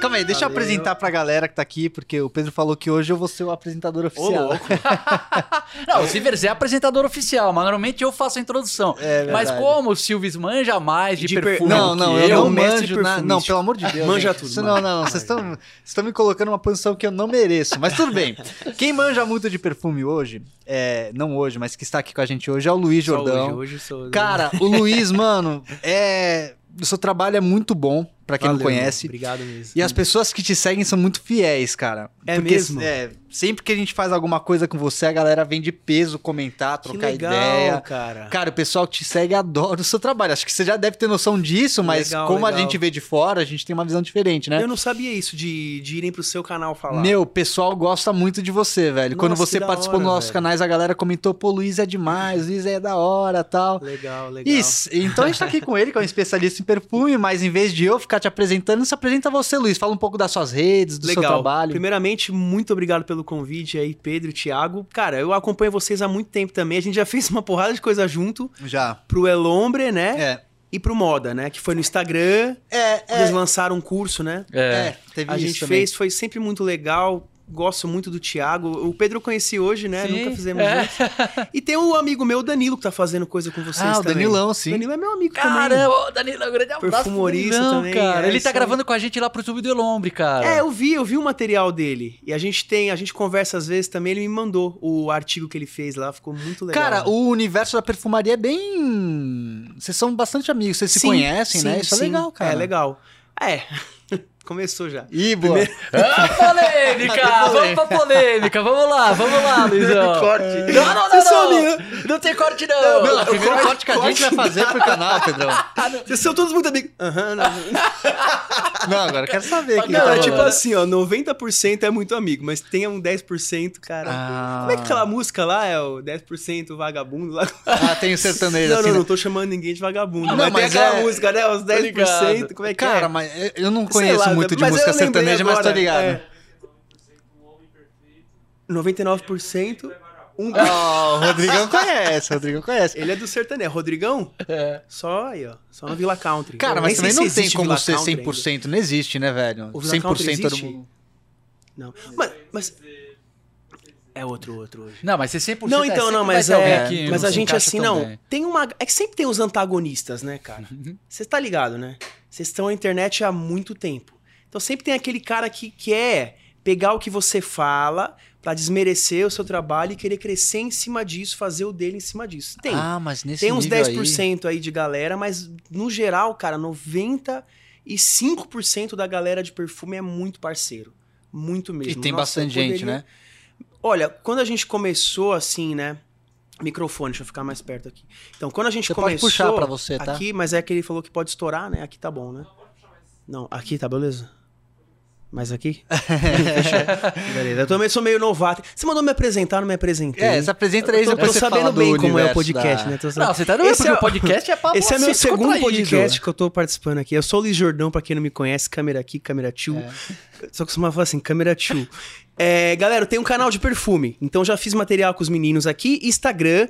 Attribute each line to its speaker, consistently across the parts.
Speaker 1: Calma aí, deixa eu
Speaker 2: Valeu.
Speaker 1: apresentar pra galera que tá aqui, porque o Pedro falou que hoje eu vou ser o apresentador
Speaker 2: Ô,
Speaker 1: oficial.
Speaker 2: louco. não, o Silvers é apresentador oficial, mas normalmente eu faço a introdução.
Speaker 1: É verdade.
Speaker 2: mas como o Silvers manja mais de,
Speaker 3: De per-
Speaker 2: perfume
Speaker 1: Não, não,
Speaker 3: que
Speaker 1: eu,
Speaker 3: eu,
Speaker 1: não
Speaker 3: o mestre
Speaker 1: manjo nada. Não,
Speaker 3: perfumístico.
Speaker 1: pelo amor de Deus.
Speaker 3: Manja
Speaker 1: gente.
Speaker 3: tudo,
Speaker 1: Isso
Speaker 3: mano.
Speaker 1: não, não, vocês estão, vocês estão me colocando numa posição que eu não mereço. Mas tudo bem. Quem manja muito de perfume hoje, é, não hoje, mas que está aqui com a gente hoje, é o Luiz
Speaker 2: Só
Speaker 1: Jordão.
Speaker 2: Hoje, hoje sou...
Speaker 1: Cara, o Luiz, mano, é. O seu trabalho é muito bom, pra quem não
Speaker 3: Valeu,
Speaker 1: conhece.
Speaker 3: Obrigado mesmo.
Speaker 1: E as pessoas que te seguem são muito fiéis, cara.
Speaker 3: É mesmo?
Speaker 1: É, sempre que a gente faz alguma coisa com você, a galera vem de peso comentar,
Speaker 3: que
Speaker 1: trocar
Speaker 3: legal,
Speaker 1: ideia.
Speaker 3: cara.
Speaker 1: Cara, o pessoal que te segue adora o seu trabalho. Acho que você já deve ter noção disso, mas
Speaker 3: Legal,
Speaker 1: como a
Speaker 3: legal.
Speaker 1: gente vê de fora, a gente tem uma visão diferente, né?
Speaker 3: Eu não sabia isso de, de irem pro seu canal falar.
Speaker 1: Meu, o pessoal gosta muito de você, velho. Quando
Speaker 3: Nossa,
Speaker 1: você
Speaker 3: que da
Speaker 1: participou dos
Speaker 3: hora,
Speaker 1: nossos
Speaker 3: velho.
Speaker 1: canais, a galera comentou, pô, Luiz é demais, Luiz é da hora tal.
Speaker 3: Legal, legal.
Speaker 1: Isso, então a gente tá aqui com ele, que é um especialista em perfume, mas em vez de eu ficar te apresentando, se apresenta você, Luiz. Fala um pouco das suas redes, do seu trabalho.
Speaker 3: Primeiramente, muito obrigado pelo convite aí, Pedro e Thiago. Cara, eu acompanho vocês há muito tempo também. A gente já fez uma porrada de coisa junto
Speaker 1: Já.
Speaker 3: pro Elombre, né?
Speaker 1: É.
Speaker 3: E pro Moda, né? Que foi no Instagram.
Speaker 1: É,
Speaker 3: Eles lançaram um curso, né?
Speaker 1: é,
Speaker 2: É.
Speaker 1: teve
Speaker 3: A
Speaker 1: isso
Speaker 3: gente
Speaker 1: também.
Speaker 3: fez, foi sempre muito legal. Gosto muito do Thiago. O Pedro eu conheci hoje, né?
Speaker 2: Sim,
Speaker 3: Nunca fizemos
Speaker 2: é.
Speaker 3: junto. E tem um amigo meu, Danilo, que tá fazendo coisa com vocês
Speaker 1: Ah, o
Speaker 3: também.
Speaker 1: Danilão, sim.
Speaker 3: Danilo é meu amigo também.
Speaker 2: Caramba, ô, Danilo, um grande abraço.
Speaker 3: Perfumorista
Speaker 2: Danilão,
Speaker 3: também,
Speaker 2: cara.
Speaker 3: é
Speaker 2: Ele
Speaker 3: isso
Speaker 2: tá
Speaker 3: aí.
Speaker 2: gravando com a gente lá pro YouTube do Elombre, cara.
Speaker 3: É, eu vi, eu vi o material dele. E a gente tem, a gente conversa às vezes também, ele me mandou o artigo que ele fez lá, ficou muito legal.
Speaker 1: Cara, o universo da perfumaria é bem. Vocês são bastante amigos, vocês se
Speaker 3: Sim,
Speaker 1: conhecem, né?
Speaker 3: sim,
Speaker 1: Isso
Speaker 3: sim.
Speaker 1: é legal, cara.
Speaker 3: É legal. É. Começou já.
Speaker 1: Ih, boa.
Speaker 2: Ah, polêmica! vamos pra polêmica! Vamos lá, vamos lá, Luizão!
Speaker 3: corte.
Speaker 2: Não, não,
Speaker 3: Vocês são
Speaker 2: não, não! Não tem corte, não!
Speaker 1: Não, o primeiro corte que a gente vai fazer pro canal, Pedrão.
Speaker 3: Vocês são todos muito amigos. Aham, não.
Speaker 1: Não, agora eu quero saber
Speaker 2: Mas
Speaker 1: aqui.
Speaker 3: Não,
Speaker 2: tá
Speaker 3: é tipo
Speaker 2: rolando.
Speaker 3: assim, ó, 90% é muito amigo, mas tem um 10%, cara.
Speaker 1: Ah.
Speaker 3: Como é que aquela música lá é o 10% vagabundo lá?
Speaker 1: Ah, tem o sertanejo
Speaker 3: não,
Speaker 1: assim.
Speaker 3: não,
Speaker 1: né?
Speaker 3: não tô chamando ninguém de vagabundo.
Speaker 1: Não,
Speaker 3: mas, tem
Speaker 1: mas
Speaker 3: aquela
Speaker 1: é-
Speaker 3: música, né? Os 10%,
Speaker 2: ligado.
Speaker 3: como é que
Speaker 1: Cara,
Speaker 3: é?
Speaker 1: mas eu- eu não
Speaker 3: Sei
Speaker 1: conheço
Speaker 3: lá,
Speaker 1: muito de
Speaker 3: mas eu
Speaker 1: música
Speaker 3: lembrei
Speaker 1: sertaneja, mas tô
Speaker 3: agora,
Speaker 1: ligado. né?
Speaker 3: é. 99%, um...
Speaker 1: Ó, o Rodrigão conhece, o Rodrigão conhece.
Speaker 3: Ele é do sertanejo. Rodrigão?
Speaker 2: É.
Speaker 3: Só aí, ó. Só no Vila Country.
Speaker 1: Cara,
Speaker 3: Eu
Speaker 1: mas
Speaker 3: nem sei
Speaker 1: também não
Speaker 3: se
Speaker 1: tem
Speaker 3: existe
Speaker 1: como
Speaker 3: Villa
Speaker 1: ser
Speaker 3: Country ainda.
Speaker 1: 100%, não existe, né, velho?
Speaker 3: O Villa Country
Speaker 1: 100% todo
Speaker 3: existe?
Speaker 1: mundo.
Speaker 3: Não, mas... mas... É outro, outro hoje.
Speaker 2: Não, mas você 100%
Speaker 3: Não,
Speaker 2: é,
Speaker 3: então,
Speaker 2: sempre
Speaker 3: não,
Speaker 2: vai
Speaker 3: mas
Speaker 2: ter alguém
Speaker 3: é,
Speaker 2: que
Speaker 3: mas
Speaker 2: não
Speaker 3: a
Speaker 2: se
Speaker 3: gente
Speaker 2: encaixa
Speaker 3: assim,
Speaker 2: tão
Speaker 3: não,
Speaker 2: bem.
Speaker 3: tem uma, é que sempre tem os antagonistas, né, cara?
Speaker 1: Uhum.
Speaker 3: Você tá ligado, né? Vocês estão na internet há muito tempo. Então sempre tem aquele cara que quer pegar o que você fala pra desmerecer o seu trabalho e querer crescer em cima disso, fazer o dele em cima disso. Tem.
Speaker 1: Ah, mas nesse
Speaker 3: tem uns
Speaker 1: nível
Speaker 3: 10% aí. de galera, mas no geral, cara, 95% da galera de perfume é muito parceiro. Muito
Speaker 1: aí... E
Speaker 3: mesmo.
Speaker 1: tem
Speaker 3: Nossa, eu
Speaker 1: bastante gente,
Speaker 3: poderia-
Speaker 1: né?
Speaker 3: Olha, quando a gente começou assim, né? Microfone, deixa eu ficar mais perto aqui. Então, quando a gente
Speaker 1: Você pode
Speaker 3: começou.
Speaker 1: puxar pra você, tá?
Speaker 3: Aqui, mas é que ele falou que pode estourar, né? Aqui tá bom, né? Não, aqui tá beleza. Mas aqui? Fechou. beleza. Eu também sou meio novato. Você mandou me apresentar, não me apresentei.
Speaker 1: É, se apresenta aí,
Speaker 3: eu tô,
Speaker 1: depois
Speaker 3: tô
Speaker 1: você fala
Speaker 3: sabendo
Speaker 1: do
Speaker 3: bem como é o
Speaker 1: universo
Speaker 3: podcast,
Speaker 1: da-
Speaker 3: né? Tô sabendo.
Speaker 2: Não, você tá no meu
Speaker 3: Esse é o-
Speaker 2: podcast, é pra
Speaker 3: Esse é
Speaker 2: você
Speaker 3: meu segundo
Speaker 2: descontraído.
Speaker 3: podcast
Speaker 1: né?
Speaker 3: que eu tô participando aqui. Eu sou o Liz Jordão, pra quem não me conhece, câmera aqui, câmera tio.
Speaker 1: É.
Speaker 3: Eu Só costumava falar assim, câmera tio. É, galera, eu tenho um canal de perfume. Então já fiz material com os meninos aqui, Instagram,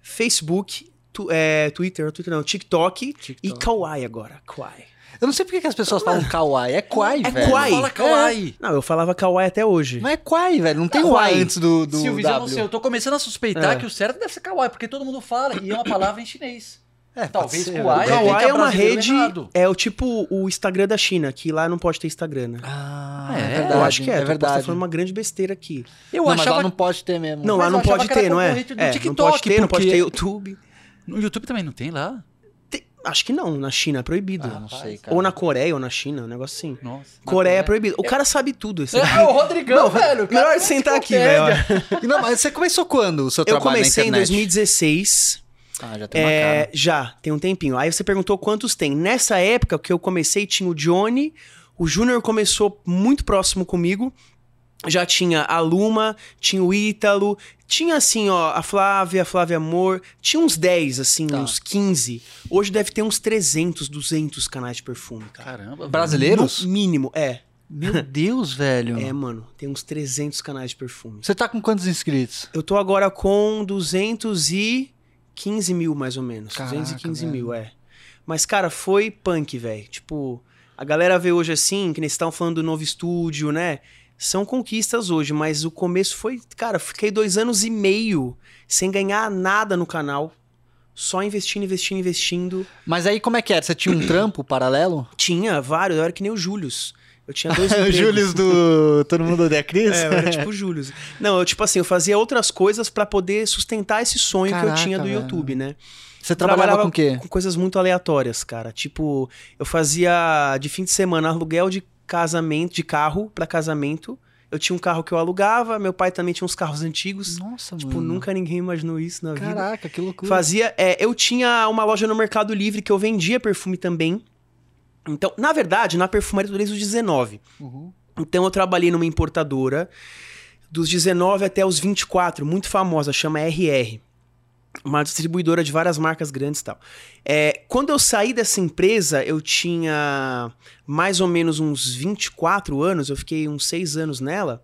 Speaker 3: Facebook, tu- é, Twitter, Twitter não, TikTok, e
Speaker 1: TikTok.
Speaker 3: Kawaii agora. Kawaii.
Speaker 1: Eu não sei por que que as pessoas falam kawaii. É quai,
Speaker 3: É
Speaker 1: velho.
Speaker 3: quai.
Speaker 2: Fala kawaii. É.
Speaker 3: Não, eu falava Kawaii até hoje.
Speaker 1: Não é quai, velho. Não tem
Speaker 3: Não,
Speaker 1: o A
Speaker 3: uai.
Speaker 1: antes do, do
Speaker 2: Silvio, eu não sei,
Speaker 1: W.
Speaker 2: eu tô começando a suspeitar
Speaker 3: É.
Speaker 2: que o certo deve ser kawaii, porque todo mundo fala e é uma palavra em chinês.
Speaker 1: É, pode
Speaker 2: Talvez
Speaker 1: ser,
Speaker 2: kawaii.
Speaker 1: velho.
Speaker 2: Aí
Speaker 3: Kawaii
Speaker 2: fica
Speaker 3: é uma
Speaker 2: brasileiro
Speaker 3: rede,
Speaker 2: errado.
Speaker 3: é o tipo o Instagram da China, que lá não pode ter Instagram, né?
Speaker 1: Ah,
Speaker 2: É,
Speaker 1: é,
Speaker 2: eu
Speaker 1: verdade.
Speaker 3: eu acho que é,
Speaker 1: é
Speaker 3: eu posso estar
Speaker 1: verdade.
Speaker 3: falando uma grande besteira aqui.
Speaker 2: Eu
Speaker 1: não, mas
Speaker 2: achava
Speaker 1: lá não pode ter mesmo.
Speaker 3: Não,
Speaker 2: Mas
Speaker 3: lá
Speaker 2: eu
Speaker 3: não
Speaker 2: achava
Speaker 3: pode
Speaker 2: que era
Speaker 3: ter, não é?
Speaker 2: concorrente do
Speaker 3: É, não
Speaker 2: TikTok,
Speaker 3: pode ter, não pode
Speaker 2: porque-
Speaker 3: ter YouTube.
Speaker 2: No YouTube também não tem lá.
Speaker 3: Tem- acho que não, na China é proibido.
Speaker 1: Ah, não sei, cara.
Speaker 3: ou na Coreia, ou na China, um negócio assim.
Speaker 2: Nossa.
Speaker 3: Coreia é proibido. O cara sabe tudo. Esse
Speaker 2: É, o Rodrigão, velho. o cara
Speaker 3: Melhor
Speaker 2: é
Speaker 3: de sentar aqui,
Speaker 2: enciclopédia.
Speaker 3: velho.
Speaker 1: E não, mas você começou quando o seu
Speaker 3: Eu
Speaker 1: trabalho
Speaker 3: comecei
Speaker 1: na
Speaker 3: em
Speaker 1: internet?
Speaker 3: 2016.
Speaker 1: Ah, já tem uma
Speaker 3: É,
Speaker 1: cara.
Speaker 3: já, tem um tempinho. Aí você perguntou quantos tem. Nessa época que eu comecei, tinha o Johnny. O Júnior começou muito próximo comigo. Já tinha a Luma, tinha o Ítalo, tinha assim, ó, a Flávia, a Flávia Amor. Tinha uns 10, assim,
Speaker 1: Tá.
Speaker 3: uns 15. Hoje deve ter uns 300, 200 canais de perfume, cara.
Speaker 2: Caramba.
Speaker 1: Brasileiros?
Speaker 3: No mínimo, é.
Speaker 1: Meu Deus, velho.
Speaker 3: É, mano, tem uns 300 canais de perfumes.
Speaker 1: Você tá com quantos inscritos?
Speaker 3: Eu tô agora com 215 mil, mais ou menos.
Speaker 1: Caraca,
Speaker 3: 215 mil, é. Mas, cara, foi punk, velho. Tipo, A galera vê hoje assim, que nem vocês estavam falando do novo estúdio, né? São conquistas hoje, mas o começo foi. Cara, fiquei dois anos e meio sem ganhar nada no canal. Só investindo, investindo, investindo.
Speaker 1: Mas aí como é que era? Você tinha um trampo paralelo?
Speaker 3: Tinha vários, eu era que nem o Július. Eu tinha dois
Speaker 1: o
Speaker 3: empregos.
Speaker 1: Július do Todo Mundo Odeia Cris?
Speaker 3: É, eu era tipo o Július. Não, eu, tipo assim, eu fazia outras coisas pra poder sustentar esse sonho que
Speaker 1: Caraca,
Speaker 3: eu tinha do
Speaker 1: velho.
Speaker 3: YouTube, né?
Speaker 1: Você trabalhava, com o quê?
Speaker 3: Com coisas muito aleatórias, cara. Tipo, eu fazia de fim de semana aluguel de casamento, de carro pra casamento. Eu tinha um carro que eu alugava, meu pai também tinha uns carros antigos.
Speaker 1: Nossa,
Speaker 3: tipo, nunca ninguém imaginou isso na vida.
Speaker 1: Caraca, que loucura.
Speaker 3: Fazia. é, eu tinha uma loja no Mercado Livre que eu vendia perfume também. Então, na verdade, na perfumaria eu tô desde os 19.
Speaker 1: Uhum.
Speaker 3: Então eu trabalhei numa importadora dos 19 até os 24, muito famosa, chama RR. Uma distribuidora de várias marcas grandes e tal. É, quando eu saí dessa empresa, eu tinha mais ou menos uns 24 anos, eu fiquei uns 6 anos nela.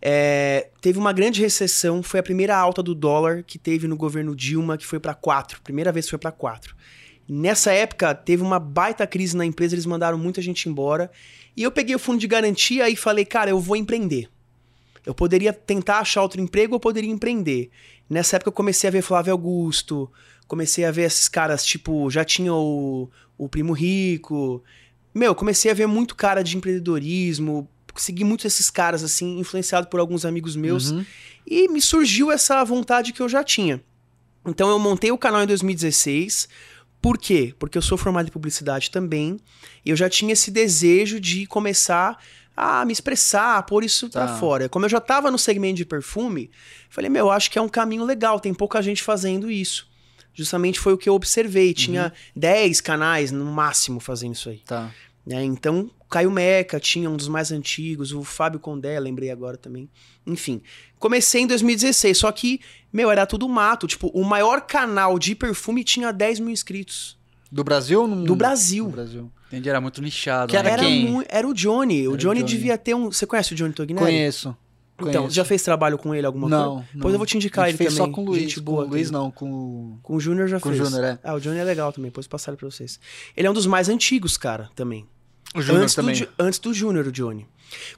Speaker 3: É, teve uma grande recessão, foi a primeira alta do dólar que teve no governo Dilma, que foi para 4. Primeira vez que foi para 4. Nessa época, teve uma baita crise na empresa, eles mandaram muita gente embora. E eu peguei o fundo de garantia e falei, cara, eu vou empreender. Eu poderia tentar achar outro emprego ou eu poderia empreender. Nessa época eu comecei a ver Flávio Augusto, comecei a ver esses caras, tipo, já tinha o, o Primo Rico. Meu, comecei a ver muito cara de empreendedorismo, segui muito esses caras, assim, influenciado por alguns amigos meus.
Speaker 1: Uhum.
Speaker 3: E me surgiu essa vontade que eu já tinha. Então eu montei o canal em 2016. Por quê? Porque eu sou formado em publicidade também. E eu já tinha esse desejo de começar a me expressar, a pôr isso
Speaker 1: Tá.
Speaker 3: pra fora. Como eu já tava no segmento de perfume, falei, meu, acho que é um caminho legal, tem pouca gente fazendo isso. Justamente foi o que eu observei. Tinha 10 canais no máximo fazendo isso aí
Speaker 1: Tá.
Speaker 3: né? Então, Caio Meca tinha um dos mais antigos, o Fábio Condé, lembrei agora também. Enfim, comecei em 2016, só que, meu, era tudo mato. Tipo, o maior canal de perfume tinha 10 mil inscritos
Speaker 1: Do Brasil ou no...
Speaker 3: do
Speaker 1: Do
Speaker 3: Brasil.
Speaker 1: Brasil.
Speaker 2: Entendi, era muito nichado.
Speaker 1: Que
Speaker 2: né?
Speaker 1: Hum. era quem?
Speaker 3: mu- era o Johnny. O
Speaker 2: Era o
Speaker 3: Johnny,
Speaker 2: Johnny.
Speaker 3: devia ter um. Você conhece o Johnny Tognelli?
Speaker 1: Conheço.
Speaker 3: Então,
Speaker 1: conheço.
Speaker 3: já fez trabalho com ele alguma coisa?
Speaker 1: não, não.
Speaker 3: Depois eu vou te indicar
Speaker 1: a gente
Speaker 3: ele
Speaker 1: fez
Speaker 3: também.
Speaker 1: só com o Luiz.
Speaker 3: Gente
Speaker 1: com
Speaker 3: boa
Speaker 1: o Luiz
Speaker 3: também.
Speaker 1: não, com o...
Speaker 3: Com o Júnior já
Speaker 1: Com o
Speaker 3: fez.
Speaker 1: Júnior, é.
Speaker 3: Ah, o Johnny é legal também, depois eu passo ele pra vocês. Ele é um dos mais antigos, cara, também.
Speaker 1: O Júnior
Speaker 3: antes,
Speaker 1: também.
Speaker 3: Do, Ju- antes do Júnior, o Johnny.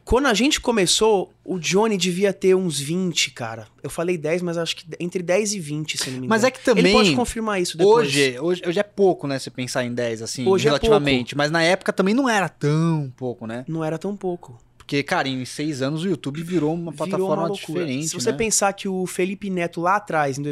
Speaker 3: Quando a gente começou, o Johnny devia ter uns 20, cara. Eu falei 10, mas acho que entre 10 e 20, se não me engano.
Speaker 1: Mas é que também,
Speaker 3: Ele pode confirmar isso depois.
Speaker 1: hoje, hoje, hoje é pouco, né? Se pensar em 10, assim,
Speaker 3: Hoje é
Speaker 1: relativamente. Mas na época também não era tão pouco, né?
Speaker 3: Não era tão pouco.
Speaker 1: Porque, cara, em 6 anos o YouTube virou uma
Speaker 3: Virou
Speaker 1: plataforma
Speaker 3: uma loucura.
Speaker 1: diferente,
Speaker 3: Se você
Speaker 1: né?
Speaker 3: pensar que o Felipe Neto lá atrás, em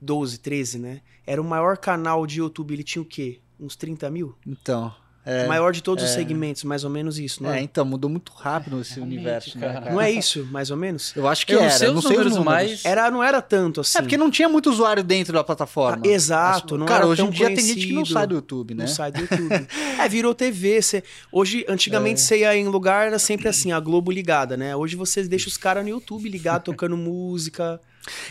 Speaker 3: 2012, 13, né? Era o maior canal de YouTube. Ele tinha o quê? Uns 30 mil?
Speaker 1: Então,
Speaker 3: O maior de todos os segmentos, mais ou menos isso, não
Speaker 1: é,
Speaker 3: é?
Speaker 1: então, mudou muito rápido esse
Speaker 2: realmente,
Speaker 1: universo, né,
Speaker 2: cara.
Speaker 1: cara?
Speaker 3: Não é isso, mais ou menos?
Speaker 1: Eu acho que
Speaker 2: Eu não
Speaker 1: era,
Speaker 2: sei
Speaker 1: eu não
Speaker 2: os
Speaker 1: sei os
Speaker 2: números,
Speaker 1: números.
Speaker 2: mas-
Speaker 3: Era, não era tanto assim.
Speaker 1: É porque não tinha muito usuário dentro da
Speaker 3: Ah,
Speaker 1: plataforma.
Speaker 3: Exato,
Speaker 1: As-
Speaker 3: não
Speaker 1: cara,
Speaker 3: era
Speaker 1: hoje em
Speaker 3: tão
Speaker 1: dia tem gente que não
Speaker 3: conhecido.
Speaker 1: sai do YouTube, né?
Speaker 3: Não sai do YouTube. é, virou TV. Você... Hoje, antigamente,
Speaker 1: É.
Speaker 3: você ia em lugar, era sempre assim, a Globo ligada, né? Hoje vocês deixam os caras no YouTube ligado, tocando música.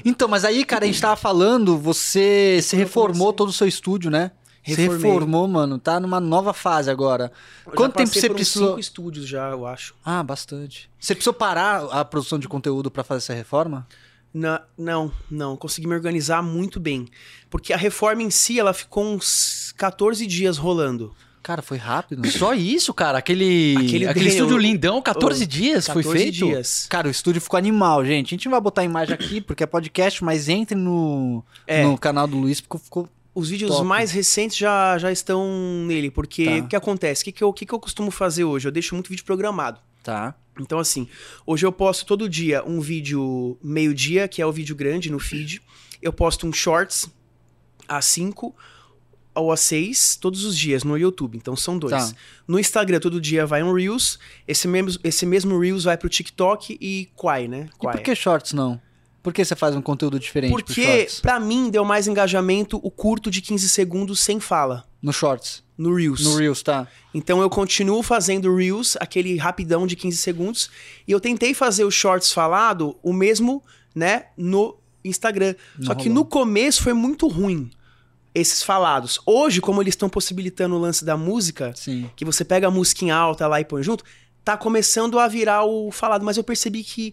Speaker 1: Então, mas aí, cara, a gente tava falando, você se
Speaker 3: Eu
Speaker 1: reformou
Speaker 3: comecei.
Speaker 1: todo o seu estúdio, né? Você
Speaker 3: Reformei.
Speaker 1: reformou, mano, tá numa nova fase agora.
Speaker 3: Eu já
Speaker 1: Quanto tempo
Speaker 3: passei
Speaker 1: você
Speaker 3: por uns
Speaker 1: precisou?
Speaker 3: cinco estúdios já, eu acho.
Speaker 1: Ah, bastante. Você precisou parar a produção de conteúdo pra fazer essa reforma?
Speaker 3: Na- não, não. Consegui me organizar muito bem. Porque a reforma em si, ela ficou uns 14 dias rolando.
Speaker 1: Cara, foi rápido.
Speaker 2: Só isso, cara. Aquele,
Speaker 3: Aquele
Speaker 2: aquele,
Speaker 3: bem,
Speaker 2: estúdio
Speaker 3: o-
Speaker 2: lindão, 14
Speaker 3: o-
Speaker 2: dias foi
Speaker 3: 14
Speaker 2: feito.
Speaker 3: dias.
Speaker 1: Cara, o estúdio ficou animal, gente. A gente não vai botar a imagem aqui porque é podcast, mas entre no,
Speaker 3: É.
Speaker 1: no canal do Luiz porque ficou.
Speaker 3: Os vídeos
Speaker 1: Top.
Speaker 3: mais recentes já, já estão nele, porque
Speaker 1: Tá.
Speaker 3: o que acontece? O que, que, eu, o que que eu costumo fazer hoje? Eu deixo muito vídeo programado.
Speaker 1: Tá.
Speaker 3: Então, assim, hoje eu posto todo dia um vídeo meio-dia, que é o vídeo grande no feed. Eu posto um shorts às 5 ou às 6 todos os dias no YouTube. Então são dois.
Speaker 1: Tá.
Speaker 3: No Instagram, todo dia vai um Reels. Esse mesmo, esse mesmo Reels vai pro TikTok e Quai,
Speaker 1: E
Speaker 3: né?
Speaker 1: por
Speaker 3: Quai.
Speaker 1: que shorts não? Por que você faz um conteúdo diferente pro
Speaker 3: Porque,
Speaker 1: shorts?
Speaker 3: pra mim, deu mais engajamento o curto de 15 segundos sem fala.
Speaker 1: No shorts.
Speaker 3: No Reels.
Speaker 1: No Reels, tá?
Speaker 3: Então eu continuo fazendo Reels, aquele rapidão de 15 segundos, e eu tentei fazer o Shorts falado, o mesmo, né, no Instagram.
Speaker 1: Não
Speaker 3: Só que
Speaker 1: rolou.
Speaker 3: no começo foi muito ruim esses falados. Hoje, como eles estão possibilitando o lance da música,
Speaker 1: Sim.
Speaker 3: que você pega a musiquinha alta lá e põe junto, tá começando a virar o falado, mas eu percebi que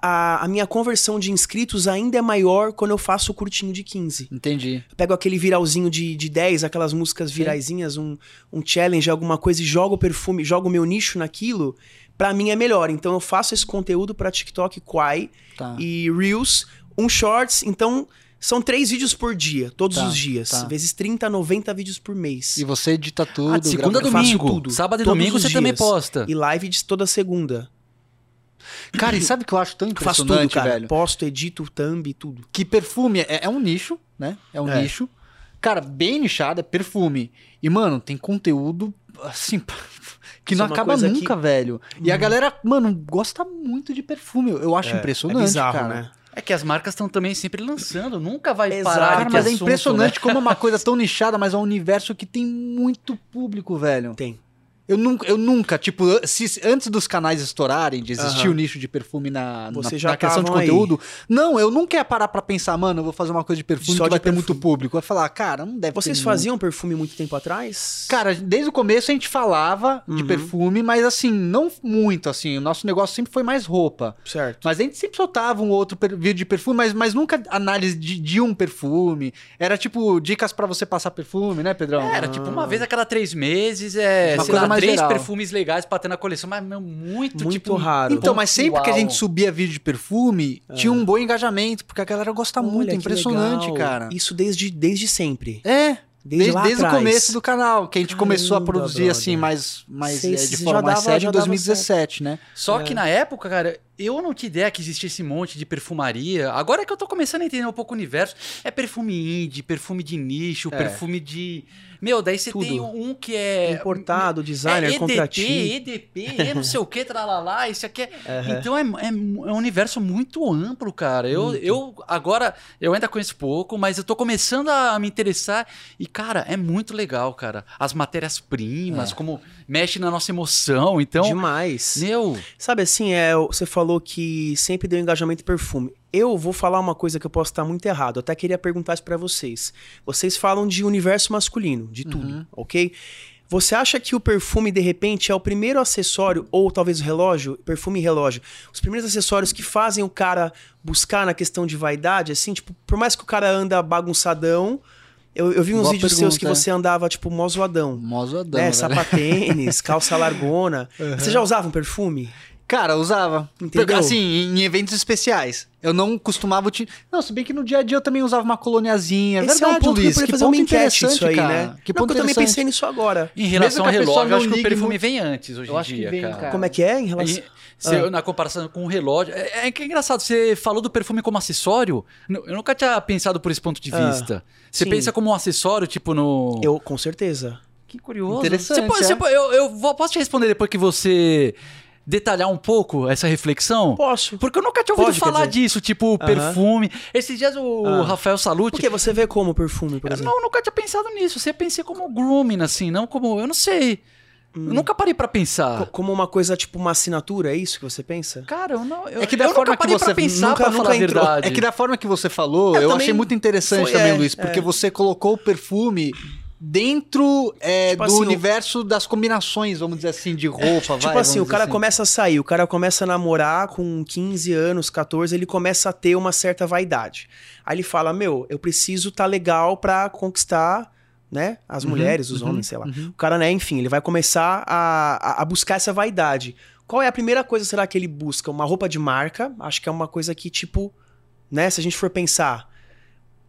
Speaker 3: a, a minha conversão de inscritos ainda é maior quando eu faço o curtinho de 15.
Speaker 1: Entendi.
Speaker 3: Eu pego aquele viralzinho de, de 10, aquelas músicas viraizinhas, um, um challenge, alguma coisa, e jogo o perfume, jogo o meu nicho naquilo, pra mim é melhor. Então eu faço esse conteúdo pra TikTok Quai
Speaker 1: Tá.
Speaker 3: e Reels, um Shorts, então são três vídeos por dia, todos
Speaker 1: Tá,
Speaker 3: os dias.
Speaker 1: tá.
Speaker 3: Vezes 30, 90 vídeos por mês.
Speaker 1: E você edita tudo.
Speaker 2: Ah, de segunda a
Speaker 1: grava-
Speaker 3: eu faço
Speaker 2: domingo.
Speaker 3: tudo,
Speaker 2: Sábado e
Speaker 3: todos
Speaker 2: domingo
Speaker 3: os
Speaker 2: você também
Speaker 3: dias.
Speaker 2: posta.
Speaker 3: E live de toda segunda.
Speaker 1: Cara, e sabe o que eu acho tão
Speaker 3: Eu faço tudo,
Speaker 1: impressionante,
Speaker 3: cara.
Speaker 1: velho?
Speaker 3: Posto, edito, thumb, tudo.
Speaker 1: Que perfume é, é um nicho, né? É um
Speaker 3: É.
Speaker 1: nicho. Cara, bem nichado, é perfume. E, mano, tem conteúdo, assim, que
Speaker 3: Isso é
Speaker 1: não
Speaker 3: uma
Speaker 1: acaba
Speaker 3: coisa que- Uhum.
Speaker 1: nunca, velho. E a galera, mano, gosta muito de perfume. Eu acho impressionante,
Speaker 3: é bizarro,
Speaker 1: cara.
Speaker 3: né?
Speaker 2: É que as marcas estão também sempre lançando, nunca vai
Speaker 3: Exato.
Speaker 2: parar.
Speaker 1: Cara,
Speaker 2: de
Speaker 1: mas é
Speaker 2: assunto,
Speaker 1: impressionante
Speaker 2: né?
Speaker 1: como é uma coisa tão nichada, mas é um universo que tem muito público, velho.
Speaker 3: Tem.
Speaker 1: Eu nunca, eu nunca tipo, se- antes dos canais estourarem, de existir
Speaker 3: Aham.
Speaker 1: o nicho de perfume na,
Speaker 3: Você
Speaker 1: na,
Speaker 3: já
Speaker 1: na criação de
Speaker 3: tavam aí.
Speaker 1: conteúdo, não, eu nunca ia parar pra pensar, mano, eu vou fazer uma coisa de perfume
Speaker 3: Só
Speaker 1: que
Speaker 3: de
Speaker 1: vai ter
Speaker 3: perfume.
Speaker 1: muito público. Eu ia falar, cara, não deve
Speaker 3: Vocês
Speaker 1: ter
Speaker 3: faziam perfume muito tempo atrás?
Speaker 1: muito. É Cara, desde o começo a gente falava de
Speaker 3: Uhum.
Speaker 1: perfume, mas assim, não muito, assim, o nosso negócio sempre foi mais roupa.
Speaker 3: Certo.
Speaker 1: Mas a gente sempre soltava um outro per- vídeo de perfume, mas, mas nunca análise de, de um perfume. Era tipo dicas pra você passar perfume, né, Pedrão?
Speaker 2: Era tipo uma vez a cada três meses, é,
Speaker 1: Uma
Speaker 2: sei
Speaker 1: coisa
Speaker 2: lá,
Speaker 1: mais
Speaker 2: três
Speaker 1: geral.
Speaker 2: perfumes legais pra ter na coleção, mas meu, muito,
Speaker 3: Muito
Speaker 2: tipo,
Speaker 3: raro.
Speaker 1: Então, mas sempre que a
Speaker 2: pontual.
Speaker 1: gente subia vídeo de perfume, tinha um bom engajamento, porque a galera gosta
Speaker 3: É. Olha,
Speaker 1: muito, é
Speaker 3: que
Speaker 1: impressionante,
Speaker 3: legal.
Speaker 1: cara.
Speaker 3: Isso desde, desde sempre.
Speaker 1: É,
Speaker 3: Desde,
Speaker 1: desde,
Speaker 3: lá
Speaker 1: desde o
Speaker 3: atrás.
Speaker 1: começo do canal, que a gente começou a
Speaker 3: Caramba,
Speaker 1: produzir
Speaker 3: brother.
Speaker 1: assim, mais, mais
Speaker 3: Sei,
Speaker 1: é, de
Speaker 3: já
Speaker 1: forma mais
Speaker 3: dava-
Speaker 1: séria
Speaker 3: já
Speaker 1: em
Speaker 3: dava
Speaker 1: 2017, né?
Speaker 2: Só
Speaker 3: É.
Speaker 2: que na época, cara, eu não tinha ideia que existia esse monte de perfumaria. Agora que eu tô começando a entender um pouco o universo, é perfume indie, perfume de nicho,
Speaker 1: É.
Speaker 2: perfume de. Meu, daí você
Speaker 3: Tudo.
Speaker 2: tem um que é.
Speaker 3: Importado,
Speaker 2: é
Speaker 3: designer,
Speaker 2: EDP,
Speaker 3: contratinho.
Speaker 2: EDP, é não sei o que, tralalá, isso aqui é.
Speaker 3: Aham.
Speaker 2: Então é, é mu- é um universo muito amplo, cara. Eu, eu agora, eu ainda conheço pouco, mas eu tô começando a me interessar. E, cara, é muito legal, cara. As
Speaker 1: É.
Speaker 2: matérias-primas, como mexe na nossa emoção. Então,
Speaker 3: Demais.
Speaker 2: meu.
Speaker 3: Sabe assim, é, você falou que sempre deu engajamento em perfume. Eu vou falar uma coisa que eu posso estar muito errado. Eu até queria perguntar isso pra vocês. Vocês falam de universo masculino, de tudo,
Speaker 1: Uhum.
Speaker 3: ok? Você acha que o perfume, de repente, é o primeiro acessório, ou talvez o relógio, perfume e relógio, os primeiros acessórios que fazem o cara buscar na questão de vaidade, assim, tipo, por mais que o cara anda bagunçadão, eu, eu vi uns
Speaker 1: Boa
Speaker 3: vídeos seus que
Speaker 1: pergunta.
Speaker 3: você andava, tipo, mó zoadão.
Speaker 1: Mozodão,
Speaker 3: Né?
Speaker 1: velho.
Speaker 3: Sapatênis, calça largona. Você já usava um perfume?
Speaker 1: Cara, eu usava.
Speaker 3: Entendeu?
Speaker 1: Assim, em eventos especiais. Eu não costumava utilizar. Não, se bem que no dia a dia eu também usava uma coloniazinha.
Speaker 3: Esse
Speaker 1: Verdade,
Speaker 3: é um ponto
Speaker 1: Luiz.
Speaker 3: que eu poderia
Speaker 1: que
Speaker 3: fazer
Speaker 1: ponto
Speaker 3: uma enquete
Speaker 1: interessante,
Speaker 3: isso aí,
Speaker 1: cara.
Speaker 3: né?
Speaker 1: Que
Speaker 3: Não,
Speaker 1: ponto
Speaker 3: que eu também
Speaker 1: interessante.
Speaker 3: pensei nisso agora.
Speaker 2: Em relação
Speaker 1: que
Speaker 2: ao
Speaker 1: a pessoa
Speaker 2: relógio, eu
Speaker 1: não
Speaker 2: acho que o
Speaker 1: ligue
Speaker 2: perfume
Speaker 1: muito-
Speaker 2: vem antes hoje
Speaker 1: Eu
Speaker 2: em
Speaker 1: acho que
Speaker 2: dia,
Speaker 1: vem, cara. Ah.
Speaker 2: cara.
Speaker 3: Como é que é em relação...
Speaker 2: E se eu- na comparação com o relógio. É, é que é engraçado, você falou do perfume como acessório. Nu- Eu nunca tinha pensado por esse ponto de
Speaker 3: Ah,
Speaker 2: vista. Você
Speaker 3: sim.
Speaker 2: pensa como um acessório, tipo no.
Speaker 3: Eu, com certeza.
Speaker 2: Que curioso.
Speaker 1: Interessante,
Speaker 2: Você pode,
Speaker 1: é.
Speaker 2: você pode- Tipo, eu, eu vou- posso te responder depois que você detalhar um pouco essa reflexão?
Speaker 3: Posso.
Speaker 2: Porque eu nunca tinha ouvido
Speaker 3: Pode, quer
Speaker 2: falar
Speaker 3: dizer.
Speaker 2: disso, tipo perfume. Esses dias o
Speaker 3: Ah.
Speaker 2: Rafael Salute.
Speaker 3: Porque você vê como perfume, por
Speaker 2: Eu
Speaker 3: exemplo?
Speaker 2: não, nunca tinha pensado nisso. Você pensei como grooming, assim, não como. Eu não sei. Eu nunca parei pra pensar.
Speaker 3: Hum. Co- Como uma coisa, tipo, uma assinatura, é isso que você pensa?
Speaker 2: Cara, eu não. Eu,
Speaker 1: É que da
Speaker 2: eu
Speaker 1: forma
Speaker 2: nunca
Speaker 1: que
Speaker 2: parei
Speaker 1: você
Speaker 2: pra pensar,
Speaker 3: nunca-
Speaker 2: pra
Speaker 3: nunca
Speaker 2: falar a
Speaker 3: entrou.
Speaker 2: verdade.
Speaker 1: É que da forma que você falou,
Speaker 3: Eu
Speaker 1: eu,
Speaker 3: também-
Speaker 1: achei muito interessante
Speaker 3: foi,
Speaker 1: também,
Speaker 3: é,
Speaker 1: Luiz, porque você colocou o perfume dentro é,
Speaker 3: Tipo
Speaker 1: do
Speaker 3: assim, o-
Speaker 1: universo das combinações, vamos dizer assim, de roupa, vai.
Speaker 3: Tipo assim, o
Speaker 1: vamos dizer
Speaker 3: cara começa a sair, o cara começa a namorar com 15 anos, 14, ele começa a ter uma certa vaidade. Aí ele fala: Meu, eu preciso tá legal pra conquistar, né? As
Speaker 1: Uhum,
Speaker 3: mulheres, os
Speaker 1: uhum,
Speaker 3: homens, sei lá.
Speaker 1: uhum.
Speaker 3: O cara, né? Enfim, ele vai começar a, a- a buscar essa vaidade. Qual é a primeira coisa, será que ele busca? Uma roupa de marca? Acho que é uma coisa que, tipo, né? Se a gente for pensar.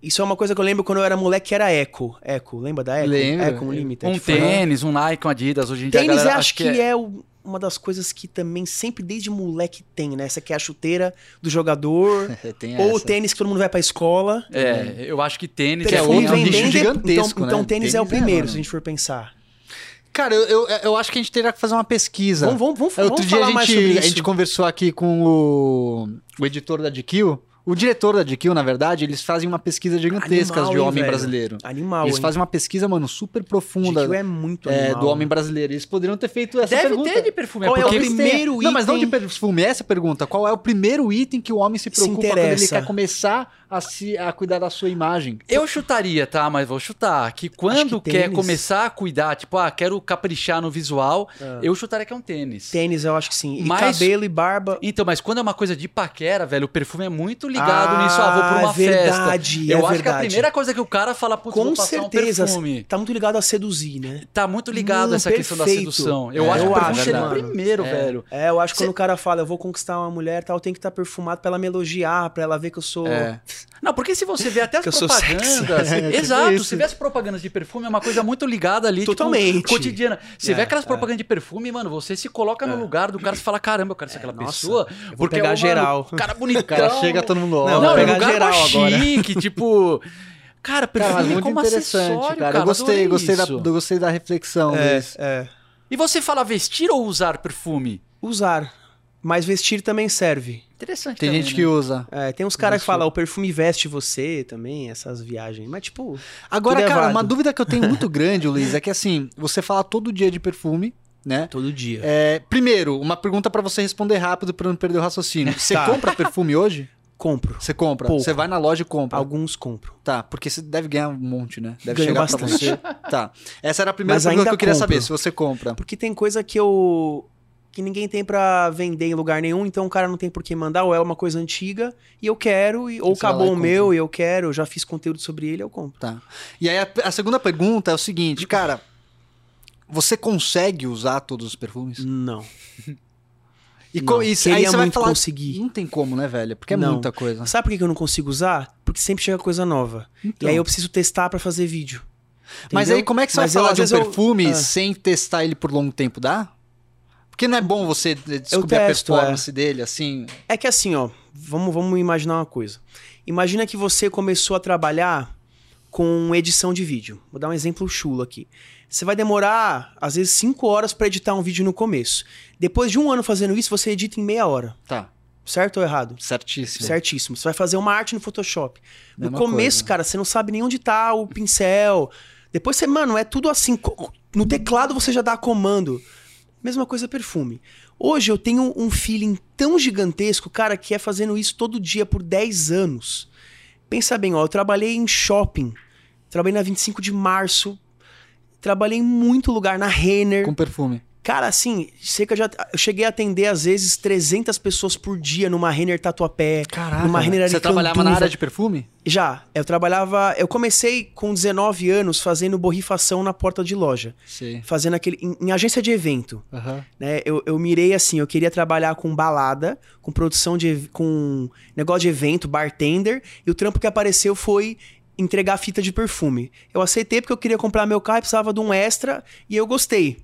Speaker 3: Isso é uma coisa que eu lembro quando eu era moleque, era Eco. Eco, lembra da Eco?
Speaker 1: Lembro.
Speaker 3: Eco, um limite.
Speaker 2: Um tênis, um Nike, um Adidas, hoje em dia. a
Speaker 3: Tênis
Speaker 2: galera acha
Speaker 3: eu acho que, é, o- uma das coisas que também sempre desde moleque tem, né? Essa que é a chuteira do jogador,
Speaker 1: É, tem
Speaker 3: ou o
Speaker 1: essa.
Speaker 3: tênis que todo mundo vai pra escola.
Speaker 2: É, eu acho que tênis
Speaker 1: Que é
Speaker 3: um Perfume
Speaker 1: outro- é um
Speaker 3: vem
Speaker 1: nicho
Speaker 3: bem de-
Speaker 1: gigantesco,
Speaker 3: Então, então
Speaker 1: né?
Speaker 3: tênis é o
Speaker 1: Tênis é,
Speaker 3: primeiro,
Speaker 1: mano.
Speaker 3: se a gente for pensar.
Speaker 1: Cara, eu, eu, eu acho que a gente teria que fazer uma pesquisa.
Speaker 3: Vamos, vamos, vamos,
Speaker 1: É, Outro
Speaker 3: vamos
Speaker 1: dia
Speaker 3: falar
Speaker 1: a
Speaker 3: mais
Speaker 1: gente,
Speaker 3: sobre
Speaker 1: a gente
Speaker 3: isso.
Speaker 1: conversou aqui com o, o editor da DQ, o diretor da DQ, na verdade, eles fazem uma pesquisa gigantesca
Speaker 3: Animal,
Speaker 1: de
Speaker 3: hein,
Speaker 1: homem
Speaker 3: velho?
Speaker 1: brasileiro.
Speaker 3: Animal,
Speaker 1: eles
Speaker 3: hein?
Speaker 1: fazem uma pesquisa, mano, super profunda
Speaker 3: GQ é muito
Speaker 1: é,
Speaker 3: animal.
Speaker 1: do homem brasileiro. Eles poderiam ter feito essa
Speaker 2: Deve
Speaker 1: pergunta.
Speaker 2: ter de perfume.
Speaker 3: Qual é o
Speaker 2: porque
Speaker 1: Eles têm-
Speaker 3: primeiro
Speaker 1: Não, mas não de
Speaker 3: item-
Speaker 1: perfume, essa é a pergunta. Qual é o primeiro item que o homem se preocupa quando ele
Speaker 3: interessa.
Speaker 1: quer começar a, se, a cuidar da sua imagem.
Speaker 2: Eu chutaria, tá? Mas vou chutar. Que quando
Speaker 3: que
Speaker 2: quer
Speaker 3: tênis.
Speaker 2: começar a cuidar, tipo, ah, quero caprichar no visual,
Speaker 3: Ah.
Speaker 2: eu chutaria que é um tênis.
Speaker 3: Tênis, eu acho que sim. E
Speaker 2: Mas-
Speaker 3: cabelo e barba.
Speaker 2: Então, mas quando é uma coisa de paquera, velho, o perfume é muito ligado
Speaker 3: Ah,
Speaker 2: nisso. Ah, vou pra uma
Speaker 3: é verdade,
Speaker 2: festa.
Speaker 3: é
Speaker 2: Eu acho que a
Speaker 3: verdade.
Speaker 2: primeira coisa que o cara fala, putz,
Speaker 3: Com
Speaker 2: vou passar
Speaker 3: certeza.
Speaker 2: um perfume.
Speaker 3: Tá muito ligado a seduzir, né?
Speaker 2: Tá muito ligado
Speaker 3: Hum,
Speaker 2: essa questão da
Speaker 3: perfeito.
Speaker 2: sedução. Eu
Speaker 3: É,
Speaker 2: acho que
Speaker 3: eu
Speaker 2: o perfume
Speaker 3: acho,
Speaker 2: seria
Speaker 1: né?
Speaker 3: mano.
Speaker 2: primeiro,
Speaker 3: É.
Speaker 2: velho.
Speaker 3: É, eu acho que
Speaker 2: Cê-
Speaker 3: quando o cara fala, eu vou conquistar uma mulher e tal, tem que estar perfumado pra ela me elogiar, pra ela ver que eu sou.
Speaker 1: É.
Speaker 2: Não, porque se você vê até as
Speaker 3: Que eu sou
Speaker 2: propagandas.
Speaker 1: sexy. É, tipo
Speaker 2: exato,
Speaker 1: isso.
Speaker 2: você vê as propagandas de perfume, é uma coisa muito ligada ali. tipo,
Speaker 3: Totalmente.
Speaker 2: cotidiana. Você vê
Speaker 1: É,
Speaker 2: aquelas propagandas de perfume, mano, você se coloca no lugar do cara e fala: caramba, eu quero ser aquela
Speaker 3: nossa,
Speaker 2: pessoa.
Speaker 3: vou
Speaker 2: Porque
Speaker 3: pegar
Speaker 2: mano,
Speaker 3: geral.
Speaker 2: o cara
Speaker 1: O cara
Speaker 2: bonitão.
Speaker 1: chega, todo mundo olha.
Speaker 3: Então, Não,
Speaker 2: Não,
Speaker 3: vou
Speaker 2: é
Speaker 3: pegar
Speaker 2: lugar
Speaker 3: geral
Speaker 2: mó
Speaker 3: agora.
Speaker 2: chique, tipo. Cara, perfume
Speaker 1: Cara, muito
Speaker 2: como
Speaker 1: interessante,
Speaker 2: acessório,
Speaker 1: cara.
Speaker 2: cara.
Speaker 1: Eu gostei,
Speaker 2: adorei
Speaker 1: gostei da,
Speaker 2: isso.
Speaker 1: eu gostei da reflexão, Luiz.
Speaker 3: é.
Speaker 2: E você fala vestir ou usar perfume?
Speaker 3: Usar. Mas vestir também serve.
Speaker 2: Interessante
Speaker 1: Tem
Speaker 2: também,
Speaker 1: gente
Speaker 2: né?
Speaker 1: que usa.
Speaker 3: É, tem uns caras que
Speaker 1: Vestir.
Speaker 3: falam, o perfume veste você também, essas viagens. Mas, tipo,
Speaker 1: Agora,
Speaker 3: Tudo é
Speaker 1: cara, uma
Speaker 3: válido.
Speaker 1: dúvida que eu tenho muito grande, Luiz, é que assim, você fala todo dia de perfume, né?
Speaker 3: todo dia.
Speaker 1: É, primeiro, uma pergunta pra você responder rápido pra não perder o raciocínio. Você
Speaker 3: Tá.
Speaker 1: compra perfume hoje?
Speaker 3: Compro.
Speaker 1: Você compra.
Speaker 3: Pouco.
Speaker 1: Você vai na loja e compra.
Speaker 3: Alguns compro.
Speaker 1: Tá, porque você deve ganhar um monte, né? Deve
Speaker 3: Ganho
Speaker 1: chegar
Speaker 3: bastante.
Speaker 1: pra você. Tá. Essa era a primeira
Speaker 3: Mas
Speaker 1: pergunta
Speaker 3: ainda
Speaker 1: que eu queria
Speaker 3: compro.
Speaker 1: saber, se você compra.
Speaker 3: Porque tem coisa que eu. que ninguém tem pra vender em lugar nenhum, então o cara não tem por que mandar, ou é uma coisa antiga, e eu quero, e- ou
Speaker 1: Você vai lá
Speaker 3: acabou
Speaker 1: e
Speaker 3: o
Speaker 1: compra.
Speaker 3: meu, e eu quero, eu já fiz conteúdo sobre ele, eu compro.
Speaker 1: Tá. E aí a, a segunda pergunta é o seguinte, cara. Você consegue usar todos os perfumes?
Speaker 3: Não.
Speaker 1: E, co-
Speaker 3: não.
Speaker 1: e aí
Speaker 3: Queria
Speaker 1: você vai
Speaker 3: muito
Speaker 1: falar.
Speaker 3: conseguir.
Speaker 1: Não tem como, né, velho? Porque é
Speaker 3: Não.
Speaker 1: muita coisa.
Speaker 3: Sabe por que que eu não consigo usar? Porque sempre chega coisa nova.
Speaker 1: Então.
Speaker 3: E aí eu preciso testar pra fazer vídeo.
Speaker 1: Mas
Speaker 3: Entendeu?
Speaker 1: aí, como é que você
Speaker 3: Mas eu,
Speaker 1: vai falar
Speaker 3: às
Speaker 1: de um
Speaker 3: vezes, eu-
Speaker 1: perfume
Speaker 3: Ah.
Speaker 1: sem testar ele por longo tempo? Dá? Porque não é bom você descobrir
Speaker 3: testo,
Speaker 1: a performance dele, assim.
Speaker 3: É que assim, ó, vamos, vamos imaginar uma coisa. Imagina que você começou a trabalhar com edição de vídeo. Vou dar um exemplo chulo aqui. Você vai demorar, às vezes, 5 horas pra editar um vídeo no começo. Depois de um ano fazendo isso, você edita em meia hora.
Speaker 1: Tá,
Speaker 3: Certo ou errado?
Speaker 1: certíssimo.
Speaker 3: Certíssimo. Você vai fazer uma arte no Photoshop. No
Speaker 1: Mesma
Speaker 3: começo,
Speaker 1: coisa.
Speaker 3: cara, você não sabe nem onde tá o pincel. Depois você, mano, é tudo assim. co- No teclado você já dá comando. Mesma coisa perfume. Hoje eu tenho um feeling tão gigantesco, cara, que é fazendo isso todo dia por 10 anos. Pensa bem, ó, eu trabalhei em shopping. Trabalhei na 25 de março. Trabalhei em muito lugar, na Renner.
Speaker 1: Com perfume.
Speaker 3: Cara, assim, cerca de, eu cheguei a atender às vezes 300 pessoas por dia numa Renner Tatuapé.
Speaker 1: Caraca.
Speaker 3: numa Renner
Speaker 1: Você
Speaker 3: Aricanduva.
Speaker 1: trabalhava na área de perfume?
Speaker 3: Já, eu trabalhava, eu comecei com 19 anos fazendo borrifação na porta de loja,
Speaker 1: Sim.
Speaker 3: fazendo aquele em, em agência de evento,
Speaker 1: Aham.
Speaker 3: né? Eu, eu mirei assim, eu queria trabalhar com balada, com produção de ev- com negócio de evento, bartender, e o trampo que apareceu foi entregar fita de perfume. Eu aceitei porque eu queria comprar meu carro e precisava de um extra e eu gostei.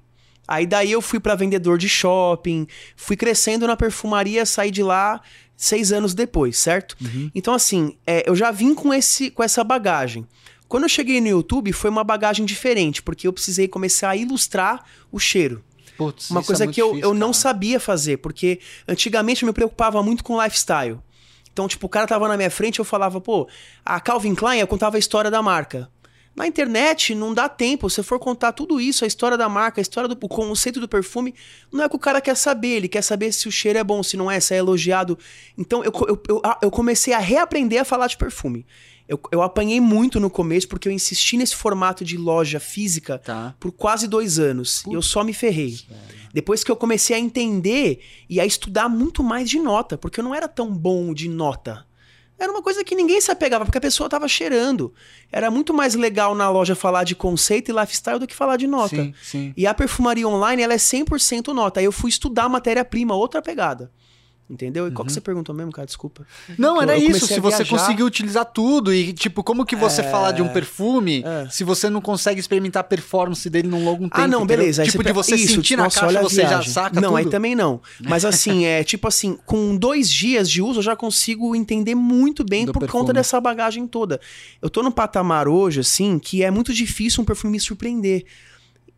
Speaker 3: Aí daí eu fui pra vendedor de shopping, fui crescendo na perfumaria, saí de lá seis anos depois, certo? Então assim, é, eu já vim com esse com essa bagagem. Quando eu cheguei no YouTube foi uma bagagem diferente porque eu precisei começar a ilustrar o cheiro.
Speaker 1: Putz,
Speaker 3: Uma
Speaker 1: isso é
Speaker 3: coisa
Speaker 1: muito
Speaker 3: que eu,
Speaker 1: difícil,
Speaker 3: eu não
Speaker 1: cara.
Speaker 3: sabia fazer, porque antigamente eu me preocupava muito com lifestyle. Então, tipo, o cara tava na minha frente, eu falava, pô, a Calvin Klein, eu contava a história da marca. Na internet não dá tempo, se eu for contar tudo isso, a história da marca, a história do o conceito do perfume, não é o que o cara quer saber, ele quer saber se o cheiro é bom, se não é, se é elogiado. Então eu, co- eu, eu, a- eu comecei a reaprender a falar de perfume. Eu, eu apanhei muito no começo, porque eu insisti nesse formato de loja física
Speaker 1: Tá.
Speaker 3: por quase dois anos. E eu só me ferrei. Depois que eu comecei a entender e a estudar muito mais de nota, porque eu não era tão bom de nota. Era uma coisa que ninguém se apegava, porque a pessoa tava cheirando. Era muito mais legal na loja falar de conceito e lifestyle do que falar de nota.
Speaker 1: Sim, sim.
Speaker 3: E a perfumaria online, ela é 100% nota. Aí eu fui estudar matéria-prima, outra pegada. Entendeu? E qual que você perguntou mesmo, cara? Desculpa.
Speaker 1: Não,
Speaker 3: Eu-
Speaker 1: era
Speaker 3: eu
Speaker 1: isso.
Speaker 3: comecei
Speaker 1: Se
Speaker 3: a
Speaker 1: você
Speaker 3: viajar.
Speaker 1: conseguir utilizar tudo e, tipo, como que você fala de um perfume
Speaker 3: É.
Speaker 1: se você não consegue experimentar a performance dele num longo tempo?
Speaker 3: Ah, não,
Speaker 1: entendeu?
Speaker 3: beleza. Aí
Speaker 1: Tipo,
Speaker 3: você
Speaker 1: de
Speaker 3: pega-
Speaker 1: você
Speaker 3: Isso,
Speaker 1: sentir na
Speaker 3: nossa,
Speaker 1: caixa,
Speaker 3: olha a
Speaker 1: você já
Speaker 3: viagem.
Speaker 1: saca
Speaker 3: Não,
Speaker 1: tudo?
Speaker 3: aí também não. Mas assim, é tipo assim, com dois dias de uso eu já consigo entender muito bem
Speaker 1: Do
Speaker 3: por
Speaker 1: perfume.
Speaker 3: conta dessa bagagem toda. Eu tô num patamar hoje, assim, que é muito difícil um perfume me surpreender.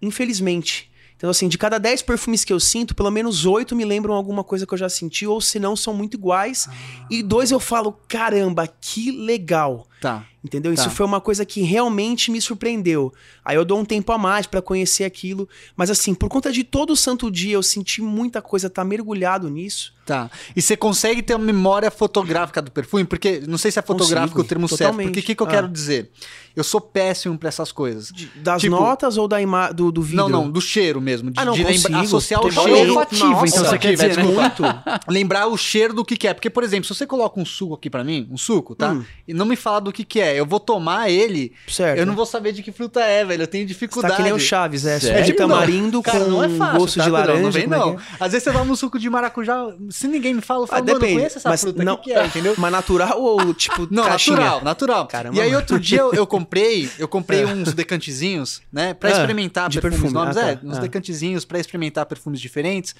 Speaker 3: Infelizmente. Então, assim, de cada 10 perfumes que eu sinto, pelo menos oito me lembram alguma coisa que eu já senti,
Speaker 1: Ah.
Speaker 3: ou se não, são muito iguais. E dois eu falo, caramba, que legal.
Speaker 1: Tá.
Speaker 3: Entendeu?
Speaker 2: Tá.
Speaker 3: Isso foi uma coisa que realmente me surpreendeu. Aí eu dou um tempo a mais pra conhecer aquilo. Mas assim, por conta de todo santo dia, eu senti muita coisa, tá mergulhado nisso.
Speaker 1: Tá. E você consegue ter uma memória fotográfica do perfume? Porque não sei se é fotográfico
Speaker 3: Consigo,
Speaker 1: o termo certo.
Speaker 3: totalmente.
Speaker 1: Porque o que, que eu
Speaker 3: Ah.
Speaker 1: quero dizer? Eu sou péssimo pra essas coisas.
Speaker 3: Das
Speaker 1: Tipo-
Speaker 3: notas ou da ima- do, do
Speaker 1: Não,
Speaker 3: vidro?
Speaker 1: não, do cheiro mesmo. De,
Speaker 3: Ah, não,
Speaker 1: de lembra-
Speaker 3: consigo.
Speaker 1: associar o
Speaker 3: Tem
Speaker 2: Olha,
Speaker 1: cheiro.
Speaker 2: olfativo, então
Speaker 1: Nossa,
Speaker 2: você quer dizer, né?
Speaker 1: muito. Lembrar o cheiro do que, que é. Porque, por exemplo, se você coloca um suco aqui pra mim, um suco, tá?
Speaker 3: Hum.
Speaker 1: E não me falar do que, que é, eu vou tomar ele,
Speaker 3: Certo.
Speaker 1: eu não vou saber de que fruta é, velho. Eu tenho
Speaker 3: Você
Speaker 1: dificuldade.
Speaker 3: tá que nem o Chaves, é.
Speaker 2: Sério?
Speaker 3: Suco de tamarindo
Speaker 1: Cara,
Speaker 3: com um
Speaker 1: não é fácil,
Speaker 3: gosto
Speaker 1: tá,
Speaker 3: de
Speaker 1: Pedrão?
Speaker 3: laranja.
Speaker 1: Não vem,
Speaker 3: como é que
Speaker 1: não.
Speaker 3: é?
Speaker 1: Às vezes você toma um suco de maracujá, se ninguém me fala, eu falo,
Speaker 3: Ah,
Speaker 1: mano, eu
Speaker 3: depende.
Speaker 1: conheço essa
Speaker 3: mas
Speaker 1: fruta, o
Speaker 3: não,
Speaker 1: que, que é, entendeu?
Speaker 3: Mas natural ou tipo
Speaker 1: Não,
Speaker 3: caixinha?
Speaker 1: natural, natural.
Speaker 3: Caramba,
Speaker 1: e aí
Speaker 3: mano.
Speaker 1: outro dia eu, eu comprei, eu comprei
Speaker 3: É.
Speaker 1: uns decantezinhos, né, Pra
Speaker 3: Ah,
Speaker 1: experimentar
Speaker 3: de
Speaker 1: perfumes
Speaker 3: perfume.
Speaker 1: novos,
Speaker 3: Ah, tá.
Speaker 1: é, uns
Speaker 3: Ah. Hum.
Speaker 1: decantezinhos pra experimentar perfumes diferentes.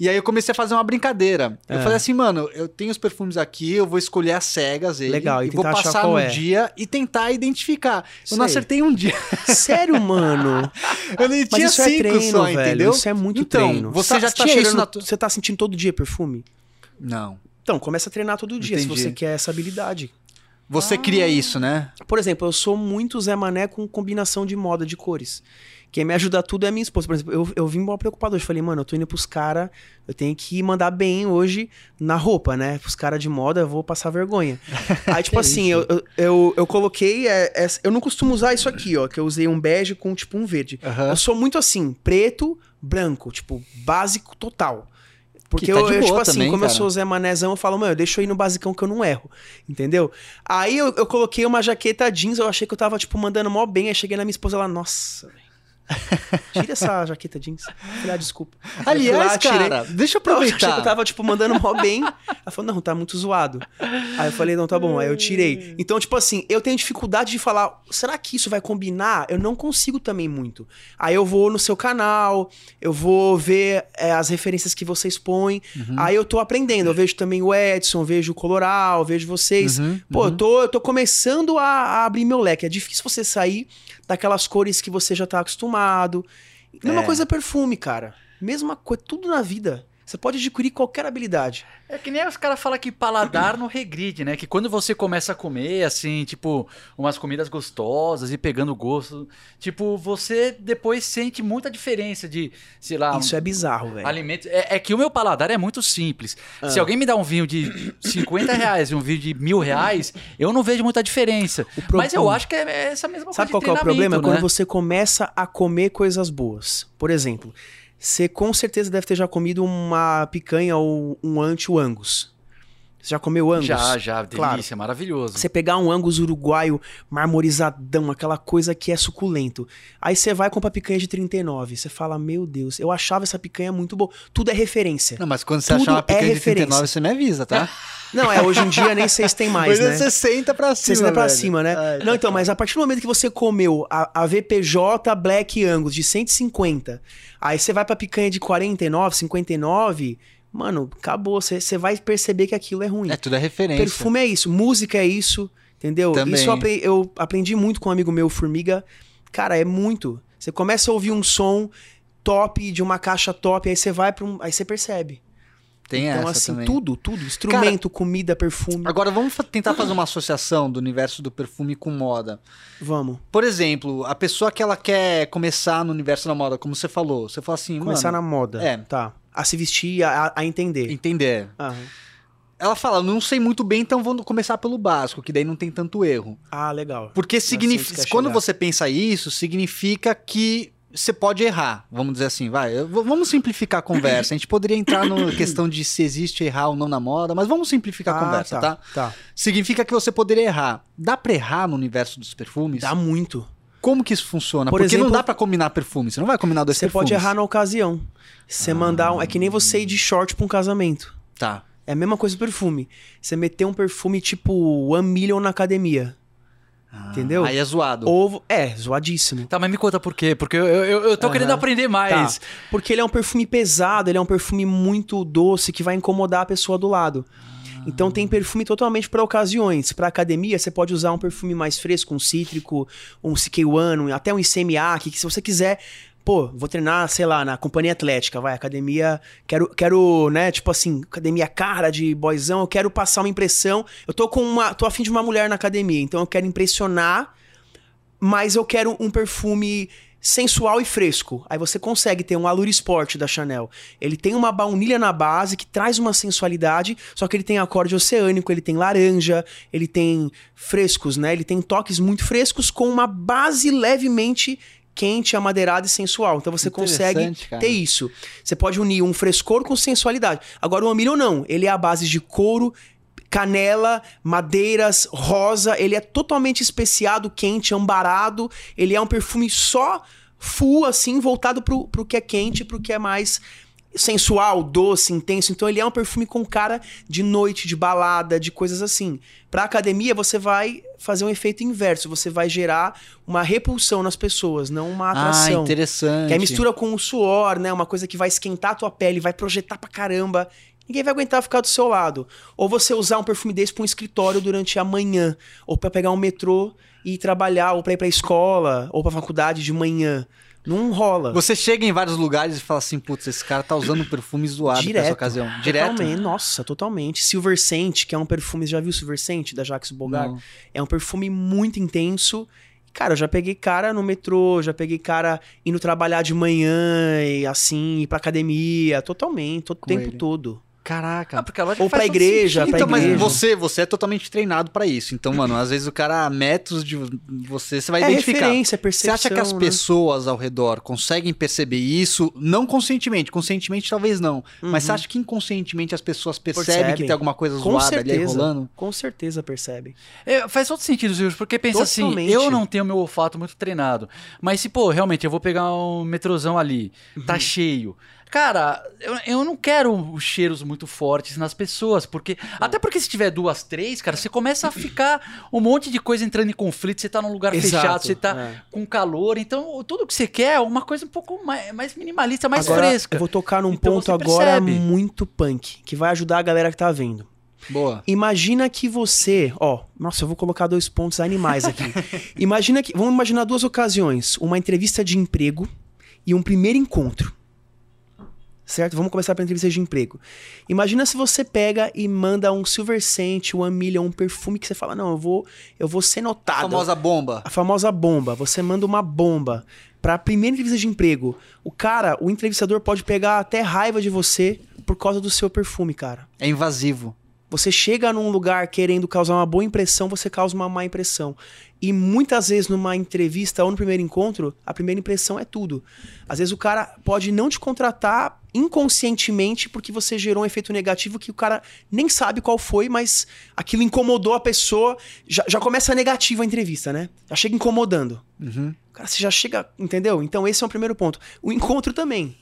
Speaker 1: E aí eu comecei a fazer uma brincadeira. Eu
Speaker 3: É.
Speaker 1: falei assim, mano, eu tenho os perfumes aqui, eu vou escolher as cegas ele,
Speaker 3: Legal,
Speaker 1: e,
Speaker 3: e
Speaker 1: vou
Speaker 3: tentar achar
Speaker 1: passar
Speaker 3: qual
Speaker 1: no
Speaker 3: é.
Speaker 1: dia e tentar identificar. Eu não
Speaker 3: Sei.
Speaker 1: acertei um dia.
Speaker 3: Sério, mano.
Speaker 1: Eu nem
Speaker 3: Mas
Speaker 1: tinha
Speaker 3: isso
Speaker 1: cinco
Speaker 3: é treino,
Speaker 1: só,
Speaker 3: velho.
Speaker 1: entendeu?
Speaker 3: Isso é muito
Speaker 1: então,
Speaker 3: treino.
Speaker 1: Você
Speaker 3: Tá-
Speaker 1: já
Speaker 3: você
Speaker 1: tá
Speaker 3: tinha
Speaker 1: cheirando
Speaker 3: isso
Speaker 1: na
Speaker 3: no- Você tá sentindo todo dia perfume?
Speaker 1: Não.
Speaker 3: Então, começa a treinar todo dia
Speaker 1: Entendi.
Speaker 3: se você quer essa habilidade.
Speaker 1: Você
Speaker 3: Ah.
Speaker 1: cria isso, né?
Speaker 3: Por exemplo, eu sou muito Zé Mané com combinação de moda de cores. Quem me ajuda a tudo é minha esposa. Por exemplo, eu, eu vim mal preocupado hoje. Falei, mano, eu tô indo pros caras, eu tenho que mandar bem hoje na roupa, né? Pros caras de moda, eu vou passar vergonha. Aí, tipo assim, eu, eu, eu, eu coloquei. é, essa- eu não costumo usar isso aqui, ó, que eu usei um bege com tipo um verde. Eu sou muito assim, preto, branco, tipo, básico total. Porque
Speaker 1: Que tá
Speaker 3: eu,
Speaker 1: de
Speaker 3: eu, tipo
Speaker 1: boa
Speaker 3: assim,
Speaker 1: também,
Speaker 3: como
Speaker 1: cara.
Speaker 3: eu sou Zé Manézão, eu falo, mano, deixa eu ir no basicão que eu não erro, entendeu? Aí eu, eu coloquei uma jaqueta jeans, eu achei que eu tava, tipo, mandando mó bem, aí cheguei na minha esposa, ela, nossa, velho, tira essa jaqueta jeans. Eu Falei, ah, desculpa. Aí eu fui
Speaker 1: Aliás,
Speaker 3: lá, tirei.
Speaker 1: cara, deixa eu
Speaker 3: Não, Eu achei que
Speaker 1: aproveitar.
Speaker 3: eu tava, tipo, mandando mó bem. Ela falou, não, tá muito zoado. Aí eu falei, não, tá bom. Aí eu tirei. Então, tipo assim, eu tenho dificuldade de falar, será que isso vai combinar? Eu não consigo também muito. Aí eu vou no seu canal, eu vou ver é, as referências que vocês põem. Aí eu tô aprendendo. Eu vejo também o Edson, vejo o Coloral, vejo vocês.
Speaker 1: Uhum,
Speaker 3: Pô, eu, tô, eu tô começando a, a abrir meu leque. É difícil você sair daquelas cores que você já tá acostumado. Mesma
Speaker 1: É.
Speaker 3: coisa perfume, cara. Mesma coisa, tudo na vida. Você pode adquirir qualquer habilidade.
Speaker 2: É que nem os caras falam que paladar não regride, né? Que quando você começa a comer, assim, tipo, umas comidas gostosas e pegando gosto, tipo, você depois sente muita diferença de, sei lá,
Speaker 3: Isso é bizarro, velho.
Speaker 2: alimentos. É, é que o meu paladar é muito simples.
Speaker 3: Ah.
Speaker 2: Se alguém me dá um vinho de 50 reais e um vinho de mil reais, eu não vejo muita diferença.
Speaker 3: O pro-
Speaker 2: Mas eu acho que é é essa mesma
Speaker 3: Sabe
Speaker 2: coisa.
Speaker 3: qual
Speaker 2: de
Speaker 3: que é o problema? É
Speaker 2: treinamento,
Speaker 3: quando
Speaker 2: né?
Speaker 3: você começa a comer coisas boas. Por exemplo, você com certeza deve ter já comido uma picanha ou um anti-angus. Você já comeu angus?
Speaker 2: Já, já, delícia,
Speaker 3: Claro.
Speaker 2: maravilhoso.
Speaker 3: Você pegar um Angus uruguaio marmorizadão, aquela coisa que é suculento. Aí você vai e compra picanha de 39. Você fala, meu Deus, eu achava essa picanha muito boa. Tudo é referência.
Speaker 1: Não, mas quando você
Speaker 3: Tudo
Speaker 1: achar uma
Speaker 3: é
Speaker 1: picanha de
Speaker 3: referência.
Speaker 1: 39, você me avisa, tá?
Speaker 3: Não, é, hoje em dia nem sei se tem mais,
Speaker 1: Mas é
Speaker 3: né?
Speaker 1: 60 pra cima.
Speaker 3: 60 pra
Speaker 1: velho. É,
Speaker 3: cima, né?
Speaker 1: Ai,
Speaker 3: não, então, mas a partir do momento que você comeu a, a VPJ Black Angus de 150, aí você vai pra picanha de 49, 59, mano, acabou. Você você vai perceber que aquilo é ruim.
Speaker 1: É, tudo é referência.
Speaker 3: Perfume é isso, música é isso, entendeu?
Speaker 1: Também.
Speaker 3: Isso eu apre- eu aprendi muito com um amigo meu, Formiga. Cara, é muito. Você começa a ouvir um som top, de uma caixa top, aí você vai pra um. Aí você percebe.
Speaker 1: Tem
Speaker 3: então,
Speaker 1: essa
Speaker 3: assim,
Speaker 1: também.
Speaker 3: tudo, tudo. Instrumento, comida, perfume.
Speaker 1: Agora, vamos fa- tentar fazer uma associação do universo do perfume com moda.
Speaker 3: Vamos.
Speaker 1: Por exemplo, a pessoa que ela quer começar no universo da moda, como você falou, você fala assim,
Speaker 3: Começar
Speaker 1: mano,
Speaker 3: na moda.
Speaker 1: é.
Speaker 3: Tá. A se vestir, a, a entender.
Speaker 1: entender.
Speaker 3: Ah,
Speaker 1: Ela fala, não sei muito bem, então vou começar pelo básico, que daí não tem tanto erro.
Speaker 3: ah, legal.
Speaker 1: Porque
Speaker 3: onde quer
Speaker 1: significa, quando
Speaker 3: chegar.
Speaker 1: você pensa isso, significa que você pode errar. Vamos dizer assim, vai. eu vou- Vamos simplificar a conversa. A gente poderia entrar na questão de se existe errar ou não na moda, mas vamos simplificar a
Speaker 3: Ah,
Speaker 1: conversa, tá?
Speaker 3: Tá.
Speaker 1: Significa que você poderia errar. Dá pra errar no universo dos perfumes?
Speaker 3: Dá muito.
Speaker 1: Como que isso funciona?
Speaker 3: Por
Speaker 1: Porque não
Speaker 3: exemplo-
Speaker 1: dá pra combinar perfume. Você não vai combinar dois
Speaker 3: Você
Speaker 1: perfumes.
Speaker 3: pode errar na ocasião. Você mandar um. É que nem você ir de short pra um casamento.
Speaker 1: Tá.
Speaker 3: É a mesma coisa do perfume. Você meter um perfume tipo One Million na academia. Entendeu?
Speaker 1: Aí é zoado.
Speaker 3: Ovo. É, zoadíssimo.
Speaker 2: Tá, mas me conta por quê? Porque eu, eu, eu- eu tô
Speaker 3: Aham.
Speaker 2: querendo aprender
Speaker 3: Tá.
Speaker 2: mais.
Speaker 3: Porque ele é um perfume pesado, ele é um perfume muito doce que vai incomodar a pessoa do lado. Então tem perfume totalmente para ocasiões. Para academia, você pode usar um perfume mais fresco, um cítrico, um CK1, um- até um ICMA, que, que se você quiser pô, vou treinar, sei lá, na companhia atlética, vai, academia, quero, quero, né, tipo assim, academia cara de boyzão, eu quero passar uma impressão. Eu tô com uma, tô afim de uma mulher na academia, então eu quero impressionar, mas eu quero um perfume sensual e fresco. Aí você consegue ter um Allure Sport da Chanel. Ele tem uma baunilha na base que traz uma sensualidade, só que ele tem acorde oceânico, ele tem laranja, ele tem frescos, né? Ele tem toques muito frescos com uma base levemente quente, amadeirada e sensual. Então você consegue
Speaker 1: Interessante, cara.
Speaker 3: ter isso. Você pode unir um frescor com sensualidade. Agora o Amilho não, ele é a base de couro, canela, madeiras, rosa, ele é totalmente especiado, quente, ambarado, ele é um perfume só full assim, voltado pro, pro que é quente, pro que é mais sensual, doce, intenso. Então ele é um perfume com cara de noite, de balada, de coisas assim. Pra academia você vai fazer um efeito inverso, você vai gerar uma repulsão nas pessoas, não uma
Speaker 1: Ah,
Speaker 3: atração.
Speaker 1: interessante.
Speaker 3: Que aí mistura com o suor, né? Uma coisa que vai esquentar a tua pele, vai projetar pra caramba. Ninguém vai aguentar ficar do seu lado. Ou você usar um perfume desse pra um escritório durante a manhã. Ou pra pegar um metrô e ir trabalhar, ou pra ir pra escola, ou pra faculdade de manhã. Não rola.
Speaker 1: Você chega em vários lugares e fala assim, putz, esse cara tá usando perfume zoado nessa
Speaker 3: Direto.
Speaker 1: ocasião. Direto?
Speaker 3: Totalmente, nossa, totalmente. Silver Scent, que é um perfume, já viu Silver Scent da Jacques Bogart?
Speaker 1: Não.
Speaker 3: É um perfume muito intenso. Cara, eu já peguei cara no metrô, já peguei cara indo trabalhar de manhã e assim, ir pra academia, totalmente, o tempo
Speaker 1: ele.
Speaker 3: todo.
Speaker 1: Caraca.
Speaker 2: Ah, porque a lógica
Speaker 3: Tá, Ou pra
Speaker 2: faz todo
Speaker 3: igreja,
Speaker 2: sentido.
Speaker 3: pra
Speaker 1: Então, mas
Speaker 3: igreja.
Speaker 1: você, você é totalmente treinado pra isso. Então, mano, às vezes o cara, a métodos de você, você vai
Speaker 3: é
Speaker 1: identificar.
Speaker 3: referência,
Speaker 1: Você
Speaker 3: percepção.
Speaker 1: acha que as
Speaker 3: né?
Speaker 1: pessoas ao redor conseguem perceber isso? Não conscientemente, conscientemente talvez não. Mas você
Speaker 3: Uhum.
Speaker 1: acha que inconscientemente as pessoas percebem
Speaker 3: Percebem.
Speaker 1: que tem alguma coisa
Speaker 3: Com
Speaker 1: zoada ali
Speaker 3: certeza.
Speaker 1: rolando?
Speaker 3: Com certeza percebe.
Speaker 2: É, faz todo sentido, Silvio, porque pensa assim,
Speaker 3: Totalmente.
Speaker 2: eu não tenho meu olfato muito treinado, mas se, pô, realmente, eu vou pegar um metrozão ali,
Speaker 3: Uhum.
Speaker 2: tá cheio. Cara, eu, eu não quero cheiros muito fortes nas pessoas, porque...
Speaker 3: Uhum.
Speaker 2: Até porque se tiver duas, três, cara, você começa a ficar um monte de coisa entrando em conflito, você tá num lugar fechado, você tá
Speaker 3: é.
Speaker 2: com calor, então tudo que você quer é uma coisa um pouco mais, mais minimalista, mais
Speaker 3: Agora,
Speaker 2: fresca.
Speaker 3: Eu vou tocar num
Speaker 2: Então
Speaker 3: ponto
Speaker 2: você
Speaker 3: agora
Speaker 2: percebe.
Speaker 3: muito punk, que vai ajudar a galera que tá vendo.
Speaker 1: Boa.
Speaker 3: Imagina que você, ó, nossa, eu vou colocar dois pontos animais aqui. Imagina que, vamos imaginar duas ocasiões, uma entrevista de emprego e um primeiro encontro. Certo? Vamos começar pela entrevista de emprego. Imagina se você pega e manda um Silver Scent, um Amilha, um perfume que você fala: "Não, eu vou, eu vou ser
Speaker 1: A
Speaker 3: notado".
Speaker 1: famosa bomba.
Speaker 3: A famosa bomba. Você manda uma bomba pra primeira entrevista de emprego. O cara, o entrevistador pode pegar até raiva de você por causa do seu perfume, cara.
Speaker 1: É invasivo.
Speaker 3: Você chega num lugar querendo causar uma boa impressão, você causa uma má impressão. E muitas vezes numa entrevista ou no primeiro encontro, a primeira impressão é tudo. Às vezes o cara pode não te contratar inconscientemente porque você gerou um efeito negativo que o cara nem sabe qual foi, mas aquilo incomodou a pessoa. Já, já começa negativa a entrevista, né? Já chega incomodando.
Speaker 1: Uhum.
Speaker 3: Cara, você já chega, entendeu? Então esse é o primeiro ponto. O encontro também.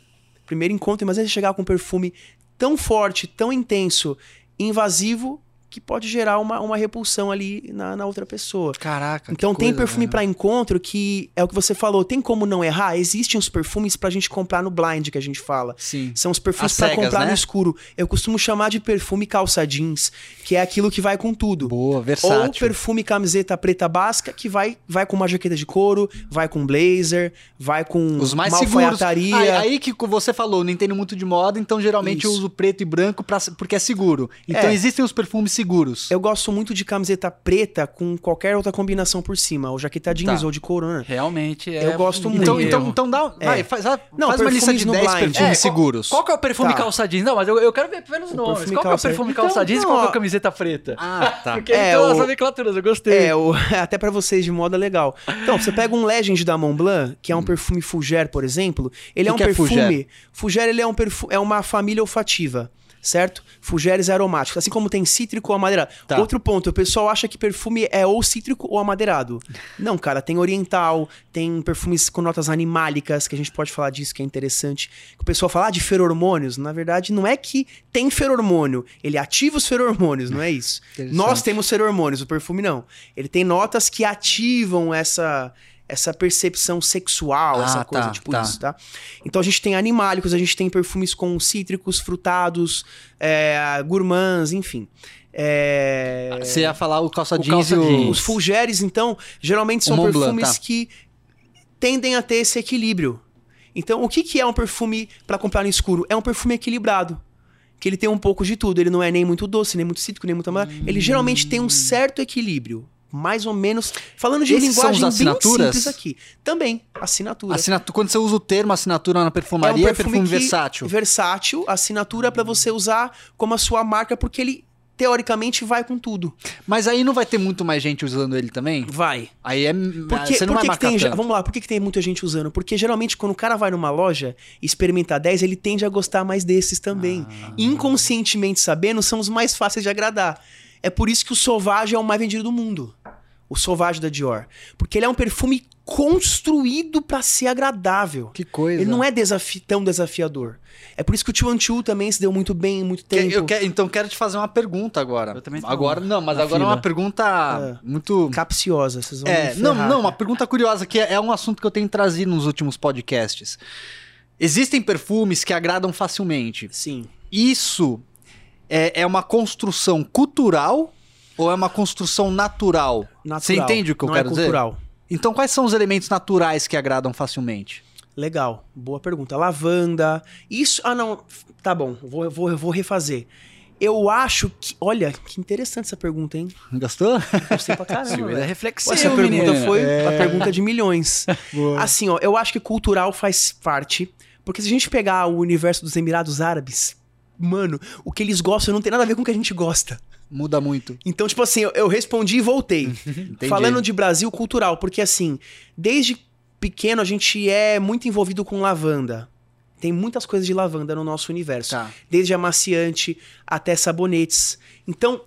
Speaker 3: Primeiro encontro, mas você chegar com um perfume tão forte, tão intenso, invasivo, que pode gerar uma, uma repulsão ali na, na outra pessoa.
Speaker 1: Caraca.
Speaker 3: Então
Speaker 1: que
Speaker 3: tem
Speaker 1: coisa, né?
Speaker 3: perfume
Speaker 1: velho.
Speaker 3: pra encontro que é o que você falou, tem como não errar? Existem os perfumes pra gente comprar no blind que a gente fala.
Speaker 1: Sim.
Speaker 3: São os perfumes
Speaker 1: Às
Speaker 3: pra
Speaker 1: cegas,
Speaker 3: comprar
Speaker 1: né?
Speaker 3: no escuro. Eu costumo chamar de perfume calça jeans, que é aquilo que vai com tudo.
Speaker 1: Boa,
Speaker 3: Ou
Speaker 1: versátil.
Speaker 3: perfume camiseta preta basca, que vai, vai com uma jaqueta de couro, vai com blazer, vai com
Speaker 1: Os mais
Speaker 3: uma
Speaker 1: seguros.
Speaker 3: alfaiataria.
Speaker 1: Aí, aí que você falou, não entendo muito de moda, então geralmente eu
Speaker 3: Isso.
Speaker 1: uso preto e branco pra, porque é seguro. Então
Speaker 3: É.
Speaker 1: existem os perfumes seguros.
Speaker 3: Eu gosto muito de camiseta preta com qualquer outra combinação por cima, ou jaqueta jeans
Speaker 1: Tá.
Speaker 3: ou de né? corona.
Speaker 2: Realmente é...
Speaker 3: Eu gosto
Speaker 2: um
Speaker 3: muito.
Speaker 1: Então,
Speaker 2: erro.
Speaker 1: então, então dá.
Speaker 3: É.
Speaker 1: Vai, faz, faz
Speaker 3: Não,
Speaker 1: uma lista
Speaker 3: perfumes
Speaker 1: de
Speaker 3: no
Speaker 1: 10
Speaker 3: blind.
Speaker 1: perfumes
Speaker 2: É, qual-
Speaker 1: seguros.
Speaker 2: Qual que é o perfume
Speaker 3: Tá.
Speaker 2: calçadinho? Não, mas eu, eu quero ver pelos nomes.
Speaker 3: perfume
Speaker 2: Qual que é o
Speaker 3: calça-
Speaker 2: perfume
Speaker 3: Então,
Speaker 2: calçadinho
Speaker 3: então,
Speaker 2: e qual que é
Speaker 3: ó.
Speaker 2: a camiseta preta?
Speaker 1: Ah, tá.
Speaker 2: Porque
Speaker 3: É,
Speaker 2: então
Speaker 3: o-
Speaker 2: as nomenclaturas, eu gostei.
Speaker 3: É, o- até pra vocês de moda legal. Então, você pega um Legend da Montblanc, que é um perfume Fougère, por exemplo, ele
Speaker 1: Hum. Que
Speaker 3: é um
Speaker 1: que é
Speaker 3: perfume.
Speaker 1: Fougère?
Speaker 3: Fougère, ele é um perfume, é uma família olfativa, certo? Fougères aromáticos, assim como tem cítrico ou amadeirado.
Speaker 1: Tá.
Speaker 3: Outro ponto, o pessoal acha que perfume é ou cítrico ou amadeirado. Não, cara, tem oriental, tem perfumes com notas animálicas, que a gente pode falar disso, que é interessante. Que o pessoal fala ah, de ferormônios, na verdade não é que tem ferormônio, ele ativa os ferormônios, não é isso.
Speaker 1: Interessante.
Speaker 3: Nós temos ferormônios, o perfume não. Ele tem notas que ativam essa essa percepção sexual,
Speaker 1: Ah,
Speaker 3: essa coisa
Speaker 1: tá,
Speaker 3: tipo
Speaker 1: tá.
Speaker 3: isso, tá? Então a gente tem animálicos, a gente tem perfumes com cítricos, frutados, é, gourmands, enfim. É,
Speaker 1: Você ia falar o calça
Speaker 2: O
Speaker 1: jeans
Speaker 2: calça
Speaker 1: e o...
Speaker 2: jeans.
Speaker 3: os Fulgeres, então, geralmente são
Speaker 1: O Mont Blanc,
Speaker 3: perfumes
Speaker 1: tá.
Speaker 3: que tendem a ter esse equilíbrio. Então, o que, que é um perfume pra comprar no escuro? É um perfume equilibrado. Que ele tem um pouco de tudo. Ele não é nem muito doce, nem muito cítrico, nem muito amargo.
Speaker 1: Hum.
Speaker 3: Ele geralmente tem um certo equilíbrio. Mais ou menos. Falando de
Speaker 1: Esses são os
Speaker 3: linguagem bem
Speaker 1: assinaturas?
Speaker 3: simples aqui. Também, assinatura.
Speaker 1: Assinatura, quando você usa o termo assinatura na
Speaker 3: É um
Speaker 1: perfumaria, é
Speaker 3: perfume,
Speaker 1: perfume,
Speaker 3: que-
Speaker 1: versátil.
Speaker 3: Versátil, assinatura pra você usar como a sua marca, porque ele teoricamente vai com tudo.
Speaker 1: Mas aí não vai ter muito mais gente usando ele também?
Speaker 3: Vai.
Speaker 1: Aí é.
Speaker 3: Porque,
Speaker 1: você não vai
Speaker 3: por que que
Speaker 1: marcar
Speaker 3: tem, ge-
Speaker 1: tanto.
Speaker 3: vamos lá, por que, que tem muita gente usando? Porque geralmente quando o cara vai numa loja e experimenta 10, ele tende a gostar mais desses também.
Speaker 1: Ah.
Speaker 3: Inconscientemente sabendo, são os mais fáceis de agradar. É por isso que o Sauvage é o mais vendido do mundo. O Sauvage da Dior. Porque ele é um perfume construído pra ser agradável.
Speaker 1: Que coisa.
Speaker 3: Ele não é desafi- tão desafiador. É por isso que o Chuan Chu também se deu muito bem em muito
Speaker 1: Que-
Speaker 3: tempo.
Speaker 1: eu que- então quero te fazer uma pergunta agora.
Speaker 2: Eu também tô
Speaker 1: Agora não, mas
Speaker 3: na
Speaker 1: agora é
Speaker 3: fila. É.
Speaker 1: uma pergunta muito
Speaker 3: Capciosa, vocês vão
Speaker 1: É,
Speaker 3: me
Speaker 1: não,
Speaker 3: ferrar,
Speaker 1: não, uma
Speaker 3: cara.
Speaker 1: pergunta curiosa que é é um assunto que eu tenho trazido nos últimos podcasts. Existem perfumes que agradam facilmente.
Speaker 3: Sim.
Speaker 1: Isso é, é uma construção cultural ou é uma construção natural?
Speaker 3: Natural.
Speaker 1: Você entende o que eu
Speaker 3: não
Speaker 1: quero
Speaker 3: é
Speaker 1: dizer?
Speaker 3: cultural.
Speaker 1: Então, quais são os elementos naturais que agradam facilmente?
Speaker 3: Legal, boa pergunta. Lavanda. Isso. Ah, não. Tá bom, vou, vou, vou refazer. Eu acho que. Olha, que interessante essa pergunta, hein?
Speaker 1: Gostou?
Speaker 3: Gostei pra caramba.
Speaker 2: Silveira é
Speaker 3: velho.
Speaker 2: reflexiva.
Speaker 3: Essa pergunta
Speaker 2: menina.
Speaker 3: foi a pergunta de milhões. Assim, ó, eu acho que cultural faz parte. Porque se a gente pegar o universo dos Emirados Árabes, mano, o que eles gostam não tem nada a ver com o que a gente gosta.
Speaker 1: Muda muito.
Speaker 3: Então, tipo assim, eu, eu respondi e voltei.
Speaker 1: Entendi.
Speaker 3: Falando de Brasil cultural, porque assim, desde pequeno a gente é muito envolvido com lavanda. Tem muitas coisas de lavanda no nosso universo,
Speaker 1: Tá.
Speaker 3: desde amaciante até sabonetes. Então,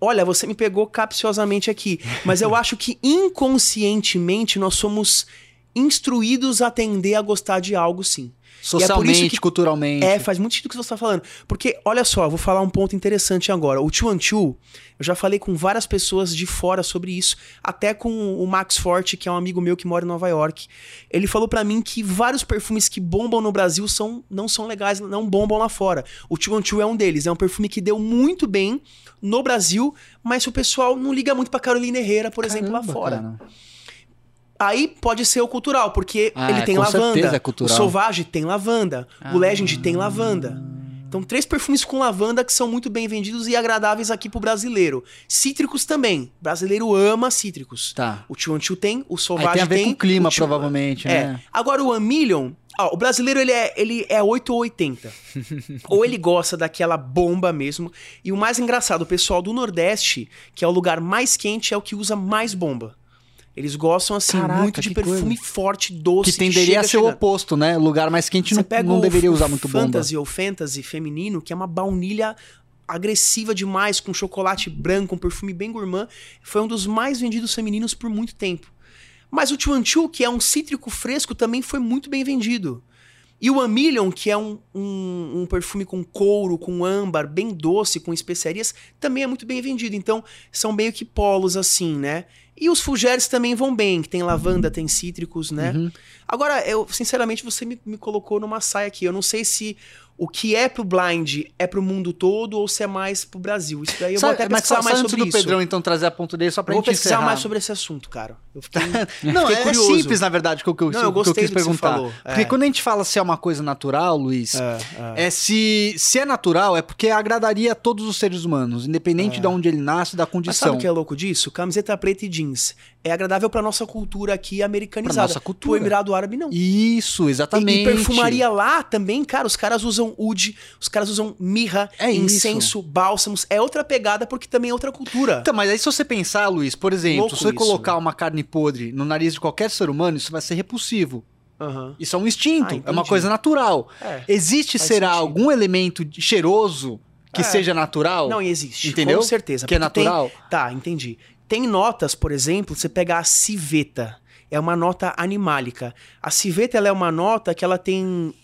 Speaker 3: olha, você me pegou capciosamente aqui, mas eu acho que inconscientemente nós somos instruídos a tender a gostar de algo, sim.
Speaker 1: Socialmente,
Speaker 3: que-
Speaker 1: culturalmente.
Speaker 3: É, faz muito sentido o que você está falando. Porque, olha só, eu vou falar um ponto interessante agora. O Chuan Chu, eu já falei com várias pessoas de fora sobre isso, até com o Max Forte, que é um amigo meu que mora em Nova York. Ele falou pra mim que vários perfumes que bombam no Brasil são, não são legais, não bombam lá fora. O Chuan Chu é um deles. É um perfume que deu muito bem no Brasil, mas o pessoal não liga muito pra Carolina Herrera, por exemplo, lá
Speaker 1: Caramba,
Speaker 3: fora.
Speaker 1: cara.
Speaker 3: Aí pode ser o cultural, porque
Speaker 1: Ah,
Speaker 3: ele tem
Speaker 1: com
Speaker 3: lavanda.
Speaker 1: certeza é cultural.
Speaker 3: O Sauvage tem lavanda.
Speaker 2: Ah.
Speaker 3: O Legend tem lavanda. Então, três perfumes com lavanda que são muito bem vendidos e agradáveis aqui pro brasileiro. Cítricos também. O brasileiro ama cítricos.
Speaker 1: Tá.
Speaker 3: O Chuanchu tem, o
Speaker 1: Aí
Speaker 3: Sauvage
Speaker 1: É, tem a ver
Speaker 3: tem.
Speaker 1: com o clima,
Speaker 3: Chuan-
Speaker 1: provavelmente,
Speaker 3: É.
Speaker 1: né?
Speaker 3: Agora, o One Million, ó, o brasileiro ele é, ele é 8 ou 80. ou ele gosta daquela bomba mesmo. E o mais engraçado, o pessoal do Nordeste, que é o lugar mais quente, é o que usa mais bomba. Eles gostam, assim,
Speaker 1: Caraca,
Speaker 3: muito de
Speaker 1: que
Speaker 3: perfume forte, doce.
Speaker 1: Que tenderia
Speaker 3: chega
Speaker 1: a ser o
Speaker 3: chegando.
Speaker 1: oposto, né? Lugar mais quente não,
Speaker 3: é Você pega
Speaker 1: não
Speaker 3: o
Speaker 1: deveria
Speaker 3: f-
Speaker 1: usar muito bomba.
Speaker 3: fantasy ou fantasy feminino, que é uma baunilha agressiva demais, com chocolate branco, um perfume bem gourmand, foi um dos mais vendidos femininos por muito tempo. Mas o Chuanchu, que é um cítrico fresco, também foi muito bem vendido. E o Amilion, que é um, um, um perfume com couro, com âmbar, bem doce, com especiarias, também é muito bem vendido. Então, são meio que polos assim, né? E os Fulgeres também vão bem, que tem lavanda, tem cítricos, né?
Speaker 1: Uhum.
Speaker 3: Agora, eu, sinceramente, você me, me colocou numa saia aqui. Eu não sei se o que é pro blind é pro mundo todo ou se é mais pro Brasil. Isso daí eu
Speaker 1: Sabe-
Speaker 3: vou até
Speaker 1: mas
Speaker 3: pesquisar
Speaker 1: sabe
Speaker 3: mais
Speaker 1: antes
Speaker 3: sobre
Speaker 1: do
Speaker 3: isso.
Speaker 1: Pedrão, então, trazer a ponta dele só pra
Speaker 3: eu vou
Speaker 1: gente
Speaker 3: pesquisar
Speaker 1: encerrar.
Speaker 3: mais sobre esse assunto, cara. Eu fiquei...
Speaker 1: Não,
Speaker 3: fiquei
Speaker 1: é, é
Speaker 3: curioso.
Speaker 1: simples, na verdade, que eu, que eu,
Speaker 3: Não,
Speaker 1: que
Speaker 3: eu
Speaker 1: eu
Speaker 3: gostei
Speaker 1: quis
Speaker 3: do que você
Speaker 1: perguntar.
Speaker 3: falou, é.
Speaker 1: Porque quando a gente fala se é uma coisa natural, Luiz, é,
Speaker 3: É, é.
Speaker 1: se, se é natural, é porque agradaria a todos os seres humanos, independente de onde ele nasce, da
Speaker 3: É. Mas
Speaker 1: condição.
Speaker 3: sabe o que é louco disso? Camiseta preta e jeans. É agradável pra nossa cultura aqui
Speaker 1: Pra
Speaker 3: americanizada.
Speaker 1: nossa
Speaker 3: Pro
Speaker 1: cultura.
Speaker 3: Emirado Árabe, não.
Speaker 1: Isso, exatamente.
Speaker 3: E, e perfumaria lá também, cara, os caras usam oud, os caras usam mirra,
Speaker 1: É isso.
Speaker 3: incenso, bálsamos. É outra pegada porque também é outra cultura.
Speaker 1: Então, mas aí se você pensar, Luiz, por exemplo,
Speaker 3: Louco
Speaker 1: se você
Speaker 3: isso,
Speaker 1: colocar
Speaker 3: né?
Speaker 1: uma carne podre no nariz de qualquer ser humano, isso vai ser repulsivo.
Speaker 3: Aham.
Speaker 1: Isso é um instinto,
Speaker 3: Ah,
Speaker 1: é uma
Speaker 3: entendi.
Speaker 1: coisa natural.
Speaker 3: É.
Speaker 1: Existe,
Speaker 3: Faz
Speaker 1: será,
Speaker 3: sentido.
Speaker 1: algum elemento de- cheiroso que
Speaker 3: É.
Speaker 1: seja natural?
Speaker 3: Não, e existe.
Speaker 1: Entendeu?
Speaker 3: Com certeza.
Speaker 1: que é
Speaker 3: porque tem-
Speaker 1: natural?
Speaker 3: Tá, entendi. Tem notas, por exemplo, você pega a civeta. É uma nota animálica. A civeta ela é uma nota que ela tem,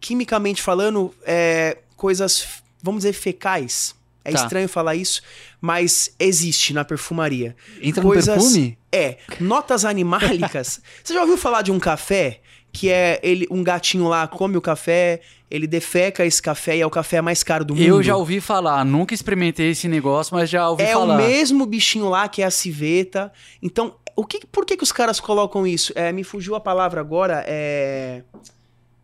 Speaker 3: quimicamente falando, é, coisas, vamos dizer, fecais. É
Speaker 1: Tá.
Speaker 3: estranho falar isso, mas existe na perfumaria.
Speaker 1: Entra
Speaker 3: coisas-
Speaker 1: no perfume?
Speaker 3: É, notas animálicas. Você já ouviu falar de um café que é ele um gatinho lá come o café, ele defeca esse café e é o café mais caro do mundo?
Speaker 2: Eu já ouvi falar, nunca experimentei esse negócio, mas já ouvi
Speaker 3: é
Speaker 2: falar.
Speaker 3: o mesmo bichinho lá que é a civeta. Então, o que, por que, que os caras colocam isso? É, me fugiu a palavra agora. É,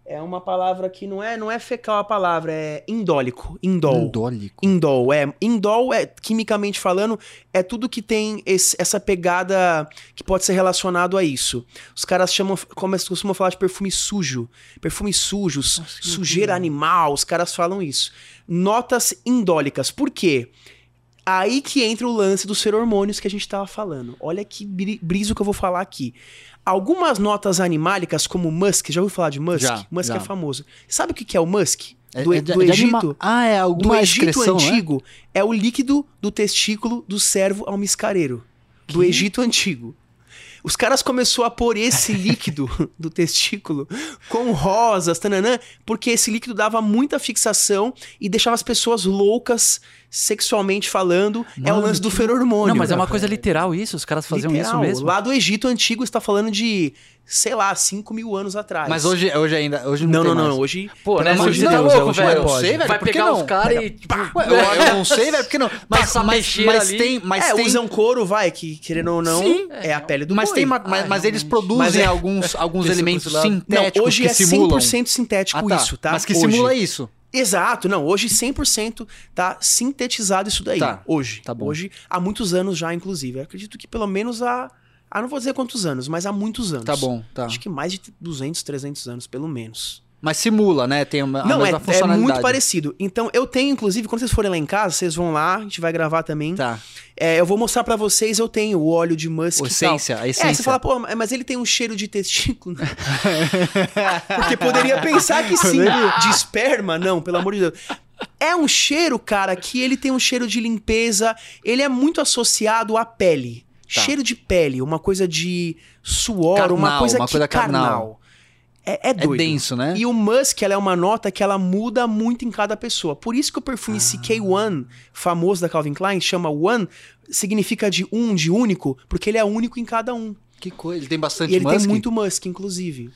Speaker 3: é uma palavra que não é, não é fecal a palavra, é indólico. Indol.
Speaker 1: Indólico.
Speaker 3: Indol, é. Indol é, quimicamente falando, é tudo que tem esse- essa pegada que pode ser relacionado a isso. Os caras chamam, como eles costumam falar de perfume sujo. Perfume sujos,
Speaker 1: que
Speaker 3: sujeira
Speaker 1: loucura.
Speaker 3: animal, os caras falam isso. Notas indólicas. Por quê? Aí que entra o lance dos feromônios que a gente tava falando. Olha que bri- briso que eu vou falar aqui. Algumas notas animálicas, como musk, já ouviu falar de musk?
Speaker 1: Já,
Speaker 3: musk
Speaker 1: já.
Speaker 3: é famoso. Sabe o que que é o musk?
Speaker 1: É-
Speaker 3: Do,
Speaker 1: é de-
Speaker 3: do
Speaker 1: é de
Speaker 3: Egito?
Speaker 1: anima- Ah, é
Speaker 3: do
Speaker 1: alguma
Speaker 3: Egito
Speaker 1: excreção, né?
Speaker 3: antigo é o líquido do testículo do servo almiscareiro. Do
Speaker 1: Que?
Speaker 3: Egito antigo. Os caras começaram a pôr esse líquido do testículo com rosas, tananã, porque esse líquido dava muita fixação e deixava as pessoas loucas sexualmente falando. é o
Speaker 1: Mano,
Speaker 3: lance do
Speaker 1: que-
Speaker 3: feromônio.
Speaker 2: Não, mas é uma
Speaker 3: cara.
Speaker 2: coisa literal isso, os caras
Speaker 1: um
Speaker 2: faziam
Speaker 3: Literal.
Speaker 2: isso mesmo.
Speaker 3: Lá do Egito antigo está falando de, sei lá, 5 mil anos atrás.
Speaker 1: Ah, Mas hoje, hoje ainda. Hoje não,
Speaker 3: Não, não,
Speaker 1: tem
Speaker 3: não,
Speaker 1: mais.
Speaker 3: Hoje.
Speaker 2: Pô,
Speaker 3: Pelo
Speaker 2: né?
Speaker 3: amor de
Speaker 2: Você tá
Speaker 3: Deus,
Speaker 2: louco,
Speaker 3: hoje
Speaker 2: velho.
Speaker 1: não sei, velho,
Speaker 2: Vai
Speaker 1: por que
Speaker 2: pegar
Speaker 1: não?
Speaker 2: os caras e. tipo,
Speaker 1: Ué, eu, eu não sei, velho, porque não.
Speaker 3: Tá
Speaker 1: Mas,
Speaker 2: Passar
Speaker 1: mas,
Speaker 2: peixeira
Speaker 1: mas
Speaker 2: ali.
Speaker 1: tem. Mas
Speaker 3: é,
Speaker 1: tem,
Speaker 3: usam couro, vai, que querendo ou não,
Speaker 1: Sim.
Speaker 3: é a pele do
Speaker 1: mas
Speaker 3: boi.
Speaker 1: tem ma- mas,
Speaker 2: Ah,
Speaker 1: mas eles
Speaker 2: realmente.
Speaker 1: produzem
Speaker 3: Mas é-
Speaker 1: alguns, alguns
Speaker 2: Esse
Speaker 1: elementos
Speaker 2: outro lado.
Speaker 3: Não,
Speaker 1: sintéticos
Speaker 3: hoje
Speaker 1: que
Speaker 3: é
Speaker 1: simulam.
Speaker 3: 100% sintético
Speaker 1: Ah, tá.
Speaker 3: isso, tá?
Speaker 1: Mas que
Speaker 3: Hoje.
Speaker 1: simula isso.
Speaker 3: Exato, não, hoje 100% tá sintetizado isso daí.
Speaker 1: Tá,
Speaker 3: Hoje.
Speaker 1: tá bom.
Speaker 3: Hoje, há muitos anos já, inclusive. Eu acredito que pelo menos há, ah, não vou dizer quantos anos, mas há muitos anos.
Speaker 1: Tá bom, tá.
Speaker 3: Acho que mais de 200, 300 anos, pelo menos.
Speaker 1: Mas simula, né? Tem uma, a
Speaker 3: Não, é,
Speaker 1: mesma
Speaker 3: é
Speaker 1: funcionalidade.
Speaker 3: muito parecido. Então, eu tenho, inclusive, quando vocês forem lá em casa, vocês vão lá, a gente vai gravar também.
Speaker 1: Tá.
Speaker 3: É, eu vou mostrar pra vocês, eu tenho o óleo de musk
Speaker 1: A
Speaker 3: e tal.
Speaker 1: essência, a essência.
Speaker 3: É, você fala, pô, mas ele tem um cheiro de testículo. Porque poderia pensar que sim. De esperma, não, pelo amor de Deus. É um cheiro, cara, que ele tem um cheiro de limpeza. Ele é muito associado à pele.
Speaker 1: Tá.
Speaker 3: Cheiro de pele, uma coisa de suor, uma
Speaker 1: Carnal,
Speaker 3: coisa,
Speaker 1: uma
Speaker 3: que
Speaker 1: coisa carnal.
Speaker 3: É, é
Speaker 1: é
Speaker 3: doido.
Speaker 1: denso, né?
Speaker 3: E o musk, ela é uma nota que ela muda muito em cada pessoa. Por isso que
Speaker 1: Ah.
Speaker 3: o perfume CK1, famoso da Calvin Klein, chama One, significa de um, de único, porque ele é único em cada um.
Speaker 1: Que coisa. Ele tem bastante
Speaker 3: E ele tem
Speaker 1: musk?
Speaker 3: muito musk, inclusive.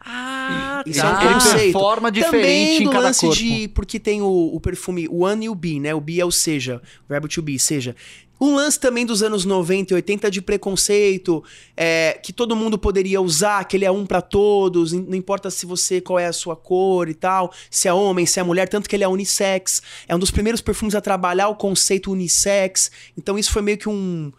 Speaker 2: Ah,
Speaker 3: Isso é um
Speaker 2: tá.
Speaker 1: Ele tem
Speaker 3: conceito.
Speaker 1: forma diferente
Speaker 3: Também
Speaker 1: em
Speaker 3: do
Speaker 1: cada
Speaker 3: lance
Speaker 1: corpo.
Speaker 3: de. Porque tem o, o perfume One e o Be, né? O Be é o seja, o verbo to be, seja. Um lance também dos anos 90 e 80 de preconceito, é, que todo mundo poderia usar, que ele é um pra todos, não importa se você, qual é a sua cor e tal, se é homem, se é mulher, tanto que ele é unissex. É um dos primeiros perfumes a trabalhar o conceito unissex. Então isso foi meio que um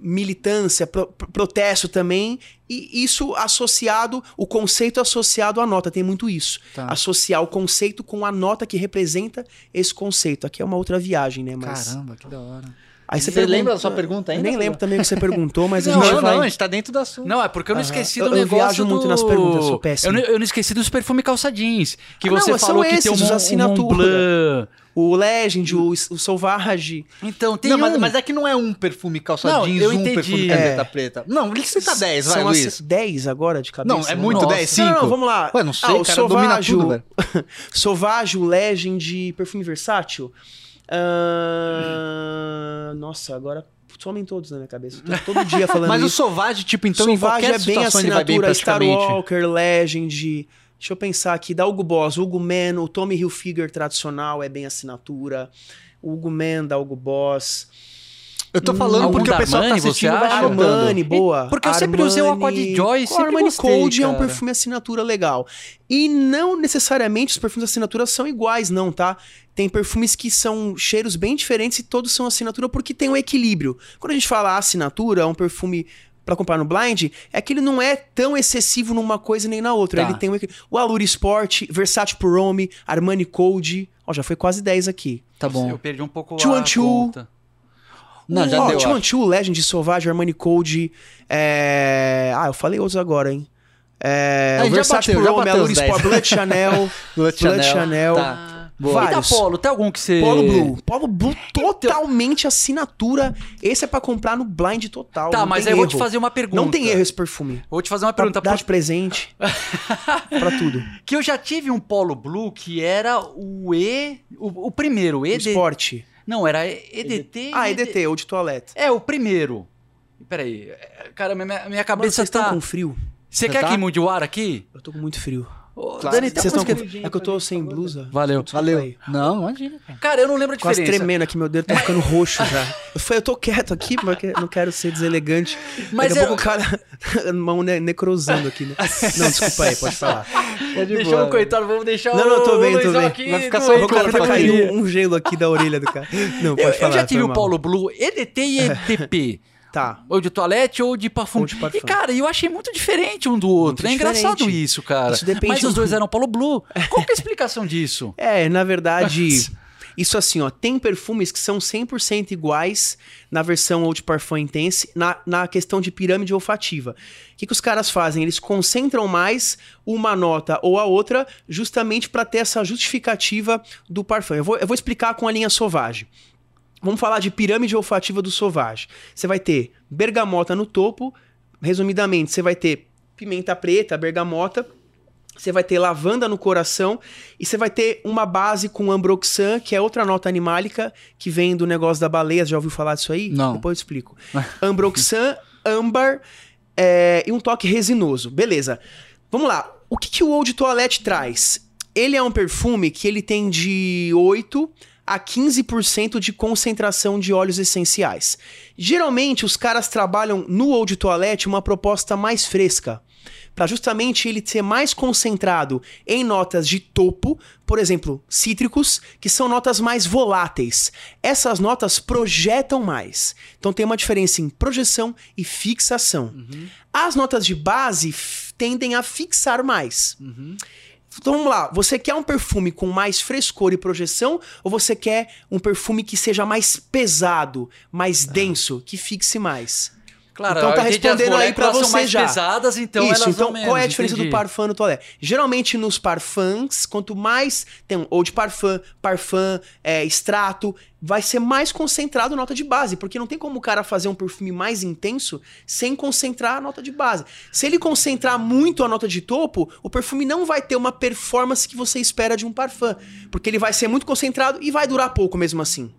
Speaker 3: militância, pro- pro- protesto também, e isso associado, o conceito associado à nota, tem muito isso.
Speaker 1: Tá.
Speaker 3: Associar o conceito com a nota que representa esse conceito. Aqui é uma outra viagem, né? Mas...
Speaker 1: Caramba, que da hora.
Speaker 3: Aí
Speaker 1: Você
Speaker 3: pergunta-
Speaker 1: lembra da sua pergunta ainda?
Speaker 3: Eu nem lembro também o que você perguntou, mas a
Speaker 1: não,
Speaker 3: gente
Speaker 1: não,
Speaker 3: vai...
Speaker 1: não, a gente tá dentro do assunto.
Speaker 2: Não, é porque eu não esqueci do
Speaker 3: Eu- eu
Speaker 2: negócio.
Speaker 3: viajo muito
Speaker 2: do-
Speaker 3: nas perguntas, eu sou
Speaker 2: Eu
Speaker 3: péssimo.
Speaker 2: não, eu não esqueci dos perfumes calça jeans. Que
Speaker 3: Ah,
Speaker 2: você
Speaker 3: não, são
Speaker 2: falou que tem
Speaker 3: esses,
Speaker 2: um,
Speaker 3: os
Speaker 2: Mon- um Mont
Speaker 3: assinatura.
Speaker 2: Blanc.
Speaker 3: O Legend, o, o Selvage...
Speaker 2: Então, tem
Speaker 1: Não,
Speaker 2: um.
Speaker 1: mas, mas é que não é um perfume calça
Speaker 2: Não,
Speaker 1: jeans,
Speaker 2: eu
Speaker 1: um
Speaker 2: entendi.
Speaker 1: perfume
Speaker 2: É.
Speaker 1: camiseta preta. Não, por que você tá 10, vai,
Speaker 3: São
Speaker 1: Luiz?
Speaker 3: as 10 agora de cabeça?
Speaker 1: Não, é
Speaker 3: né?
Speaker 1: muito
Speaker 2: Nossa.
Speaker 1: 10, 5.
Speaker 3: Não, não, vamos lá.
Speaker 1: Ué, não sei,
Speaker 3: Ah,
Speaker 1: o cara domina tudo, velho.
Speaker 3: Sauvage, o Legend, Perfume Versátil. Ah, Nossa, agora somem todos na minha cabeça. Eu tô todo dia falando
Speaker 1: Mas o
Speaker 3: isso.
Speaker 1: Sauvage, tipo, então em
Speaker 3: Sauvage
Speaker 1: qualquer
Speaker 3: é bem
Speaker 1: situação ele vai bem
Speaker 3: assinatura, Star
Speaker 1: praticamente.
Speaker 3: Walker, Legend... Deixa eu pensar aqui, da Hugo Boss, Hugo Man, o Tommy Hilfiger tradicional é bem assinatura. O Hugo Man da Hugo Boss.
Speaker 1: Eu tô falando
Speaker 2: Algum
Speaker 1: porque o
Speaker 2: da
Speaker 1: pessoal tá
Speaker 2: Armani, você
Speaker 1: assistindo e vai
Speaker 2: acha?
Speaker 1: chutando.
Speaker 3: Armani, boa.
Speaker 2: Porque eu sempre usei o Aqua de Joy,
Speaker 3: O
Speaker 2: sempre
Speaker 3: Armani
Speaker 2: gostei,
Speaker 3: Cold é um
Speaker 2: cara.
Speaker 3: perfume assinatura legal. E não necessariamente os perfumes assinatura são iguais, não, tá? Tem perfumes que são cheiros bem diferentes e todos são assinatura porque tem um equilíbrio. Quando a gente fala assinatura, é um perfume pra comprar no blind, é que ele não é tão excessivo numa coisa nem na outra.
Speaker 1: Tá.
Speaker 3: Ele tem um equilíbrio. O Allure Sport, Versace Pro Rome, Armani Cold. Ó, já foi quase 10 aqui.
Speaker 1: Tá bom.
Speaker 2: Eu perdi um pouco
Speaker 3: Two
Speaker 2: a
Speaker 3: and two.
Speaker 2: conta.
Speaker 1: Não, já
Speaker 3: Ó,
Speaker 1: deu.
Speaker 3: Two
Speaker 1: acho.
Speaker 3: and Two, Legend, Sauvage, Armani Code. é, Ah, eu falei outros agora, hein? É...
Speaker 1: Ah,
Speaker 3: o
Speaker 1: já
Speaker 3: Versace
Speaker 1: bateu, já
Speaker 3: Pro Rome,
Speaker 1: bateu os
Speaker 3: Allure
Speaker 1: 10.
Speaker 3: Sport, Blood Chanel,
Speaker 1: Blood
Speaker 3: Blood
Speaker 1: Chanel.
Speaker 3: Chanel,
Speaker 1: Tá.
Speaker 2: E da
Speaker 3: Vários.
Speaker 2: Polo, tem algum que você.
Speaker 3: Polo Blue. Polo Blue totalmente assinatura. Esse é pra comprar no blind total.
Speaker 2: Tá,
Speaker 3: não
Speaker 2: mas
Speaker 3: tem
Speaker 2: aí eu vou
Speaker 3: erro.
Speaker 2: te fazer uma pergunta.
Speaker 3: Não tem erro Tá esse perfume.
Speaker 2: Vou te fazer uma
Speaker 3: Pra
Speaker 2: pergunta.
Speaker 3: dar de presente. pra tudo.
Speaker 2: Porque eu já tive um Polo Blue que era o E. O, o primeiro, o ED.
Speaker 3: Sport.
Speaker 2: Não, era EDT.
Speaker 3: Ah, EDT, ou de toalete.
Speaker 2: É, o primeiro. Peraí. é, Cara, minha, minha
Speaker 3: Mano,
Speaker 2: cabeça
Speaker 3: vocês estão
Speaker 2: tá.
Speaker 3: com frio?
Speaker 2: Você quer
Speaker 1: tá?
Speaker 2: que mude o ar aqui?
Speaker 3: Eu tô com muito frio.
Speaker 2: Ô,
Speaker 1: Claro.
Speaker 2: Dani, tem
Speaker 3: Vocês
Speaker 2: uma
Speaker 3: estão
Speaker 2: música...
Speaker 3: com... É que eu tô
Speaker 2: tá
Speaker 3: sem blusa.
Speaker 2: Valeu.
Speaker 1: Valeu.
Speaker 3: Aí.
Speaker 1: Não, imagina, cara.
Speaker 2: Cara, eu não lembro a
Speaker 3: Quase
Speaker 2: diferença.
Speaker 3: tremendo aqui, meu dedo tá ficando roxo já. Eu, falei, eu tô quieto aqui, porque não quero ser deselegante.
Speaker 2: Mas
Speaker 3: Daqui
Speaker 2: eu-
Speaker 3: a pouco o cara. Mão ne- necrosando aqui, né? Não, desculpa aí, pode falar.
Speaker 1: É de
Speaker 2: Deixou
Speaker 1: boa.
Speaker 2: o coitado, vamos deixar
Speaker 3: né? Não,
Speaker 2: o
Speaker 3: não, tô bem, tô
Speaker 2: Luizão
Speaker 3: bem.
Speaker 2: aqui
Speaker 1: Vai ficar
Speaker 2: no-
Speaker 1: só ele
Speaker 3: O cara tá
Speaker 1: Como
Speaker 3: caindo um gelo aqui da orelha do cara. Não, pode
Speaker 2: Eu, eu
Speaker 3: falar.
Speaker 2: já tive
Speaker 3: foi
Speaker 2: o
Speaker 3: mal.
Speaker 2: Paulo Blue, EDT e EDP.
Speaker 3: Tá.
Speaker 2: ou de toalete ou de
Speaker 3: Ou
Speaker 2: perfume.
Speaker 3: de
Speaker 2: E,
Speaker 3: perfume.
Speaker 2: cara, eu achei muito diferente um do outro.
Speaker 3: Muito
Speaker 2: é engraçado
Speaker 3: diferente.
Speaker 2: isso, cara.
Speaker 3: Isso depende
Speaker 2: Mas os
Speaker 3: muito.
Speaker 2: dois eram Paulo Blue. Qual que é a explicação disso?
Speaker 3: É, na verdade. Isso assim, ó, tem perfumes que são 100% iguais na versão Old Parfum Intense, na, na questão de pirâmide olfativa. O que, que os caras fazem? Eles concentram mais uma nota ou a outra, justamente para ter essa justificativa do parfum. Eu vou, eu vou explicar com a linha Sauvage. Vamos falar de pirâmide olfativa do Sauvage. Você vai ter bergamota no topo, resumidamente, você vai ter pimenta preta, bergamota, você vai ter lavanda no coração e você vai ter uma base com ambroxan, que é outra nota animálica que vem do negócio da baleia. Já ouviu falar disso aí?
Speaker 1: Não.
Speaker 3: Depois eu explico. Ambroxan, âmbar é, e um toque resinoso. Beleza. Vamos lá. O que, que o Old Toilette traz? Ele é um perfume que ele tem de 8 a 15% de concentração de óleos essenciais. Geralmente, os caras trabalham no Old Toilette uma proposta mais fresca, para justamente ele ser mais concentrado em notas de topo, por exemplo, cítricos, que são notas mais voláteis. Essas notas projetam mais. Então tem uma diferença em projeção e fixação. As notas de base f- tendem a fixar mais. Então vamos lá, você quer um perfume com mais frescor e projeção ou você quer um perfume que seja mais pesado, mais denso, que fixe mais?
Speaker 2: Claro,
Speaker 3: Então tá
Speaker 2: eu entendi, as
Speaker 3: respondendo aí pra
Speaker 2: moléculas são
Speaker 3: você
Speaker 2: mais
Speaker 3: já.
Speaker 2: pesadas, então
Speaker 3: Isso,
Speaker 2: elas
Speaker 3: então
Speaker 2: vão
Speaker 3: qual é a
Speaker 2: menos,
Speaker 3: diferença
Speaker 2: entendi.
Speaker 3: do parfum no toalé? Geralmente nos parfums, quanto mais tem um ou de parfum, parfum, é, extrato, vai ser mais concentrado nota de base, porque não tem como o cara fazer um perfume mais intenso sem concentrar a nota de base. Se ele concentrar muito a nota de topo, o perfume não vai ter uma performance que você espera de um parfum, porque ele vai ser muito concentrado e vai durar pouco mesmo assim.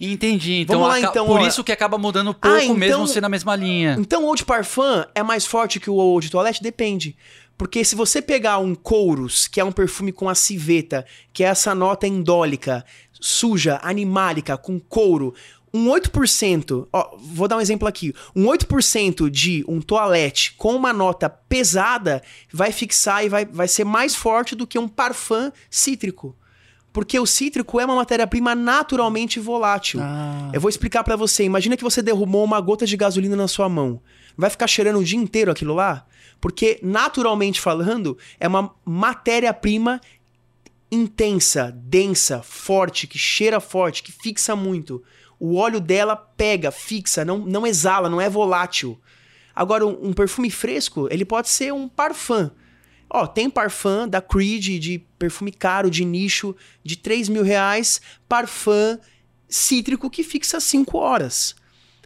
Speaker 2: Entendi, então,
Speaker 3: Vamos lá,
Speaker 2: aca-
Speaker 3: então,
Speaker 2: por
Speaker 3: ó.
Speaker 2: isso que acaba mudando pouco,
Speaker 3: Ah, então-
Speaker 2: mesmo sendo a mesma linha.
Speaker 3: Então, o Old Parfum é mais forte que o Old Toilette? Depende. Porque se você pegar um Couros, que é um perfume com a civeta, que é essa nota indólica, suja, animálica, com couro, um 8%, ó, vou dar um exemplo aqui, um 8% de um toalete com uma nota pesada vai fixar e vai, vai ser mais forte do que um parfum cítrico. Porque o cítrico é uma matéria-prima naturalmente volátil.
Speaker 2: Ah,
Speaker 3: Eu vou explicar pra você. Imagina que você derrubou uma gota de gasolina na sua mão. Vai ficar cheirando o dia inteiro aquilo lá? Porque, naturalmente falando, é uma matéria-prima intensa, densa, forte, que cheira forte, que fixa muito. O óleo dela pega, fixa, não, não exala, não é volátil. Agora, um, um perfume fresco, ele pode ser um parfum. Ó, tem parfum da Creed, de perfume caro, de nicho, de 3 mil reais, parfum cítrico que fixa 5 horas.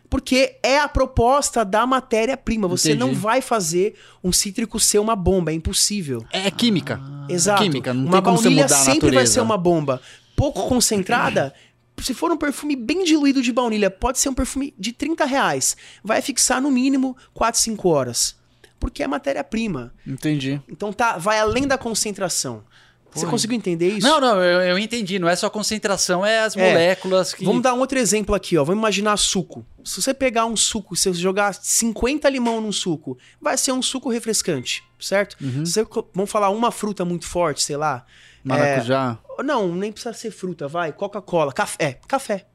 Speaker 3: Porque é a proposta da matéria-prima. Você
Speaker 1: Entendi.
Speaker 3: não vai fazer um cítrico ser uma bomba, é impossível.
Speaker 1: É química.
Speaker 3: Exato.
Speaker 1: Química, não
Speaker 3: uma
Speaker 1: tem como você
Speaker 3: baunilha
Speaker 1: mudar a
Speaker 3: sempre vai
Speaker 1: natureza.
Speaker 3: ser uma bomba. Pouco concentrada, se for um perfume bem diluído de baunilha, pode ser um perfume de 30 reais. Vai fixar no mínimo 4, 5 horas. Porque é matéria-prima.
Speaker 1: Entendi.
Speaker 3: Então tá, vai além da concentração. Você
Speaker 2: Pô,
Speaker 3: conseguiu entender isso?
Speaker 2: Não, não, eu, eu entendi, não é só concentração, é as
Speaker 3: É.
Speaker 2: moléculas que...
Speaker 3: Vamos dar um outro exemplo aqui, ó. Vamos imaginar suco. Se você pegar um suco, se você jogar 50 limão num suco, vai ser um suco refrescante, certo? Se você co- vamos falar uma fruta muito forte, sei lá,
Speaker 1: Uhum. Maracujá.
Speaker 3: Não, nem precisa ser fruta, vai. Coca-Cola, café. É, café.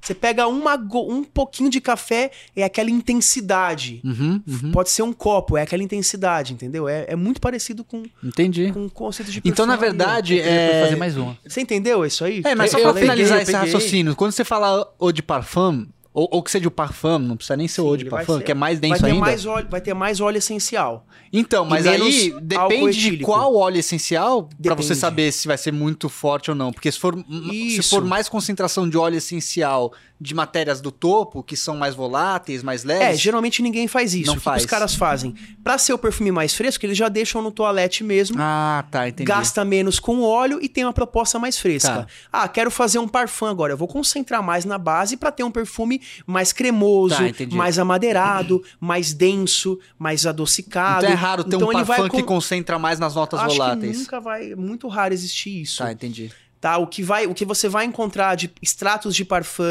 Speaker 3: Você pega uma go- um pouquinho de café, é aquela intensidade.
Speaker 1: Uhum, uhum.
Speaker 3: Pode ser um copo, é aquela intensidade, entendeu? É, é muito parecido com,
Speaker 1: Entendi.
Speaker 3: com o conceito de
Speaker 1: É. Então, na
Speaker 3: perfumaria.
Speaker 1: verdade,
Speaker 2: Eu ia
Speaker 1: é...
Speaker 2: fazer mais uma.
Speaker 3: Você entendeu isso aí?
Speaker 1: É, mas só
Speaker 2: Eu-
Speaker 1: pra
Speaker 2: eu
Speaker 1: finalizar
Speaker 2: peguei, eu
Speaker 1: esse
Speaker 2: peguei.
Speaker 1: raciocínio, quando você fala ou de parfum, ou, ou que seja o parfum, não precisa nem ser
Speaker 3: Sim,
Speaker 1: ou de
Speaker 3: ele vai
Speaker 1: parfum,
Speaker 3: ser-
Speaker 1: que é mais
Speaker 3: vai
Speaker 1: denso
Speaker 3: ter
Speaker 1: ainda.
Speaker 3: mais óleo, vai ter mais óleo essencial.
Speaker 1: Então, mas
Speaker 3: E
Speaker 1: aí
Speaker 3: menos álcool
Speaker 1: depende de
Speaker 3: etílico.
Speaker 1: qual óleo essencial pra
Speaker 3: Depende.
Speaker 1: você saber se vai ser muito forte ou não. Porque se for, se
Speaker 3: Isso.
Speaker 1: for mais concentração de óleo essencial de matérias do topo, que são mais voláteis, mais
Speaker 3: É,
Speaker 1: leves.
Speaker 3: geralmente ninguém faz isso.
Speaker 1: Não
Speaker 3: o que que
Speaker 1: faz.
Speaker 3: os caras fazem? Pra ser o perfume mais fresco, eles já deixam no toalete mesmo.
Speaker 1: Ah, tá, entendi.
Speaker 3: gasta menos com óleo e tem uma proposta mais fresca.
Speaker 1: Tá.
Speaker 3: Ah, quero fazer um parfum agora. Eu vou concentrar mais na base para ter um perfume mais cremoso,
Speaker 2: Tá, entendi.
Speaker 3: mais amadeirado, mais denso, mais adocicado.
Speaker 1: Então é raro ter
Speaker 3: Então
Speaker 1: um
Speaker 3: ele vai
Speaker 1: parfum que
Speaker 3: com-
Speaker 1: concentra mais nas notas
Speaker 3: Acho que
Speaker 1: voláteis.
Speaker 3: nunca vai, é muito raro existir isso
Speaker 1: Tá, entendi.
Speaker 3: tá? O que vai, o que você vai encontrar de extratos de parfum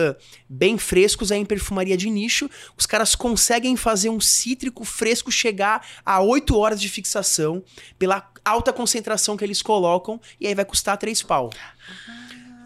Speaker 3: bem frescos é em perfumaria de nicho. Os caras conseguem fazer um cítrico fresco chegar a 8 horas de fixação pela alta concentração que eles colocam e aí vai custar 3 pau.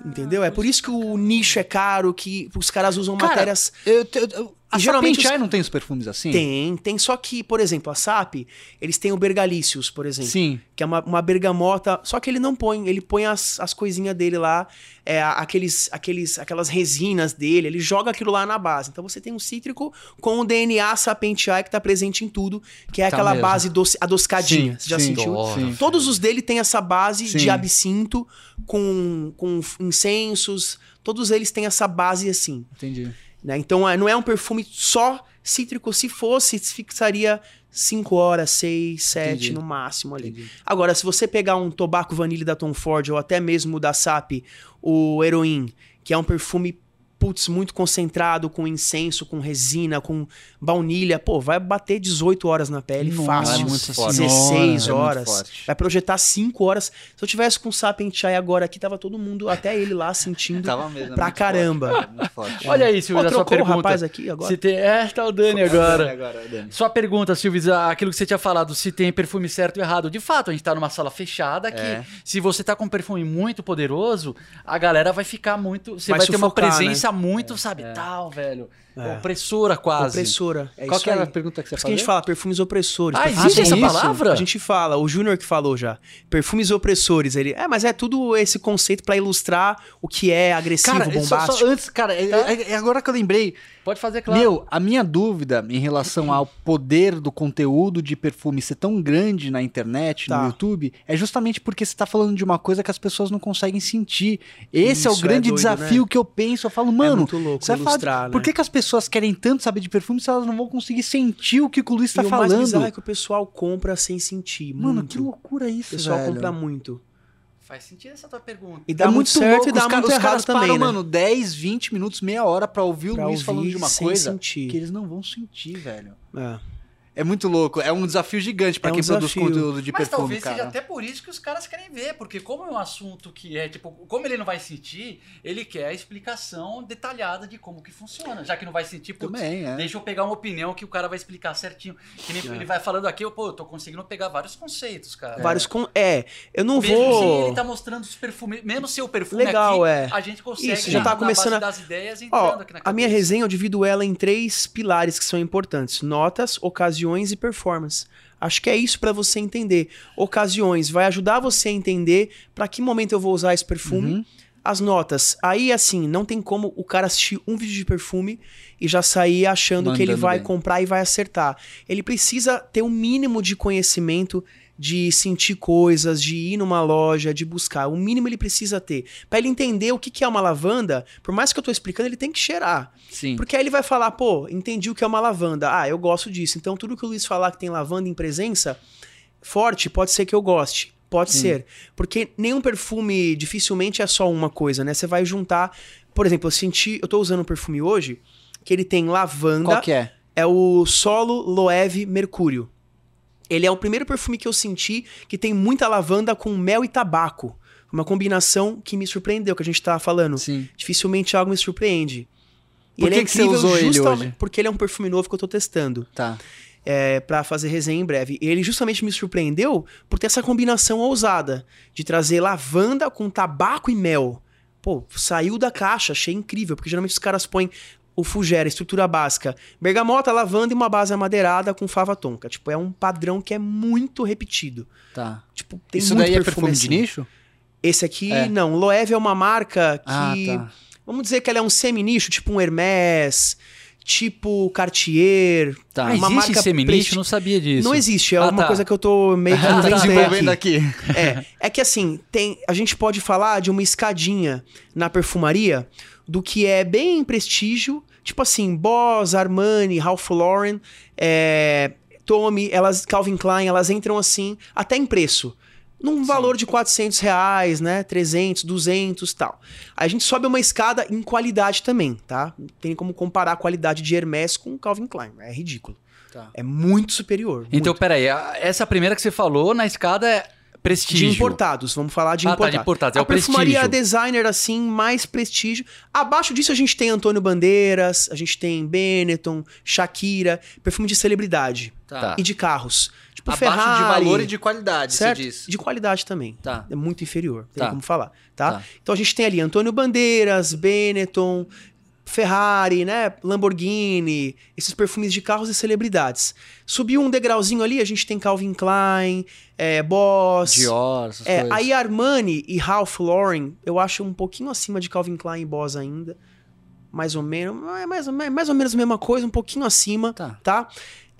Speaker 3: Entendeu? É por isso que o nicho é caro, que os caras usam
Speaker 1: Cara,
Speaker 3: matérias
Speaker 1: Eu, eu, eu, a
Speaker 3: E geralmente
Speaker 1: Sapinchai não tem os perfumes assim?
Speaker 3: tem, tem só que, por exemplo, a SAP, eles têm o Bergalicious, por exemplo
Speaker 1: Sim.
Speaker 3: que é uma, uma bergamota, só que ele não põe, ele põe as, as coisinhas dele lá, é, a- aqueles, aqueles, aquelas resinas dele, ele joga aquilo lá na base. Então você tem um cítrico com o DNA sapentiae que tá presente em tudo, que é
Speaker 1: Tá
Speaker 3: aquela
Speaker 1: mesmo.
Speaker 3: base doce, adoscadinha. Você já
Speaker 1: sim,
Speaker 3: sentiu?
Speaker 1: sim.
Speaker 3: Todos os dele têm essa base
Speaker 1: Sim.
Speaker 3: de absinto com, com incensos, todos eles têm essa base assim.
Speaker 1: Entendi.
Speaker 3: Né? Então ah, não é um perfume só cítrico. Se fosse, se fixaria 5 horas, 6, 7
Speaker 1: Entendi.
Speaker 3: no máximo ali.
Speaker 1: Entendi.
Speaker 3: Agora, se você pegar um tobaco vanille da Tom Ford ou até mesmo da SAP, o Heroin, que é um perfume putz muito concentrado com incenso, com resina, com baunilha, pô, vai bater 18 horas na pele
Speaker 2: Nossa,
Speaker 1: Ah,
Speaker 3: fácil.
Speaker 2: é muito forte.
Speaker 3: 16
Speaker 1: Nossa, é muito
Speaker 3: horas.
Speaker 1: forte.
Speaker 3: vai projetar 5 horas. Se eu tivesse com o Sap Chai agora aqui, tava todo mundo, até ele lá sentindo.
Speaker 2: Então,
Speaker 1: Tava mesmo. é
Speaker 3: Pra
Speaker 1: muito
Speaker 3: caramba.
Speaker 1: forte, é muito forte.
Speaker 2: Olha aí,
Speaker 3: Pô,
Speaker 2: Silvio, a sua
Speaker 3: trocou o
Speaker 2: pergunta.
Speaker 3: rapaz aqui agora?
Speaker 2: se tem... É, tá o Dani
Speaker 1: É,
Speaker 2: agora.
Speaker 1: agora, Dani.
Speaker 2: Sua pergunta, Silvio, aquilo que você tinha falado, se tem perfume certo ou errado. De fato, a gente tá numa sala fechada que
Speaker 1: É.
Speaker 2: se você tá com um perfume muito poderoso, a galera vai ficar muito. Você
Speaker 3: Vai
Speaker 2: vai, ter uma
Speaker 3: sufocar, né?
Speaker 2: presença muito, sabe, tal, velho.
Speaker 3: É.
Speaker 2: Opressora quase.
Speaker 3: Opressora. É
Speaker 2: Qual
Speaker 3: isso
Speaker 2: que era
Speaker 3: aí.
Speaker 2: a pergunta que você
Speaker 3: Por isso que a
Speaker 2: falou?
Speaker 3: gente fala perfumes opressores.
Speaker 2: Ah,
Speaker 3: perfumes
Speaker 2: existe
Speaker 1: Ah,
Speaker 2: essa
Speaker 1: tem isso?
Speaker 2: palavra?
Speaker 3: A gente fala, o Júnior que falou já, perfumes opressores, ele, é, mas é tudo esse conceito pra ilustrar o que é agressivo,
Speaker 1: Cara, só,
Speaker 3: bombástico.
Speaker 1: só antes, cara, é-
Speaker 2: Tá.
Speaker 1: é- é agora que eu lembrei,
Speaker 2: Pode fazer, claro.
Speaker 1: Meu, a minha dúvida em relação ao poder do conteúdo de perfume ser tão grande na internet,
Speaker 3: Tá.
Speaker 1: no YouTube, é justamente porque você tá falando de uma coisa que as pessoas não conseguem sentir. Esse é o
Speaker 3: Isso, é
Speaker 1: grande
Speaker 3: doido,
Speaker 1: desafio que eu penso. Eu falo,
Speaker 3: é
Speaker 1: mano,
Speaker 3: muito louco
Speaker 1: você vai falar de-
Speaker 3: ilustrar, né?
Speaker 1: por que, que as pessoas querem tanto saber de perfume se elas não vão conseguir sentir o que o Luiz
Speaker 3: e
Speaker 1: tá
Speaker 3: o mais bizarro é
Speaker 1: falando?
Speaker 3: que o pessoal compra sem sentir,
Speaker 1: Mano,
Speaker 3: muito.
Speaker 1: que loucura
Speaker 3: O
Speaker 1: isso,
Speaker 3: pessoal
Speaker 1: velho.
Speaker 3: compra muito.
Speaker 2: Faz sentido essa tua pergunta.
Speaker 3: E dá
Speaker 1: é
Speaker 3: muito, certo e dá
Speaker 1: os, ca-
Speaker 3: muito
Speaker 1: os
Speaker 3: errado
Speaker 1: caras param,
Speaker 3: também, né?
Speaker 1: mano, 10, 20 minutos, meia hora pra ouvir
Speaker 3: Pra
Speaker 1: o Luiz falando
Speaker 3: ouvir
Speaker 1: de uma
Speaker 3: sem
Speaker 1: coisa
Speaker 3: sentir.
Speaker 1: que eles não vão sentir, velho.
Speaker 3: É.
Speaker 1: É muito louco, é um desafio gigante pra
Speaker 3: É um
Speaker 1: quem produz
Speaker 3: desafio.
Speaker 1: conteúdo de
Speaker 2: Mas
Speaker 1: perfume,
Speaker 2: talvez
Speaker 1: cara.
Speaker 2: seja até por isso que os caras querem ver, porque como é um assunto que é, tipo, como ele não vai sentir, ele quer a explicação detalhada de como que funciona, já que não vai sentir, putz,
Speaker 1: Também, é.
Speaker 2: Deixa eu pegar uma opinião que o cara vai explicar certinho. Que nem
Speaker 3: né? É.
Speaker 2: ele vai falando aqui, eu, pô, eu tô conseguindo pegar vários conceitos, cara.
Speaker 3: Vários com... É, eu não
Speaker 2: Mesmo
Speaker 1: assim,
Speaker 2: sem
Speaker 3: vou...
Speaker 2: ele tá mostrando os perfumes, mesmo seu perfume
Speaker 3: Legal,
Speaker 2: aqui,
Speaker 3: é.
Speaker 2: a gente consegue
Speaker 3: Isso, já
Speaker 2: na-
Speaker 3: tá
Speaker 2: na
Speaker 3: começando a-
Speaker 2: base das ideias entrando
Speaker 3: Ó,
Speaker 2: aqui na
Speaker 3: a minha
Speaker 2: cabeça.
Speaker 3: resenha eu divido ela em três pilares que são importantes: notas, ocasiões e performance. Acho que é isso pra você entender. Ocasiões vai ajudar você a entender pra que momento eu vou usar esse perfume.
Speaker 1: Uhum.
Speaker 3: As notas, aí assim, não tem como o cara assistir um vídeo de perfume e já sair achando que ele
Speaker 1: Mandando
Speaker 3: vai
Speaker 1: bem.
Speaker 3: comprar e vai acertar. Ele precisa ter um mínimo de conhecimento de sentir coisas, de ir numa loja, de buscar. O mínimo ele precisa ter. Pra ele entender o que que é uma lavanda, por mais que eu tô explicando, ele tem que cheirar.
Speaker 1: Sim.
Speaker 3: Porque aí ele vai falar, pô, entendi o que é uma lavanda. Ah, eu gosto disso. Então tudo que o Luiz falar que tem lavanda em presença forte, pode ser que eu goste. Pode
Speaker 1: Sim.
Speaker 3: ser. Porque nenhum perfume dificilmente é só uma coisa, né? Você vai juntar. Por exemplo, eu senti. Eu tô usando um perfume hoje que ele tem lavanda.
Speaker 1: Qual que é?
Speaker 3: É o Solo Loewe Mercúrio. Ele é o primeiro perfume que eu senti que tem muita lavanda com mel e tabaco. Uma combinação que me surpreendeu, que a gente tava falando
Speaker 1: Sim.
Speaker 3: dificilmente algo me surpreende. E
Speaker 1: Por que
Speaker 3: ele é
Speaker 1: que você
Speaker 3: incrível
Speaker 1: usou ele
Speaker 3: justamente
Speaker 1: hoje?
Speaker 3: porque ele é um perfume novo que eu tô testando
Speaker 1: Tá.
Speaker 3: é, para fazer resenha em breve. E ele justamente me surpreendeu por ter essa combinação ousada de trazer lavanda com tabaco e mel. Pô, saiu da caixa, achei incrível, porque geralmente os caras põem o Fugera, estrutura básica, bergamota, lavanda e uma base amadeirada com fava tonka. Tipo, é um padrão que é muito repetido.
Speaker 1: Tá.
Speaker 3: Tipo, tem
Speaker 1: Isso
Speaker 3: muito
Speaker 1: daí é perfume
Speaker 3: assim.
Speaker 1: de nicho?
Speaker 3: Esse aqui,
Speaker 1: É.
Speaker 3: não. Loewe é uma marca que
Speaker 1: Ah, tá.
Speaker 3: Vamos dizer que ela é um semi-nicho, tipo um Hermès, tipo Cartier.
Speaker 1: Tá.
Speaker 2: Ah,
Speaker 3: uma
Speaker 2: existe
Speaker 3: marca
Speaker 2: seminicho?
Speaker 3: presti-
Speaker 2: Não sabia disso.
Speaker 3: Não existe, é
Speaker 2: Ah,
Speaker 3: uma
Speaker 2: tá.
Speaker 3: coisa que eu tô meio que
Speaker 1: Tá
Speaker 3: inventando
Speaker 1: desenvolvendo
Speaker 3: aqui.
Speaker 1: aqui.
Speaker 3: É, é que assim, tem, a gente pode falar de uma escadinha na perfumaria do que é bem prestígio, tipo assim, Boss, Armani, Ralph Lauren, é, Tommy, elas, Calvin Klein, elas entram assim, até em preço. num valor de 400 reais, né? 300, 200 tal. A gente sobe uma escada em qualidade também, tá? Não tem como comparar a qualidade de Hermès com Calvin Klein. É ridículo.
Speaker 1: Tá.
Speaker 3: É muito superior.
Speaker 2: Então,
Speaker 3: muito.
Speaker 2: peraí, a- essa primeira que você falou na escada é
Speaker 3: de
Speaker 2: prestígio.
Speaker 3: importados, vamos falar de
Speaker 2: Ah, tá,
Speaker 3: importados.
Speaker 2: de importados, é
Speaker 3: a
Speaker 2: o
Speaker 3: perfumaria
Speaker 2: prestígio.
Speaker 3: designer assim, mais prestígio. Abaixo disso a gente tem Antônio Bandeiras, a gente tem Benetton, Shakira, perfume de celebridade
Speaker 2: Tá.
Speaker 3: e de carros. Tipo
Speaker 1: Ah. Abaixo
Speaker 3: Ferrari,
Speaker 1: de valor e de qualidade,
Speaker 3: certo?
Speaker 1: você diz.
Speaker 3: De qualidade também.
Speaker 1: Tá.
Speaker 3: É muito inferior, tem
Speaker 2: Tá.
Speaker 3: como falar, tá?
Speaker 2: Tá.
Speaker 3: Então a gente tem ali Antônio Bandeiras, Benetton, Ferrari, né, Lamborghini, esses perfumes de carros e celebridades. Subiu um degrauzinho ali, a gente tem Calvin Klein, é, Boss,
Speaker 1: Dior, essas
Speaker 3: é,
Speaker 1: coisas.
Speaker 3: aí Armani e Ralph Lauren, eu acho um pouquinho acima de Calvin Klein e Boss ainda. Mais ou menos, é mais, ou me- mais ou menos a mesma coisa, um pouquinho acima,
Speaker 1: Tá.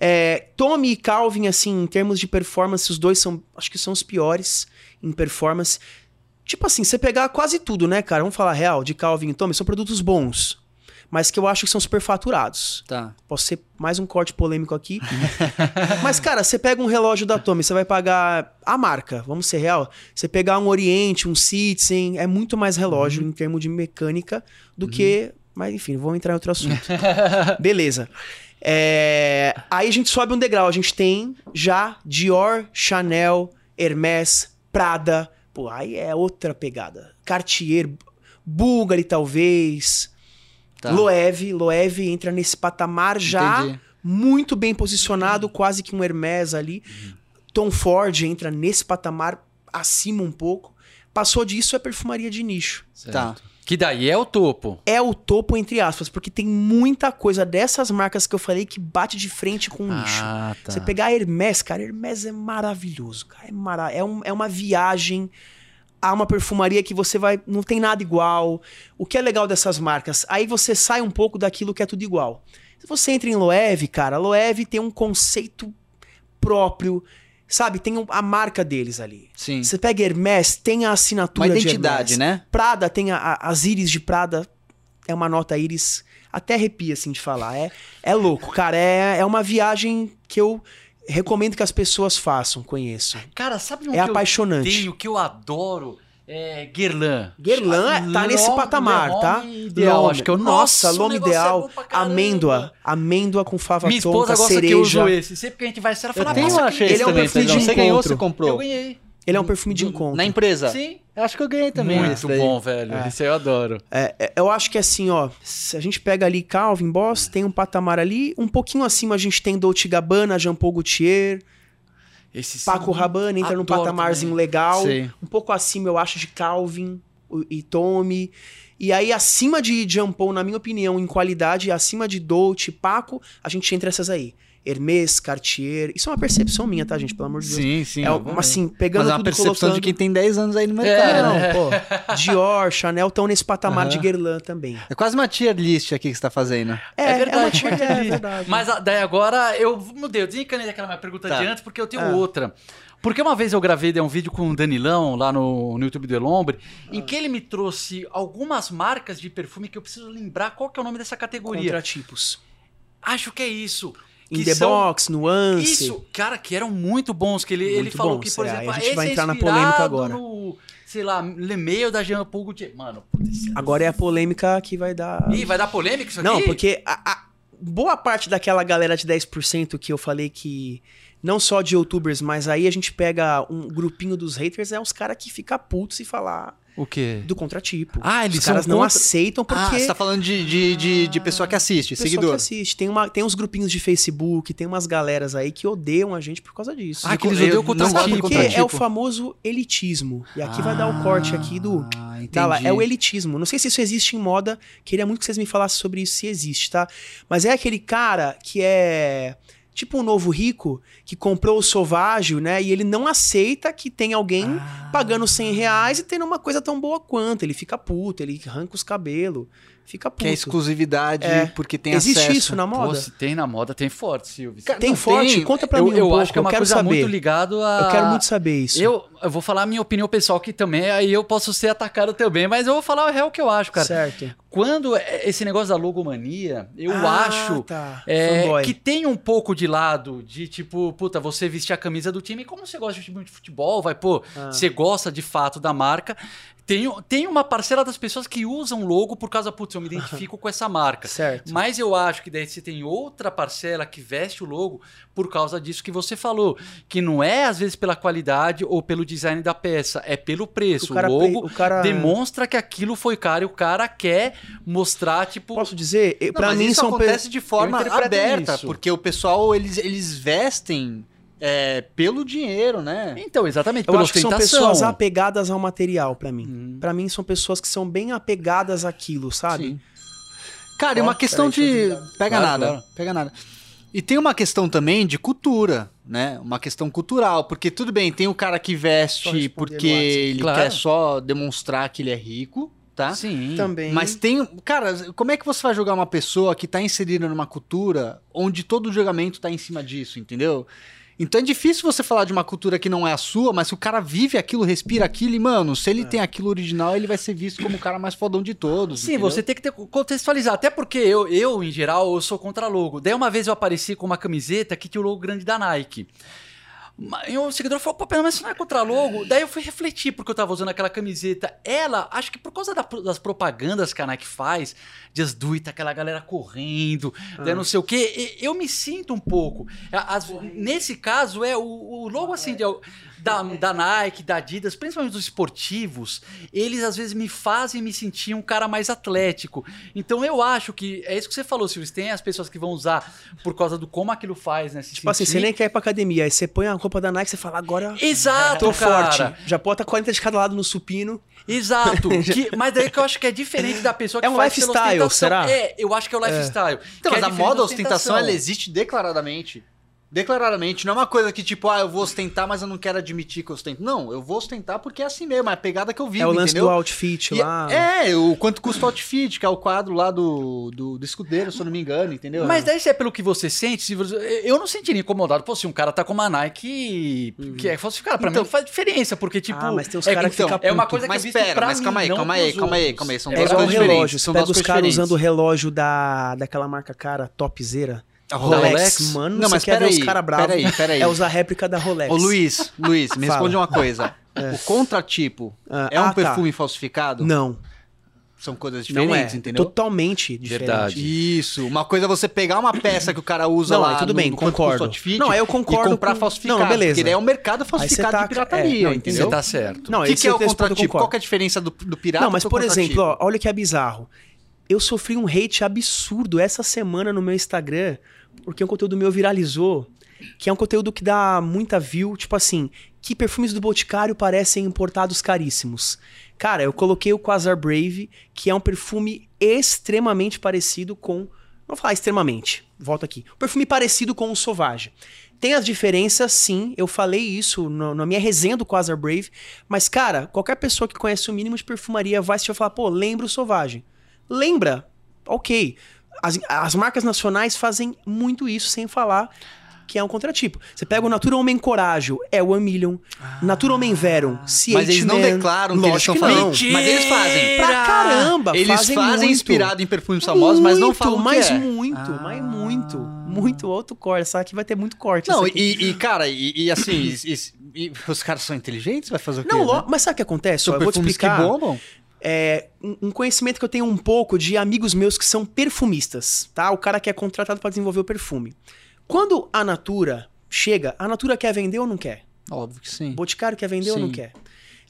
Speaker 3: É, Tommy e Calvin, assim, em termos de performance, os dois são, acho que são os piores em performance. Tipo assim, você pegar quase tudo, né, cara? Vamos falar real, de Calvin e Tommy, são produtos bons, mas que eu acho que são superfaturados.
Speaker 1: Tá.
Speaker 3: Posso ser mais um corte polêmico aqui. Mas, cara, você pega um relógio da Tommy, você vai pagar a marca, vamos ser real. Você pegar um Oriente, um Citizen, é muito mais relógio em termos de mecânica do que. Mas, enfim, vou entrar em outro assunto. Beleza. É, Aí a gente sobe um degrau, a gente tem já Dior, Chanel, Hermès, Prada. Pô, aí é outra pegada. Cartier, Bulgari, talvez.
Speaker 1: Tá.
Speaker 3: Loewe, Loewe entra nesse patamar já
Speaker 1: Entendi.
Speaker 3: muito bem posicionado, quase que um Hermès ali. Tom Ford entra nesse patamar acima um pouco. Passou disso é perfumaria de nicho.
Speaker 1: Tá.
Speaker 2: Que daí é o topo.
Speaker 3: É o topo entre aspas, porque tem muita coisa dessas marcas que eu falei que bate de frente com o nicho.
Speaker 2: Ah, tá.
Speaker 3: Um Você pegar a Hermès, cara, Hermès é maravilhoso, cara. É, mara é, um- é uma viagem a uma perfumaria que você vai. Não tem nada igual. O que é legal dessas marcas? Aí você sai um pouco daquilo que é tudo igual. Se você entra em Loewe, cara, a Loewe tem um conceito próprio, sabe? Tem um- a marca deles ali.
Speaker 1: Sim.
Speaker 3: Você pega Hermès, tem a
Speaker 1: Uma
Speaker 3: assinatura de
Speaker 1: identidade,
Speaker 3: Hermès.
Speaker 1: né?
Speaker 3: Prada tem a- a- as íris de Prada, é uma nota íris, até arrepia assim de falar, é, é louco, cara, é, é uma viagem que eu recomendo que as pessoas façam, conheço.
Speaker 2: Cara, sabe um
Speaker 3: É
Speaker 2: que eu
Speaker 3: apaixonante.
Speaker 2: tenho, que eu adoro? É Guerlain.
Speaker 3: Guerlain é- tá nesse
Speaker 2: Nome-
Speaker 3: patamar,
Speaker 2: nome
Speaker 3: tá?
Speaker 2: Ideal,
Speaker 3: Lome.
Speaker 2: acho que é o
Speaker 3: Nossa,
Speaker 2: nosso
Speaker 3: lome
Speaker 2: negócio é
Speaker 3: ideal,
Speaker 2: bom pra caramba.
Speaker 3: amêndoa, amêndoa com fava
Speaker 2: Minha esposa
Speaker 3: tonka,
Speaker 2: gosta que eu
Speaker 3: cereja.
Speaker 2: uso esse. Sempre que a gente vai, ela fala,
Speaker 1: Eu tenho,
Speaker 2: nossa,
Speaker 1: eu
Speaker 2: que
Speaker 1: achei
Speaker 3: ele
Speaker 1: esse
Speaker 3: é um
Speaker 1: também,
Speaker 3: perfil de
Speaker 1: Pedrão. Você
Speaker 3: encontro.
Speaker 1: ganhou, você comprou.
Speaker 2: eu ganhei.
Speaker 3: Ele é um perfume de encontro.
Speaker 1: Na empresa?
Speaker 2: Sim.
Speaker 1: Eu acho que eu ganhei também. esse
Speaker 2: Muito
Speaker 1: daí.
Speaker 2: bom, velho. Isso aí eu adoro.
Speaker 3: É, Eu acho que assim, ó, se a gente pega ali Calvin, Boss, tem um patamar ali, um pouquinho acima a gente tem Dolce Gabbana, Jean Paul Gaultier,
Speaker 2: Esse
Speaker 3: Paco
Speaker 2: sim,
Speaker 3: Rabanne entra num
Speaker 2: adoro
Speaker 3: patamarzinho
Speaker 2: também.
Speaker 3: legal.
Speaker 1: Sim.
Speaker 3: um pouco acima, eu acho, de Calvin o- e Tommy. E aí, acima de Jean Paul, na minha opinião, em qualidade, acima de Dolce, Paco, a gente entra essas aí. Hermès, Cartier. Isso é uma percepção minha, tá, gente? Pelo amor de Deus.
Speaker 1: Sim, sim.
Speaker 3: é
Speaker 1: obviamente.
Speaker 3: uma, assim, pegando
Speaker 1: Mas é uma
Speaker 3: tudo
Speaker 1: percepção
Speaker 3: colocando...
Speaker 1: de quem tem 10 anos aí no
Speaker 3: É,
Speaker 1: mercado.
Speaker 3: não,
Speaker 1: né?
Speaker 3: pô. Dior, Chanel estão nesse patamar de
Speaker 1: Aham.
Speaker 3: Guerlain também.
Speaker 1: É quase uma tier list aqui que você tá fazendo.
Speaker 3: É,
Speaker 2: É verdade,
Speaker 3: uma
Speaker 2: é
Speaker 3: tia-
Speaker 2: verdade.
Speaker 3: é verdade.
Speaker 2: Mas a- daí agora eu mudei, eu desencanei daquela minha pergunta
Speaker 1: Tá.
Speaker 2: de antes, porque eu tenho
Speaker 3: Ah.
Speaker 2: outra. Porque uma vez eu gravei daí, um vídeo com o Danilão lá no, no YouTube do Elombre,
Speaker 3: Ah.
Speaker 2: em que ele me trouxe algumas marcas de perfume que eu preciso lembrar qual que é o nome dessa categoria.
Speaker 3: Contratipos.
Speaker 2: Acho que é isso.
Speaker 3: In
Speaker 2: Que
Speaker 3: the
Speaker 2: são-
Speaker 3: box, nuance.
Speaker 2: Isso, cara, que eram muito bons. Que ele, ele
Speaker 3: Muito
Speaker 2: falou
Speaker 3: bons,
Speaker 2: que, por
Speaker 3: é,
Speaker 2: exemplo,
Speaker 3: a gente
Speaker 2: "Ah,
Speaker 3: vai
Speaker 2: esse é
Speaker 3: entrar na
Speaker 2: inspirado
Speaker 3: polêmica agora."
Speaker 2: No, sei lá, Lemeio da Jean Paul Gaultier. Mano,
Speaker 3: Agora é a polêmica que vai dar.
Speaker 2: Ih, vai dar polêmica isso aqui?
Speaker 3: Não, porque a, a- boa parte daquela galera de 10% que eu falei que. Não só de youtubers, mas aí a gente pega um grupinho dos haters, é os caras que ficam putos e falar
Speaker 2: O quê?
Speaker 3: do contratipo.
Speaker 2: Ah, eles
Speaker 3: os caras
Speaker 2: são
Speaker 3: não
Speaker 2: contra-
Speaker 3: aceitam
Speaker 1: Ah,
Speaker 3: porque.
Speaker 1: você tá falando de, de, de, de pessoa que assiste,
Speaker 3: pessoa
Speaker 1: seguidor.
Speaker 3: que assiste. Tem, uma, tem uns grupinhos de Facebook, tem umas galeras aí que odeiam a gente por causa disso.
Speaker 2: Ah,
Speaker 1: Eu-
Speaker 2: que eles
Speaker 1: eu
Speaker 2: odeiam o
Speaker 1: não gosto
Speaker 2: contratipo.
Speaker 1: do
Speaker 3: porque
Speaker 1: contratipo.
Speaker 3: é o famoso elitismo. E aqui vai dar o corte aqui do.
Speaker 1: Ah, entendi.
Speaker 3: Tá lá, é o elitismo. Não sei se isso existe em moda. Queria muito que vocês me falassem sobre isso, se existe, tá? Mas é aquele cara que é tipo um novo rico que comprou o sovágio, né? E ele não aceita que tem alguém
Speaker 1: Ah.
Speaker 3: pagando 100 reais e tendo uma coisa tão boa quanto. Ele fica puto, ele arranca os cabelos, fica puto.
Speaker 1: Que é exclusividade,
Speaker 3: É.
Speaker 1: porque tem
Speaker 3: existe
Speaker 1: acesso.
Speaker 3: isso na
Speaker 2: Pô,
Speaker 3: moda?
Speaker 2: se tem na moda, tem forte, Silvio.
Speaker 1: Cara,
Speaker 3: tem
Speaker 1: não,
Speaker 3: forte?
Speaker 1: tem.
Speaker 3: Conta pra
Speaker 2: eu
Speaker 3: mim um
Speaker 2: eu
Speaker 3: pouco,
Speaker 2: acho que é
Speaker 3: eu
Speaker 2: uma
Speaker 3: quero
Speaker 2: coisa
Speaker 3: saber.
Speaker 2: muito ligado a...
Speaker 3: Eu quero muito saber isso.
Speaker 2: Eu, eu vou falar a minha opinião pessoal que também, aí eu posso ser atacado também, mas eu vou falar o real que eu acho, cara.
Speaker 3: Certo.
Speaker 2: quando é- esse negócio da logomania, eu
Speaker 3: Ah,
Speaker 2: acho
Speaker 3: tá.
Speaker 2: é,
Speaker 3: Fanboy.
Speaker 2: que tem um pouco de lado de tipo, puta, você vestir a camisa do time, como você gosta de time de futebol, vai, pô,
Speaker 3: Ah.
Speaker 2: você gosta de fato da marca. Tem, tem uma parcela das pessoas que usam logo por causa, putz, eu me identifico com essa marca.
Speaker 3: Certo.
Speaker 2: Mas eu acho que daí você tem outra parcela que veste o logo por causa disso que você falou. Que não é, às vezes, pela qualidade ou pelo design da peça, é pelo preço. O, logo
Speaker 3: o cara-
Speaker 2: demonstra que aquilo foi caro e o cara quer mostrar, tipo.
Speaker 3: Posso dizer? Eh,
Speaker 1: Não,
Speaker 3: pra
Speaker 1: mas
Speaker 3: mim
Speaker 1: isso
Speaker 3: são pe-
Speaker 1: acontece de forma
Speaker 2: Eu interpreto
Speaker 1: aberta,
Speaker 2: isso.
Speaker 1: porque o pessoal, eles, eles vestem é, pelo dinheiro, né?
Speaker 2: Então, exatamente,
Speaker 3: Eu
Speaker 2: pela
Speaker 3: acho que são
Speaker 2: ostentação.
Speaker 3: pessoas apegadas ao material, pra
Speaker 1: Uhum.
Speaker 3: mim.
Speaker 2: Hum.
Speaker 3: Pra mim são pessoas que são bem apegadas àquilo, sabe?
Speaker 1: Sim. Cara, e
Speaker 3: Ó,
Speaker 1: uma questão
Speaker 3: peraí, deixa eu
Speaker 1: de...
Speaker 3: desligar.
Speaker 1: Pega
Speaker 2: Claro,
Speaker 1: nada,
Speaker 2: claro.
Speaker 1: pega nada. E tem uma questão também de cultura, né? Uma questão cultural, porque tudo bem, tem o cara que
Speaker 3: Só
Speaker 1: veste
Speaker 3: responder
Speaker 1: porque
Speaker 3: no WhatsApp.
Speaker 1: ele
Speaker 2: Claro.
Speaker 1: quer só demonstrar que ele é rico, tá?
Speaker 2: Sim.
Speaker 3: Também.
Speaker 1: Mas tipo tem. Cara, como é que você vai julgar uma pessoa que tá inserida numa cultura onde todo o julgamento tá em cima disso, entendeu? Então é difícil você falar de uma cultura que não é a sua, mas se o cara vive aquilo, respira aquilo, e, mano, se ele tem aquilo original, ele vai ser visto como o cara mais fodão de todos.
Speaker 2: Sim,
Speaker 1: entendeu?
Speaker 2: você tem que ter- contextualizar. Até porque eu, eu, em geral, eu sou contra logo. Daí uma vez eu apareci com uma camiseta que tinha o logo grande da Nike. Ma- E o seguidor falou, pô, Pedro, mas isso não é contra logo? Daí eu fui refletir porque eu tava usando aquela camiseta. Ela, acho que por causa da- das propagandas que a Nike faz, de as do it, aquela galera correndo, daí não sei o quê, e- eu me sinto um pouco. A- as- nesse caso, é o, o logo assim de- da, da Nike, da Adidas, principalmente dos esportivos, eles às vezes me fazem me sentir um cara mais atlético. Então eu acho que, é isso que você falou, Silvio, tem as pessoas que vão usar por causa do como aquilo faz, né? se
Speaker 3: Tipo assim,
Speaker 2: sentir.
Speaker 3: você nem quer ir pra academia, aí você põe a roupa da Nike e você fala, agora
Speaker 2: Exato,
Speaker 3: tô
Speaker 2: cara.
Speaker 3: forte. Já bota 40 de cada lado no supino.
Speaker 2: Exato. Que- mas daí que eu acho que é diferente da pessoa que
Speaker 3: É um
Speaker 2: faz pela
Speaker 3: lifestyle,
Speaker 2: ostentação.
Speaker 3: será?
Speaker 2: É, eu acho que é o lifestyle.
Speaker 1: Então,
Speaker 2: que é
Speaker 1: mas a
Speaker 2: diferente
Speaker 1: moda
Speaker 2: da
Speaker 1: ostentação, ela é existe declaradamente. Declaradamente. Não é uma coisa que, tipo, ah, eu vou ostentar, mas eu não quero admitir que eu ostento. Não, eu vou ostentar porque é assim mesmo, é a pegada que eu vivo,
Speaker 3: é o lance
Speaker 1: entendeu?
Speaker 3: do outfit
Speaker 1: E-
Speaker 3: lá.
Speaker 1: É, o quanto custa o outfit, que é o quadro lá do, do, do escudeiro, se eu não me engano, entendeu?
Speaker 2: Mas daí se é pelo que você sente, se você- eu não sentiria incomodado. Pô, se um cara tá com uma Nike que é falsificada, pra
Speaker 1: Então-
Speaker 2: mim não faz diferença, porque tipo...
Speaker 3: Ah, mas tem uns
Speaker 2: é,
Speaker 3: cara que
Speaker 1: então,
Speaker 3: fica
Speaker 2: é uma
Speaker 3: puto.
Speaker 2: coisa que
Speaker 1: Mas
Speaker 2: existe
Speaker 1: pera,
Speaker 2: pra
Speaker 1: mas
Speaker 2: mim,
Speaker 1: calma aí,
Speaker 2: não
Speaker 1: calma aí,
Speaker 2: pros
Speaker 1: calma aí,
Speaker 2: outros.
Speaker 1: calma aí, são
Speaker 2: É
Speaker 3: É
Speaker 1: duas
Speaker 3: igual o
Speaker 2: igual
Speaker 1: coisas diferentes,
Speaker 3: relógio. Você
Speaker 1: são
Speaker 3: pega
Speaker 1: duas
Speaker 3: os
Speaker 1: coisas
Speaker 3: caras
Speaker 1: diferentes.
Speaker 3: usando o relógio da, daquela marca cara topzera.
Speaker 1: A
Speaker 2: Rolex?
Speaker 3: mano,
Speaker 1: Não,
Speaker 3: você
Speaker 1: mas
Speaker 3: quer ver
Speaker 1: peraí,
Speaker 3: os caras bravos.
Speaker 1: peraí, peraí.
Speaker 3: É usar a réplica da Rolex.
Speaker 1: Ô Luiz, Luiz, me
Speaker 3: Fala. É.
Speaker 1: responde uma coisa. O contratipo
Speaker 3: Ah,
Speaker 1: é um
Speaker 3: ah, tá.
Speaker 1: perfume falsificado?
Speaker 3: Não,
Speaker 1: São coisas
Speaker 3: não é.
Speaker 1: diferentes, entendeu?
Speaker 3: Totalmente diferente.
Speaker 2: Verdade.
Speaker 1: Isso, uma coisa é você pegar uma peça que o cara usa
Speaker 3: Não,
Speaker 1: lá
Speaker 3: aí tudo bem,
Speaker 1: quanto custa o
Speaker 3: concordo.
Speaker 1: outfit
Speaker 3: Não, aí eu
Speaker 1: E
Speaker 3: concordo
Speaker 1: comprar
Speaker 3: com-
Speaker 1: falsificado,
Speaker 3: Não, beleza.
Speaker 1: porque daí é um mercado
Speaker 3: você
Speaker 1: falsificado
Speaker 3: tá-
Speaker 1: de pirataria,
Speaker 3: é, não,
Speaker 1: entendeu?
Speaker 2: Você tá certo.
Speaker 1: o
Speaker 3: Não,
Speaker 1: que,
Speaker 3: esse-
Speaker 1: que é o
Speaker 3: esse ponto eu
Speaker 1: contratipo? Qual
Speaker 3: concordo.
Speaker 1: que é a diferença do, do pirata
Speaker 3: Não, mas
Speaker 1: pro
Speaker 3: por
Speaker 1: contratipo?
Speaker 3: exemplo, ó, olha que é bizarro. Eu sofri um hate absurdo essa semana no meu Instagram, porque um conteúdo meu viralizou, que é um conteúdo que dá muita view, tipo assim, que perfumes do Boticário parecem importados caríssimos. Cara, eu coloquei o Quasar Brave, que é um perfume extremamente parecido com, não vou falar extremamente, volta aqui. Um perfume parecido com o Sauvage. Tem as diferenças, sim. Eu falei isso no- na minha resenha do Quasar Brave. Mas, cara, qualquer pessoa que conhece o mínimo de perfumaria vai assistir e falar, pô, lembra o Sauvage. Lembra? Ok. As, as marcas nacionais fazem muito isso, sem falar que é um contratipo. Você pega o Natura Homem Corágio, é o Amilion. Natura Homem Verum, CH
Speaker 1: Ah. Mas eles não
Speaker 3: Man.
Speaker 1: declaram que eles
Speaker 3: né? Lógico
Speaker 1: estão
Speaker 3: que não.
Speaker 1: falando. Mas eles fazem.
Speaker 2: Mentira!
Speaker 3: Pra caramba,
Speaker 1: Eles fazem,
Speaker 3: muito.
Speaker 1: inspirado em perfumes famosos, mas não
Speaker 3: Muito,
Speaker 1: falam o que
Speaker 3: mas
Speaker 1: é.
Speaker 3: muito, mas muito, muito outro corte. Essa aqui vai ter muito corte.
Speaker 1: Não,
Speaker 3: essa
Speaker 1: e,
Speaker 3: aqui.
Speaker 1: e, cara, e, e assim, e- e- e os caras são inteligentes? Vai fazer o quê?
Speaker 3: Não,
Speaker 1: né?
Speaker 3: lo- mas sabe o que acontece?
Speaker 1: São
Speaker 3: Ó, eu vou te
Speaker 1: perfumes que
Speaker 3: explicar.
Speaker 1: bombam?
Speaker 3: é, um um conhecimento que eu tenho um pouco de amigos meus que são perfumistas, tá? O cara que é contratado para desenvolver o perfume. Quando a Natura chega, a Natura quer vender ou não quer?
Speaker 1: Óbvio que sim.
Speaker 3: O Boticário quer vender ou não
Speaker 1: Sim.
Speaker 3: quer?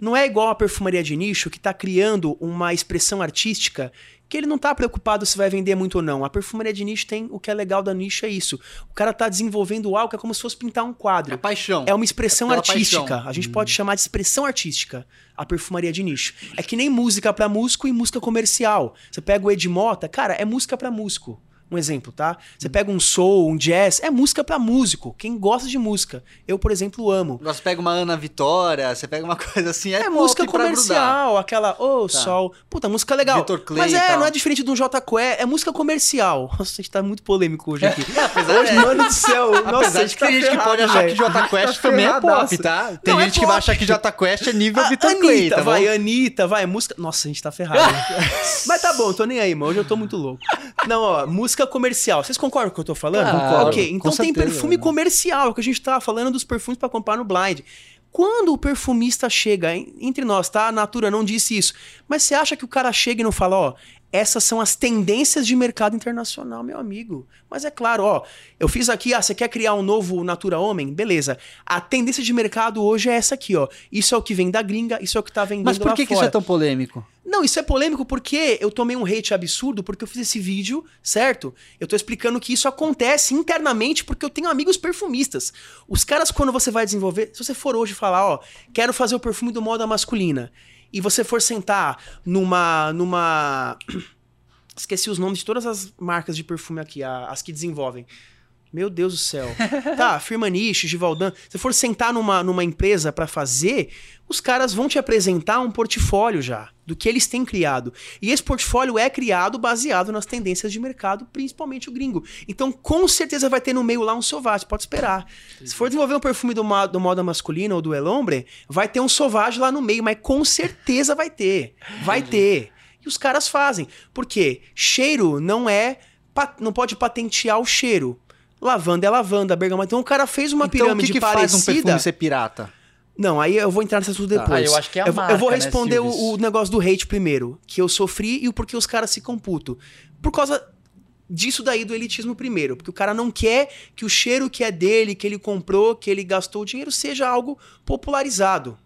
Speaker 3: Não é igual a perfumaria de nicho que tá criando uma expressão artística que ele não tá preocupado se vai vender muito ou não. A perfumaria de nicho tem o que é legal da nicho é isso. O cara tá desenvolvendo algo que é como se fosse pintar um
Speaker 1: É
Speaker 3: quadro.
Speaker 1: paixão.
Speaker 3: É uma expressão
Speaker 1: É pela
Speaker 3: artística.
Speaker 1: paixão.
Speaker 3: A gente pode chamar de expressão artística a perfumaria de nicho. É que nem música pra músico e música comercial. Você pega o Ed Mota, cara, é música pra músico. Um exemplo, tá? Você pega um soul, um jazz, é música pra músico. Quem gosta de música. Eu, por exemplo, amo.
Speaker 1: Você pega uma Ana Vitória, você pega uma coisa assim, é,
Speaker 3: É música
Speaker 1: pop pra grudar. Tá.
Speaker 3: comercial, aquela, ô, sol. Puta, música legal.
Speaker 1: Vitor Clay
Speaker 3: Mas
Speaker 1: e
Speaker 3: é,
Speaker 1: tal.
Speaker 3: não é diferente de um J Qué, é música comercial. Nossa, a gente tá muito polêmico hoje aqui.
Speaker 1: Apesar,
Speaker 3: Hoje, mano do céu. Nossa,
Speaker 1: É. apesar
Speaker 3: a
Speaker 1: de
Speaker 3: gente
Speaker 1: que tem
Speaker 3: tá
Speaker 1: gente que
Speaker 3: ferrado,
Speaker 1: pode achar que
Speaker 3: velho.
Speaker 1: Jota Quest também é pop,
Speaker 3: ferradaço.
Speaker 1: tá? Tem
Speaker 3: Não, é
Speaker 1: gente que vai
Speaker 3: pop.
Speaker 1: achar que Jota Quest é nível
Speaker 3: A-
Speaker 1: Vitor Clay, tá bom?
Speaker 3: vai, Anitta, vai, música. Nossa, a gente tá ferrado. Mas tá bom, tô nem aí, mano. Hoje eu tô muito louco. Não, ó, música comercial. Vocês concordam com o que eu tô falando?
Speaker 2: Claro,
Speaker 3: ok,
Speaker 1: com
Speaker 3: então tem
Speaker 1: certeza,
Speaker 3: perfume
Speaker 1: né?
Speaker 3: comercial, que a gente tava falando dos perfumes pra comprar no Blind. Quando o perfumista chega, en- entre nós, tá? A Natura não disse isso. Mas você acha que o cara chega e não fala, ó, essas são as tendências de mercado internacional, meu amigo. Mas é claro, ó, eu fiz aqui, ah, você quer criar um novo Natura Homem? Beleza. A tendência de mercado hoje é essa aqui, ó. Isso é o que vem da gringa, isso é o que tá vendendo
Speaker 1: Mas por
Speaker 3: lá
Speaker 1: que, que isso
Speaker 3: fora.
Speaker 1: é tão polêmico?
Speaker 3: Não, isso é polêmico porque eu tomei um hate absurdo porque eu fiz esse vídeo, certo? Eu tô explicando que isso acontece internamente porque eu tenho amigos perfumistas. Os caras, quando você vai desenvolver, se você for hoje falar, ó, quero fazer o perfume do moda masculina, e você for sentar numa. numa. Esqueci os nomes de todas as marcas de perfume aqui, a- as que desenvolvem. Meu Deus do céu. Tá, Firmanich, Givaldan. Se você for sentar numa, numa empresa pra fazer, os caras vão te apresentar um portfólio já do que eles têm criado. E esse portfólio é criado baseado nas tendências de mercado, principalmente o gringo. Então, com certeza vai ter no meio lá um Sauvage, pode esperar. Se for desenvolver um perfume do, ma- do moda masculina ou do El Hombre, vai ter um Sauvage lá no meio, mas com certeza vai ter. Vai ter. E os caras fazem. Porque cheiro não é. pa- Não pode patentear o cheiro. Lavanda é lavanda, bergamota. Então o cara fez
Speaker 1: então,
Speaker 3: uma
Speaker 1: o
Speaker 3: pirâmide
Speaker 1: que, que faz um
Speaker 3: parecida.
Speaker 1: perfume ser pirata?
Speaker 3: Não, aí eu vou entrar nesse assunto
Speaker 1: Tá.
Speaker 3: depois.
Speaker 2: Ah, eu acho que é a
Speaker 3: eu, vou- eu vou
Speaker 2: marca, né,
Speaker 3: responder o-
Speaker 2: Silvio?
Speaker 3: o, negócio do hate primeiro, que eu sofri e o porquê os caras se computam. Por causa disso daí do elitismo primeiro, porque o cara não quer que o cheiro que é dele, que ele comprou, que ele gastou o dinheiro seja algo popularizado.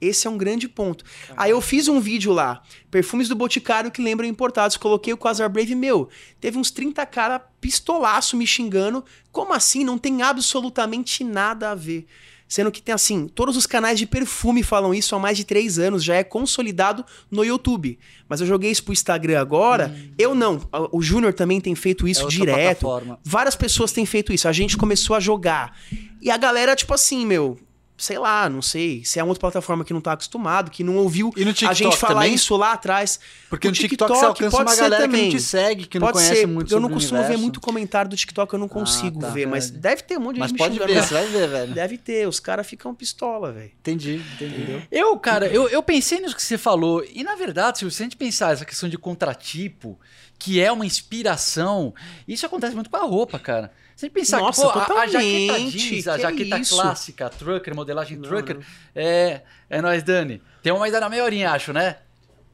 Speaker 3: Esse é um grande ponto. Aí eu fiz um vídeo lá, perfumes do Boticário que lembram importados, coloquei o Quasar Brave meu. Teve uns 30 cara pistolaço me xingando. Como assim? Não tem absolutamente nada a ver. Sendo que tem assim, todos os canais de perfume falam isso há mais de três anos, já é consolidado no YouTube. Mas eu joguei isso pro Instagram agora. Eu não. O Júnior também tem feito isso
Speaker 2: Hum. É outra
Speaker 3: direto.
Speaker 2: plataforma.
Speaker 3: Várias pessoas têm feito isso. A gente começou a jogar. E a galera, tipo assim, meu, sei lá, não sei. Se é uma outra plataforma que não tá acostumado, que não ouviu
Speaker 1: E no TikTok
Speaker 3: a gente falar
Speaker 1: também?
Speaker 3: isso lá atrás.
Speaker 1: Porque
Speaker 3: O
Speaker 1: no TikTok, você alcança
Speaker 3: pode
Speaker 1: uma
Speaker 3: ser
Speaker 1: galera que
Speaker 3: também.
Speaker 1: não te segue, que não
Speaker 3: Pode
Speaker 1: conhece
Speaker 3: ser.
Speaker 1: muito
Speaker 3: eu
Speaker 1: sobre
Speaker 3: não
Speaker 1: o
Speaker 3: costumo ver
Speaker 1: universo.
Speaker 3: muito comentário do TikTok, eu não consigo
Speaker 1: tá,
Speaker 3: ver, mas
Speaker 1: verdade.
Speaker 3: deve ter um monte de
Speaker 1: Mas
Speaker 3: gente
Speaker 1: pode
Speaker 3: me xingando.
Speaker 1: ver, você vai ver, velho.
Speaker 3: Deve ter, os caras ficam pistola, velho.
Speaker 1: Entendi, entendi.
Speaker 2: Eu, cara, eu, eu pensei nisso que você falou. E na verdade, Silvio, se a gente pensar essa questão de contratipo, que é uma inspiração, isso acontece muito com a roupa, cara. Se a gente pensar
Speaker 3: Nossa,
Speaker 2: que pô, a- a, jaqueta
Speaker 3: totalmente,
Speaker 2: jeans, a
Speaker 3: que
Speaker 2: jaqueta
Speaker 3: isso?
Speaker 2: clássica, trucker, modelagem
Speaker 3: Não,
Speaker 2: trucker,
Speaker 3: não.
Speaker 2: é. É nóis, Dani. Tem uma ainda na meia horinha, acho, né?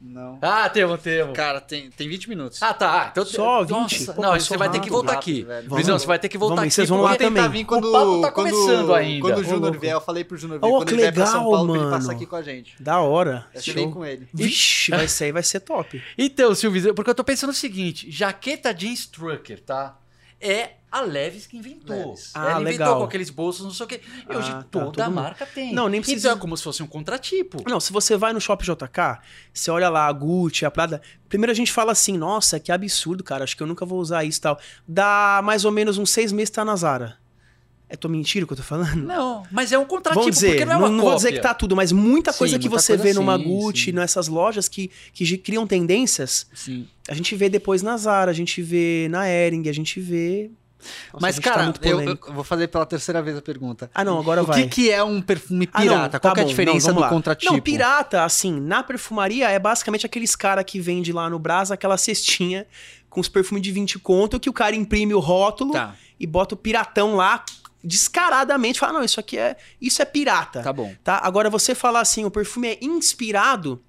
Speaker 1: Não.
Speaker 2: Ah, temo, temo.
Speaker 1: Cara, tem, tem 20 minutos.
Speaker 2: Ah, tá. Então,
Speaker 3: Só
Speaker 2: Nossa,
Speaker 3: 20? Pô,
Speaker 2: não,
Speaker 3: passou
Speaker 2: você vai ter que
Speaker 3: rápido.
Speaker 2: voltar
Speaker 1: Rápido,
Speaker 2: aqui.
Speaker 1: velho.
Speaker 2: Prisão,
Speaker 3: Vamos.
Speaker 2: você vai ter que voltar
Speaker 3: Vamos,
Speaker 2: aqui.
Speaker 3: vocês vão
Speaker 2: porque
Speaker 3: lá
Speaker 2: tem-
Speaker 1: Tentar
Speaker 3: também.
Speaker 1: vir quando,
Speaker 2: O papo tá
Speaker 1: quando-
Speaker 2: começando ainda.
Speaker 1: Quando o
Speaker 2: Ô,
Speaker 1: Júnior
Speaker 3: louco.
Speaker 1: vier, eu falei pro Júnior vir.
Speaker 3: Ô,
Speaker 1: quando
Speaker 3: que
Speaker 1: ele vier pra São
Speaker 3: legal,
Speaker 1: Paulo, pra ele
Speaker 3: mano.
Speaker 1: passar aqui com a gente.
Speaker 3: Da hora.
Speaker 1: Você
Speaker 3: Show.
Speaker 1: vem com ele.
Speaker 3: Vixe, vai sair, vai ser top.
Speaker 2: Então, Silvio, porque eu tô pensando o seguinte: jaqueta jeans trucker, tá? É a Levis que inventou.
Speaker 1: Levi's.
Speaker 2: Ela
Speaker 3: Ah,
Speaker 2: inventou
Speaker 3: legal.
Speaker 2: com aqueles bolsos, não sei o quê. E hoje
Speaker 3: Ah, tá,
Speaker 2: toda
Speaker 3: todo
Speaker 2: a
Speaker 3: mundo.
Speaker 2: marca tem.
Speaker 3: Não, nem precisa-
Speaker 2: Então é como se fosse um contratipo.
Speaker 3: Não, se você vai no Shopping JK, você olha lá a Gucci, a Prada. Primeiro a gente fala assim, nossa, que absurdo, cara, acho que eu nunca vou usar isso e tal. Dá mais ou menos uns seis meses tá na Zara. É, tô mentindo o que eu tô falando?
Speaker 2: Não, mas é um
Speaker 1: Tá,
Speaker 2: contratipo,
Speaker 1: tipo,
Speaker 3: Vamos dizer,
Speaker 2: porque não é
Speaker 3: não,
Speaker 2: uma
Speaker 3: não
Speaker 2: cópia.
Speaker 3: vou dizer que tá tudo, mas muita
Speaker 1: Sim,
Speaker 3: coisa que
Speaker 1: muita
Speaker 3: você
Speaker 1: coisa
Speaker 3: vê numa
Speaker 1: sim,
Speaker 3: Gucci,
Speaker 1: sim.
Speaker 3: nessas lojas que, que gi- criam tendências,
Speaker 1: Sim.
Speaker 3: a gente vê depois na Zara, a gente vê na Hering, a gente vê... Nossa, a
Speaker 1: Mas,
Speaker 3: gente tá
Speaker 1: cara,
Speaker 3: muito
Speaker 1: eu,
Speaker 3: polêmico.
Speaker 1: eu vou fazer pela terceira vez a pergunta.
Speaker 3: Ah, não, agora
Speaker 1: o
Speaker 3: vai.
Speaker 1: que, que é um perfume
Speaker 3: Ah, não,
Speaker 1: pirata?
Speaker 3: tá
Speaker 1: Qual que é a
Speaker 3: bom,
Speaker 1: diferença
Speaker 3: não, vamos
Speaker 1: do
Speaker 3: lá.
Speaker 1: contratipo?
Speaker 3: Não, pirata, assim, na perfumaria é basicamente aqueles cara que vende lá no Brás aquela cestinha com os perfumes de 20 conto que o cara imprime o rótulo
Speaker 1: Tá,
Speaker 3: e bota o piratão lá descaradamente, fala: "Não, isso aqui é, isso é pirata".
Speaker 1: tá bom.
Speaker 3: Tá? Agora você falar assim, o perfume é inspirado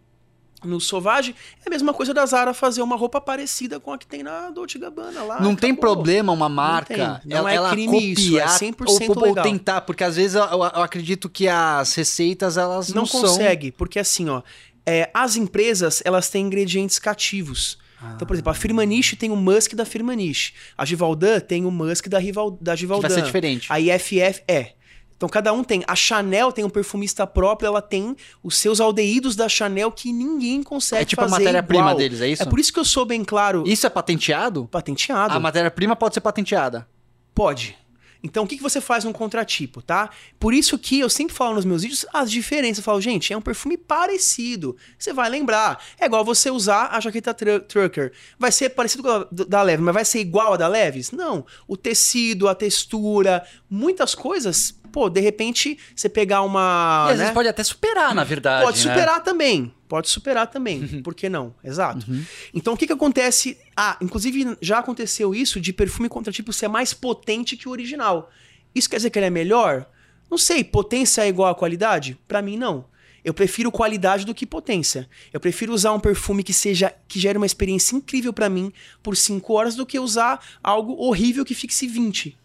Speaker 3: no Sauvage, é a mesma coisa da Zara fazer uma roupa parecida com a que tem na Dolce Gabbana lá.
Speaker 1: não tem
Speaker 3: Ah, acabou.
Speaker 1: problema uma marca
Speaker 3: tem. Não
Speaker 1: ela,
Speaker 3: é
Speaker 1: ela
Speaker 3: crime isso,
Speaker 1: copiar
Speaker 3: é
Speaker 1: ou,
Speaker 3: 100%
Speaker 1: ou- ou
Speaker 3: legal.
Speaker 1: tentar, porque às vezes eu, eu- eu acredito que as receitas elas não,
Speaker 3: não consegue, porque assim, ó, é, as empresas elas têm ingredientes cativos.
Speaker 1: são.
Speaker 3: Então, por exemplo, a Firmanich tem o Musk da Firmanich, a Givaldã tem o Musk da, Rival, da
Speaker 1: Que
Speaker 3: Givaldã.
Speaker 1: vai ser diferente.
Speaker 3: A IFF é. Então cada um tem. A Chanel tem um perfumista próprio, ela tem os seus aldeídos da Chanel que ninguém consegue
Speaker 1: É tipo a
Speaker 3: fazer
Speaker 1: matéria-prima
Speaker 3: igual.
Speaker 1: deles, é isso?
Speaker 3: É por isso que eu sou bem claro.
Speaker 1: Isso é patenteado?
Speaker 3: Patenteado.
Speaker 1: A matéria-prima pode ser patenteada.
Speaker 3: Pode. Então, o que, que você faz num contratipo, tá? Por isso que eu sempre falo nos meus vídeos as diferenças. Eu falo, gente, é um perfume parecido. Você vai lembrar. É igual você usar a jaqueta tru- trucker. Vai ser parecido com a do- da Leves, mas vai ser igual a da Leves? Não. O tecido, a textura, muitas coisas. Pô, de repente, você pegar uma.
Speaker 2: e às
Speaker 3: né?
Speaker 2: vezes pode até superar, na verdade.
Speaker 3: Pode
Speaker 2: né?
Speaker 3: superar também. Pode superar também. Por que não? Exato. Então, o que, que acontece? Ah, inclusive já aconteceu isso de perfume contratipo ser mais potente que o original. Isso quer dizer que ele é melhor? Não sei. Potência é igual a qualidade? Pra mim, não. Eu prefiro qualidade do que potência. Eu prefiro usar um perfume que seja que gere uma experiência incrível pra mim por 5 horas do que usar algo horrível que fixe 20.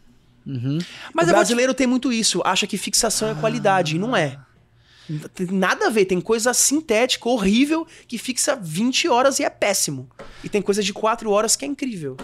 Speaker 2: Mas
Speaker 3: o
Speaker 2: eu vou te-
Speaker 3: brasileiro tem muito isso, acha que fixação é qualidade, e não é. N- tem Nada a ver, tem coisa sintética, horrível, que fixa 20 horas e é péssimo. E tem coisa de 4 horas que é incrível.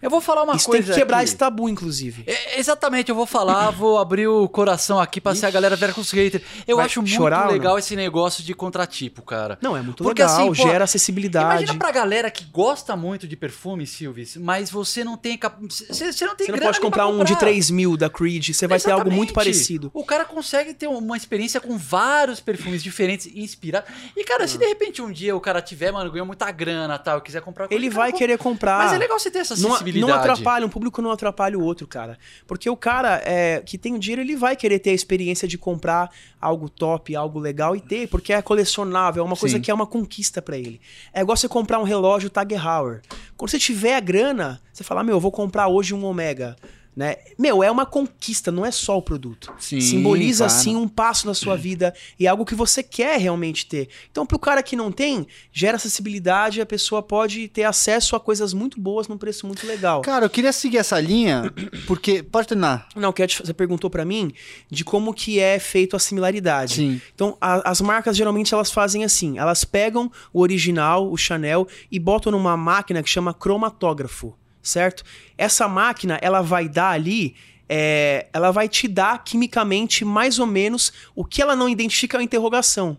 Speaker 2: Eu vou falar uma
Speaker 3: Isso tem
Speaker 2: coisa.
Speaker 3: que quebrar
Speaker 2: aqui.
Speaker 3: esse tabu, inclusive.
Speaker 2: É, exatamente, eu vou falar, vou abrir o coração aqui pra ser a galera ver com os haters. Eu
Speaker 3: Vai
Speaker 2: acho
Speaker 3: chorar ou
Speaker 2: muito
Speaker 3: não?
Speaker 2: legal esse negócio de contratipo, cara.
Speaker 3: Não, é muito
Speaker 2: Porque
Speaker 3: legal,
Speaker 2: assim, pô,
Speaker 3: gera acessibilidade.
Speaker 2: Imagina pra galera que gosta muito de perfume, Silvis, mas você não tem cap... você, você não tem
Speaker 3: Você não
Speaker 2: grana
Speaker 3: pode
Speaker 2: nem pra
Speaker 3: comprar um de 3 mil da Creed, você vai ter algo muito
Speaker 2: Exatamente.
Speaker 3: parecido.
Speaker 2: O cara consegue ter uma experiência com vários perfumes diferentes e inspirados. E, cara,
Speaker 3: Ah.
Speaker 2: se de repente um dia o cara tiver, mano, ganhou muita grana e tal, e quiser comprar
Speaker 3: Ele
Speaker 2: cara,
Speaker 3: vai
Speaker 2: pô,
Speaker 3: querer comprar.
Speaker 2: Mas é legal você ter essa
Speaker 3: Não,
Speaker 2: sensibilidade.
Speaker 3: não atrapalha, um público não atrapalha o outro, cara. Porque o cara é, que tem o dinheiro, ele vai querer ter a experiência de comprar algo top, algo legal e ter, porque é colecionável, é uma coisa
Speaker 1: Sim.
Speaker 3: que é uma conquista pra ele. É igual você comprar um relógio Tag Heuer. Quando você tiver a grana, você fala, "Ah, meu, eu vou comprar hoje um Omega. Né? Meu, é uma conquista, não é só o produto.
Speaker 1: Sim,
Speaker 3: Simboliza,
Speaker 1: claro.
Speaker 3: sim, um passo na sua vida e algo que você quer realmente ter. Então, pro cara que não tem, gera acessibilidade, a pessoa pode ter acesso a coisas muito boas num preço muito legal.
Speaker 1: Cara, eu queria seguir essa linha, porque. Pode terminar.
Speaker 3: Não, que você perguntou pra mim de como que é feito a similaridade. Então, a- as marcas geralmente elas fazem assim, elas pegam o original, o Chanel, e botam numa máquina que chama cromatógrafo, certo? Essa máquina, ela vai dar ali, é, ela vai te dar quimicamente mais ou menos o que ela não identifica é uma interrogação.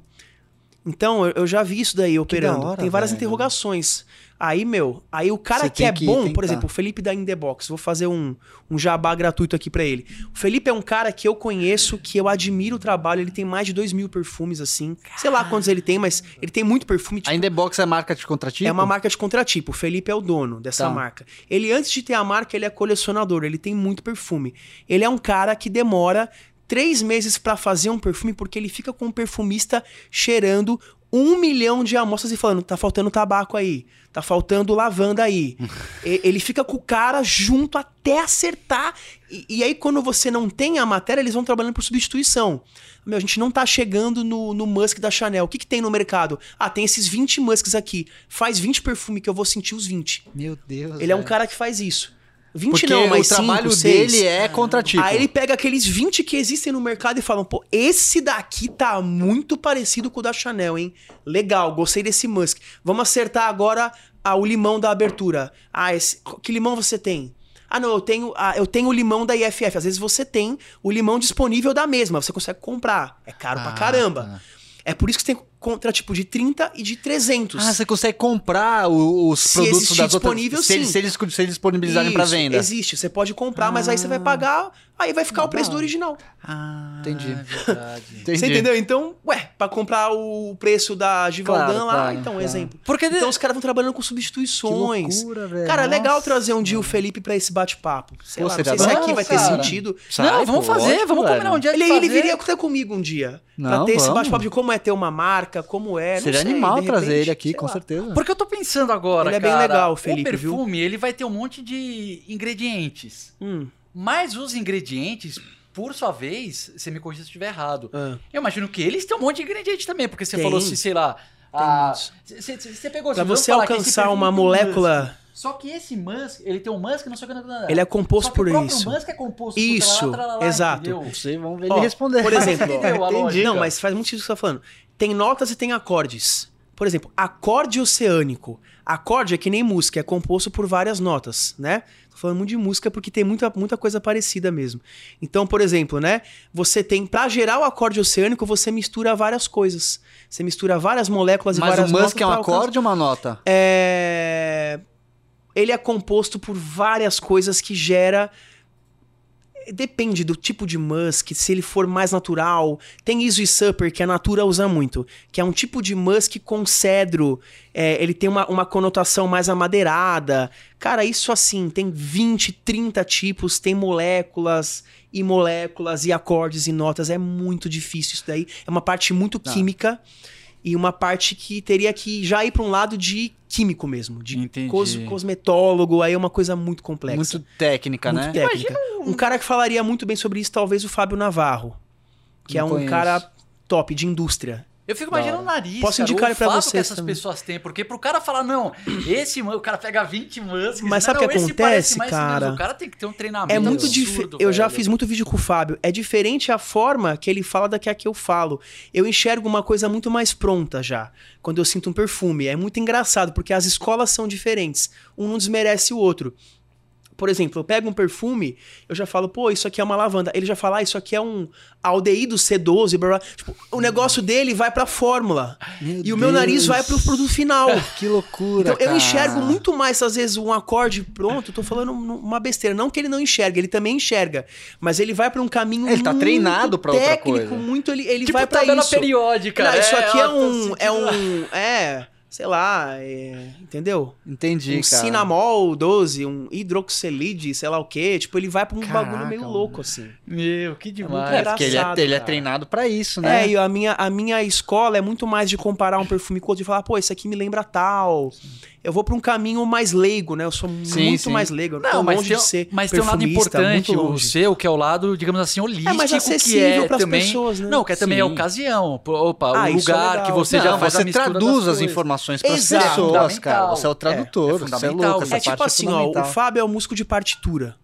Speaker 3: Então, eu, eu já vi isso daí operando.
Speaker 1: da hora,
Speaker 3: tem várias
Speaker 1: velho.
Speaker 3: interrogações. Aí, meu, aí o cara
Speaker 1: Você
Speaker 3: que
Speaker 1: tem
Speaker 3: é
Speaker 1: que
Speaker 3: bom, por
Speaker 1: tentar.
Speaker 3: exemplo, o Felipe da In The Box, vou fazer um, um jabá gratuito aqui pra ele. O Felipe é um cara que eu conheço, que eu admiro o trabalho, ele tem mais de dois mil perfumes, assim. Sei lá quantos ele tem, mas ele tem muito perfume. tipo,
Speaker 1: A Indebox é marca de contratipo?
Speaker 3: é uma marca de contratipo. O Felipe é o dono dessa
Speaker 1: Tá.
Speaker 3: marca. Ele, antes de ter a marca, ele é colecionador, ele tem muito perfume. Ele é um cara que demora três meses pra fazer um perfume, porque ele fica com um perfumista cheirando um milhão de amostras e falando: tá faltando tabaco aí, tá faltando lavanda aí. E- ele fica com o cara junto até acertar. E, e aí, quando você não tem a matéria, eles vão trabalhando por substituição. Meu, a gente não tá chegando no, no Musk da Chanel. O que, que tem no mercado? Ah, tem esses 20 Musks aqui. Faz 20 perfume que eu vou sentir os 20.
Speaker 1: Meu Deus.
Speaker 3: Ele é um
Speaker 1: velho.
Speaker 3: cara que faz isso. 20
Speaker 1: Porque
Speaker 3: não, mas
Speaker 1: o trabalho
Speaker 3: 5, 6.
Speaker 1: dele é contratipo.
Speaker 3: Aí ele pega aqueles 20 que existem no mercado e fala: pô, esse daqui tá muito parecido com o da Chanel, hein? Legal, gostei desse Musk. Vamos acertar agora ah, o limão da abertura. Ah, esse- que limão você tem? Ah, não, eu tenho, ah, eu tenho o limão da IFF. Às vezes você tem o limão disponível da mesma, você consegue comprar. É caro pra
Speaker 1: Ah,
Speaker 3: caramba.
Speaker 1: tá.
Speaker 3: É por isso que você tem contra tipo de 30 e de 300.
Speaker 1: Ah, você consegue comprar o- os
Speaker 3: Se
Speaker 1: produtos
Speaker 3: existir
Speaker 1: das
Speaker 3: disponível,
Speaker 1: outras... Se eles,
Speaker 3: sim.
Speaker 1: se eles, se eles disponibilizarem pra
Speaker 3: Isso,
Speaker 1: venda. Ah.
Speaker 3: Existe, você pode comprar, mas aí você vai pagar, aí vai ficar o preço do original.
Speaker 2: Ah,
Speaker 1: Entendi.
Speaker 2: é verdade.
Speaker 1: Entendi.
Speaker 3: Você entendeu? Então, ué, pra comprar o preço da Givaldin
Speaker 1: Claro,
Speaker 3: lá,
Speaker 1: claro,
Speaker 3: então,
Speaker 1: claro. é-
Speaker 3: exemplo.
Speaker 2: Porque
Speaker 3: Então os caras vão trabalhando com substituições.
Speaker 1: Que loucura, velho.
Speaker 3: Cara, é legal
Speaker 1: Nossa.
Speaker 3: trazer um dia o Felipe pra esse bate-papo. Sei
Speaker 1: Pô,
Speaker 3: lá, não
Speaker 1: seria
Speaker 3: sei se
Speaker 1: bom,
Speaker 3: aqui vai ter
Speaker 1: cara.
Speaker 3: sentido.
Speaker 2: Não, vamos
Speaker 1: pô,
Speaker 2: fazer,
Speaker 1: lógico,
Speaker 2: vamos
Speaker 1: velho.
Speaker 2: combinar um dia de
Speaker 3: Ele, ele
Speaker 2: fazer.
Speaker 3: viria até comigo um dia. pra
Speaker 1: Não,
Speaker 3: ter esse
Speaker 1: vamos.
Speaker 3: bate-papo de como é ter uma marca, como é. não
Speaker 1: Seria
Speaker 3: sei,
Speaker 1: animal
Speaker 3: de
Speaker 1: trazer
Speaker 3: repente,
Speaker 1: ele aqui,
Speaker 3: sei
Speaker 1: com
Speaker 3: lá.
Speaker 1: certeza.
Speaker 2: Porque eu tô pensando agora,
Speaker 3: Ele é bem
Speaker 2: cara.
Speaker 3: legal, Felipe,
Speaker 2: O
Speaker 3: viu?
Speaker 2: perfume, ele vai ter um monte de ingredientes.
Speaker 3: Hum,
Speaker 2: Mas os ingredientes, por sua vez, você me corrija se eu estiver errado.
Speaker 3: ah.
Speaker 2: Eu imagino que eles têm um monte de ingrediente também, porque você
Speaker 3: Tem.
Speaker 2: falou assim, sei lá. a-
Speaker 3: isso.
Speaker 2: c- c- c- Você pegou
Speaker 3: Pra
Speaker 2: vamos
Speaker 3: você
Speaker 2: falar que esse
Speaker 3: alcançar
Speaker 2: perfume
Speaker 3: uma
Speaker 2: tem um
Speaker 3: molécula.
Speaker 2: musk. Só que esse musk, ele tem um musk, não sei o que. não, não, não.
Speaker 3: Ele é
Speaker 2: Só
Speaker 3: composto
Speaker 2: que
Speaker 3: por
Speaker 2: o próprio
Speaker 3: isso.
Speaker 2: musk é composto por
Speaker 3: Isso,
Speaker 2: tralá, tralá,
Speaker 3: exato.
Speaker 2: entendeu?
Speaker 1: Não sei, vamos ver
Speaker 3: Ó,
Speaker 1: ele responder.
Speaker 3: Por exemplo,
Speaker 2: Entendeu a lógica?
Speaker 3: Não, mas faz muito sentido o que você tá falando. Tem notas e tem acordes. Por exemplo, acorde oceânico. Acorde é que nem música, é composto por várias notas, né? Tô falando muito de música porque tem muita, muita coisa parecida mesmo. Então, por exemplo, né? Você tem, pra gerar o acorde oceânico, você mistura várias coisas. Você mistura várias moléculas e
Speaker 1: Mas
Speaker 3: várias
Speaker 1: o Musk é um
Speaker 3: pra alcançar-
Speaker 1: acorde ou uma nota?
Speaker 3: é, ele é composto por várias coisas que gera depende do tipo de musk, se ele for mais natural. Tem Easy Supper que a Natura usa muito, que é um tipo de musk com cedro. É, ele tem uma, uma conotação mais amadeirada. Cara, isso assim, tem 20, 30 tipos, tem moléculas e moléculas e acordes e notas. É muito difícil isso daí. É uma parte muito
Speaker 1: Tá.
Speaker 3: química e uma parte que teria que já ir para um lado de químico mesmo, de
Speaker 2: Entendi.
Speaker 3: cos- cosmetólogo. Aí é uma coisa muito complexa.
Speaker 1: Muito técnica,
Speaker 3: Muito
Speaker 1: né?
Speaker 3: técnica. Um cara que falaria muito bem sobre isso, talvez o Fábio Navarro. Que
Speaker 1: Não
Speaker 3: é um
Speaker 1: conheço.
Speaker 3: cara top de indústria.
Speaker 2: Eu fico imaginando o nariz,
Speaker 3: Posso
Speaker 2: cara,
Speaker 3: indicar
Speaker 2: o
Speaker 3: ele pra
Speaker 2: olfato que
Speaker 3: vocês
Speaker 2: essas
Speaker 3: também.
Speaker 2: pessoas têm. Porque pro cara falar, não, esse man- o cara pega 20 musks,
Speaker 3: Mas sabe o
Speaker 2: não,
Speaker 3: que
Speaker 2: esse
Speaker 3: acontece,
Speaker 2: parece mais
Speaker 3: cara?
Speaker 2: sinistro. O cara tem que ter um treinamento
Speaker 3: É muito
Speaker 2: absurdo,
Speaker 3: diferente. Eu já
Speaker 2: velho.
Speaker 3: fiz muito vídeo com o Fábio. É diferente a forma que ele fala da que a que eu falo. Eu enxergo uma coisa muito mais pronta já. Quando eu sinto um perfume. É muito engraçado, porque as escolas são diferentes. Um não desmerece o outro. Por exemplo, eu pego um perfume, eu já falo, pô, isso aqui é uma lavanda. Ele já fala, ah, isso aqui é um aldeído C12, blá, blá. Tipo, o negócio dele vai pra fórmula.
Speaker 1: Meu
Speaker 3: E o meu nariz
Speaker 1: Deus,
Speaker 3: vai pro produto final.
Speaker 1: Que loucura.
Speaker 3: Então, eu
Speaker 1: cara.
Speaker 3: enxergo muito mais, às vezes, um acorde pronto. Tô falando um- uma besteira. Não que ele não enxerga, ele também enxerga. Mas ele vai pra um caminho.
Speaker 1: Ele tá
Speaker 3: muito
Speaker 1: treinado pra outra
Speaker 3: técnico,
Speaker 1: coisa.
Speaker 3: Muito, ele, ele
Speaker 2: Tipo
Speaker 3: vai pra
Speaker 2: tabela
Speaker 3: tá isso.
Speaker 2: periódica.
Speaker 3: Não,
Speaker 1: né?
Speaker 3: isso aqui é
Speaker 2: ela tá
Speaker 1: assim,
Speaker 3: um. É
Speaker 1: tipo,
Speaker 2: sentindo-
Speaker 3: um. É. Sei lá. é, entendeu?
Speaker 1: Entendi,
Speaker 3: um
Speaker 1: cara.
Speaker 3: cinamol 12, um hidroxelide, sei lá o quê. Tipo, ele vai pra um
Speaker 1: Caraca,
Speaker 3: bagulho meio
Speaker 1: mano.
Speaker 3: louco, assim.
Speaker 2: Meu, que demais.
Speaker 1: É, porque ele é,
Speaker 3: engraçado,
Speaker 1: ele é
Speaker 3: cara.
Speaker 1: treinado pra isso,
Speaker 3: É,
Speaker 1: né?
Speaker 3: e a minha, a minha escola é muito mais de comparar um perfume com outro e falar, pô, esse aqui me lembra tal. Eu vou pra um caminho mais leigo, né? Eu sou
Speaker 1: Sim,
Speaker 3: muito
Speaker 1: sim.
Speaker 3: mais leigo. Eu tô
Speaker 2: Não, mas,
Speaker 3: longe
Speaker 2: tem,
Speaker 3: de ser
Speaker 2: mas tem um lado
Speaker 3: perfumista,
Speaker 2: importante,
Speaker 3: muito
Speaker 2: o
Speaker 3: longe.
Speaker 2: seu, que é o lado, digamos assim, holístico,
Speaker 3: É mais
Speaker 2: que
Speaker 3: acessível
Speaker 2: é
Speaker 3: pras
Speaker 2: também...
Speaker 3: pessoas, né?
Speaker 2: Não, que é também a
Speaker 1: Sim.
Speaker 2: ocasião. Pô, Opa,
Speaker 3: Ah,
Speaker 2: o
Speaker 3: isso é
Speaker 2: lugar
Speaker 3: legal.
Speaker 2: que você
Speaker 1: Não,
Speaker 2: já faz a
Speaker 1: você
Speaker 2: mistura das
Speaker 1: traduz as
Speaker 2: coisas.
Speaker 1: informações pras
Speaker 3: Exato.
Speaker 1: pessoas, cara.
Speaker 2: Fundamental.
Speaker 1: Você é o
Speaker 2: É, é
Speaker 1: tradutor, você é
Speaker 2: fundamental
Speaker 1: louco.
Speaker 2: isso.
Speaker 1: Essa
Speaker 3: É tipo
Speaker 1: parte
Speaker 3: assim,
Speaker 1: é
Speaker 3: ó, o
Speaker 1: fundamental.
Speaker 3: Fábio é o músico de partitura.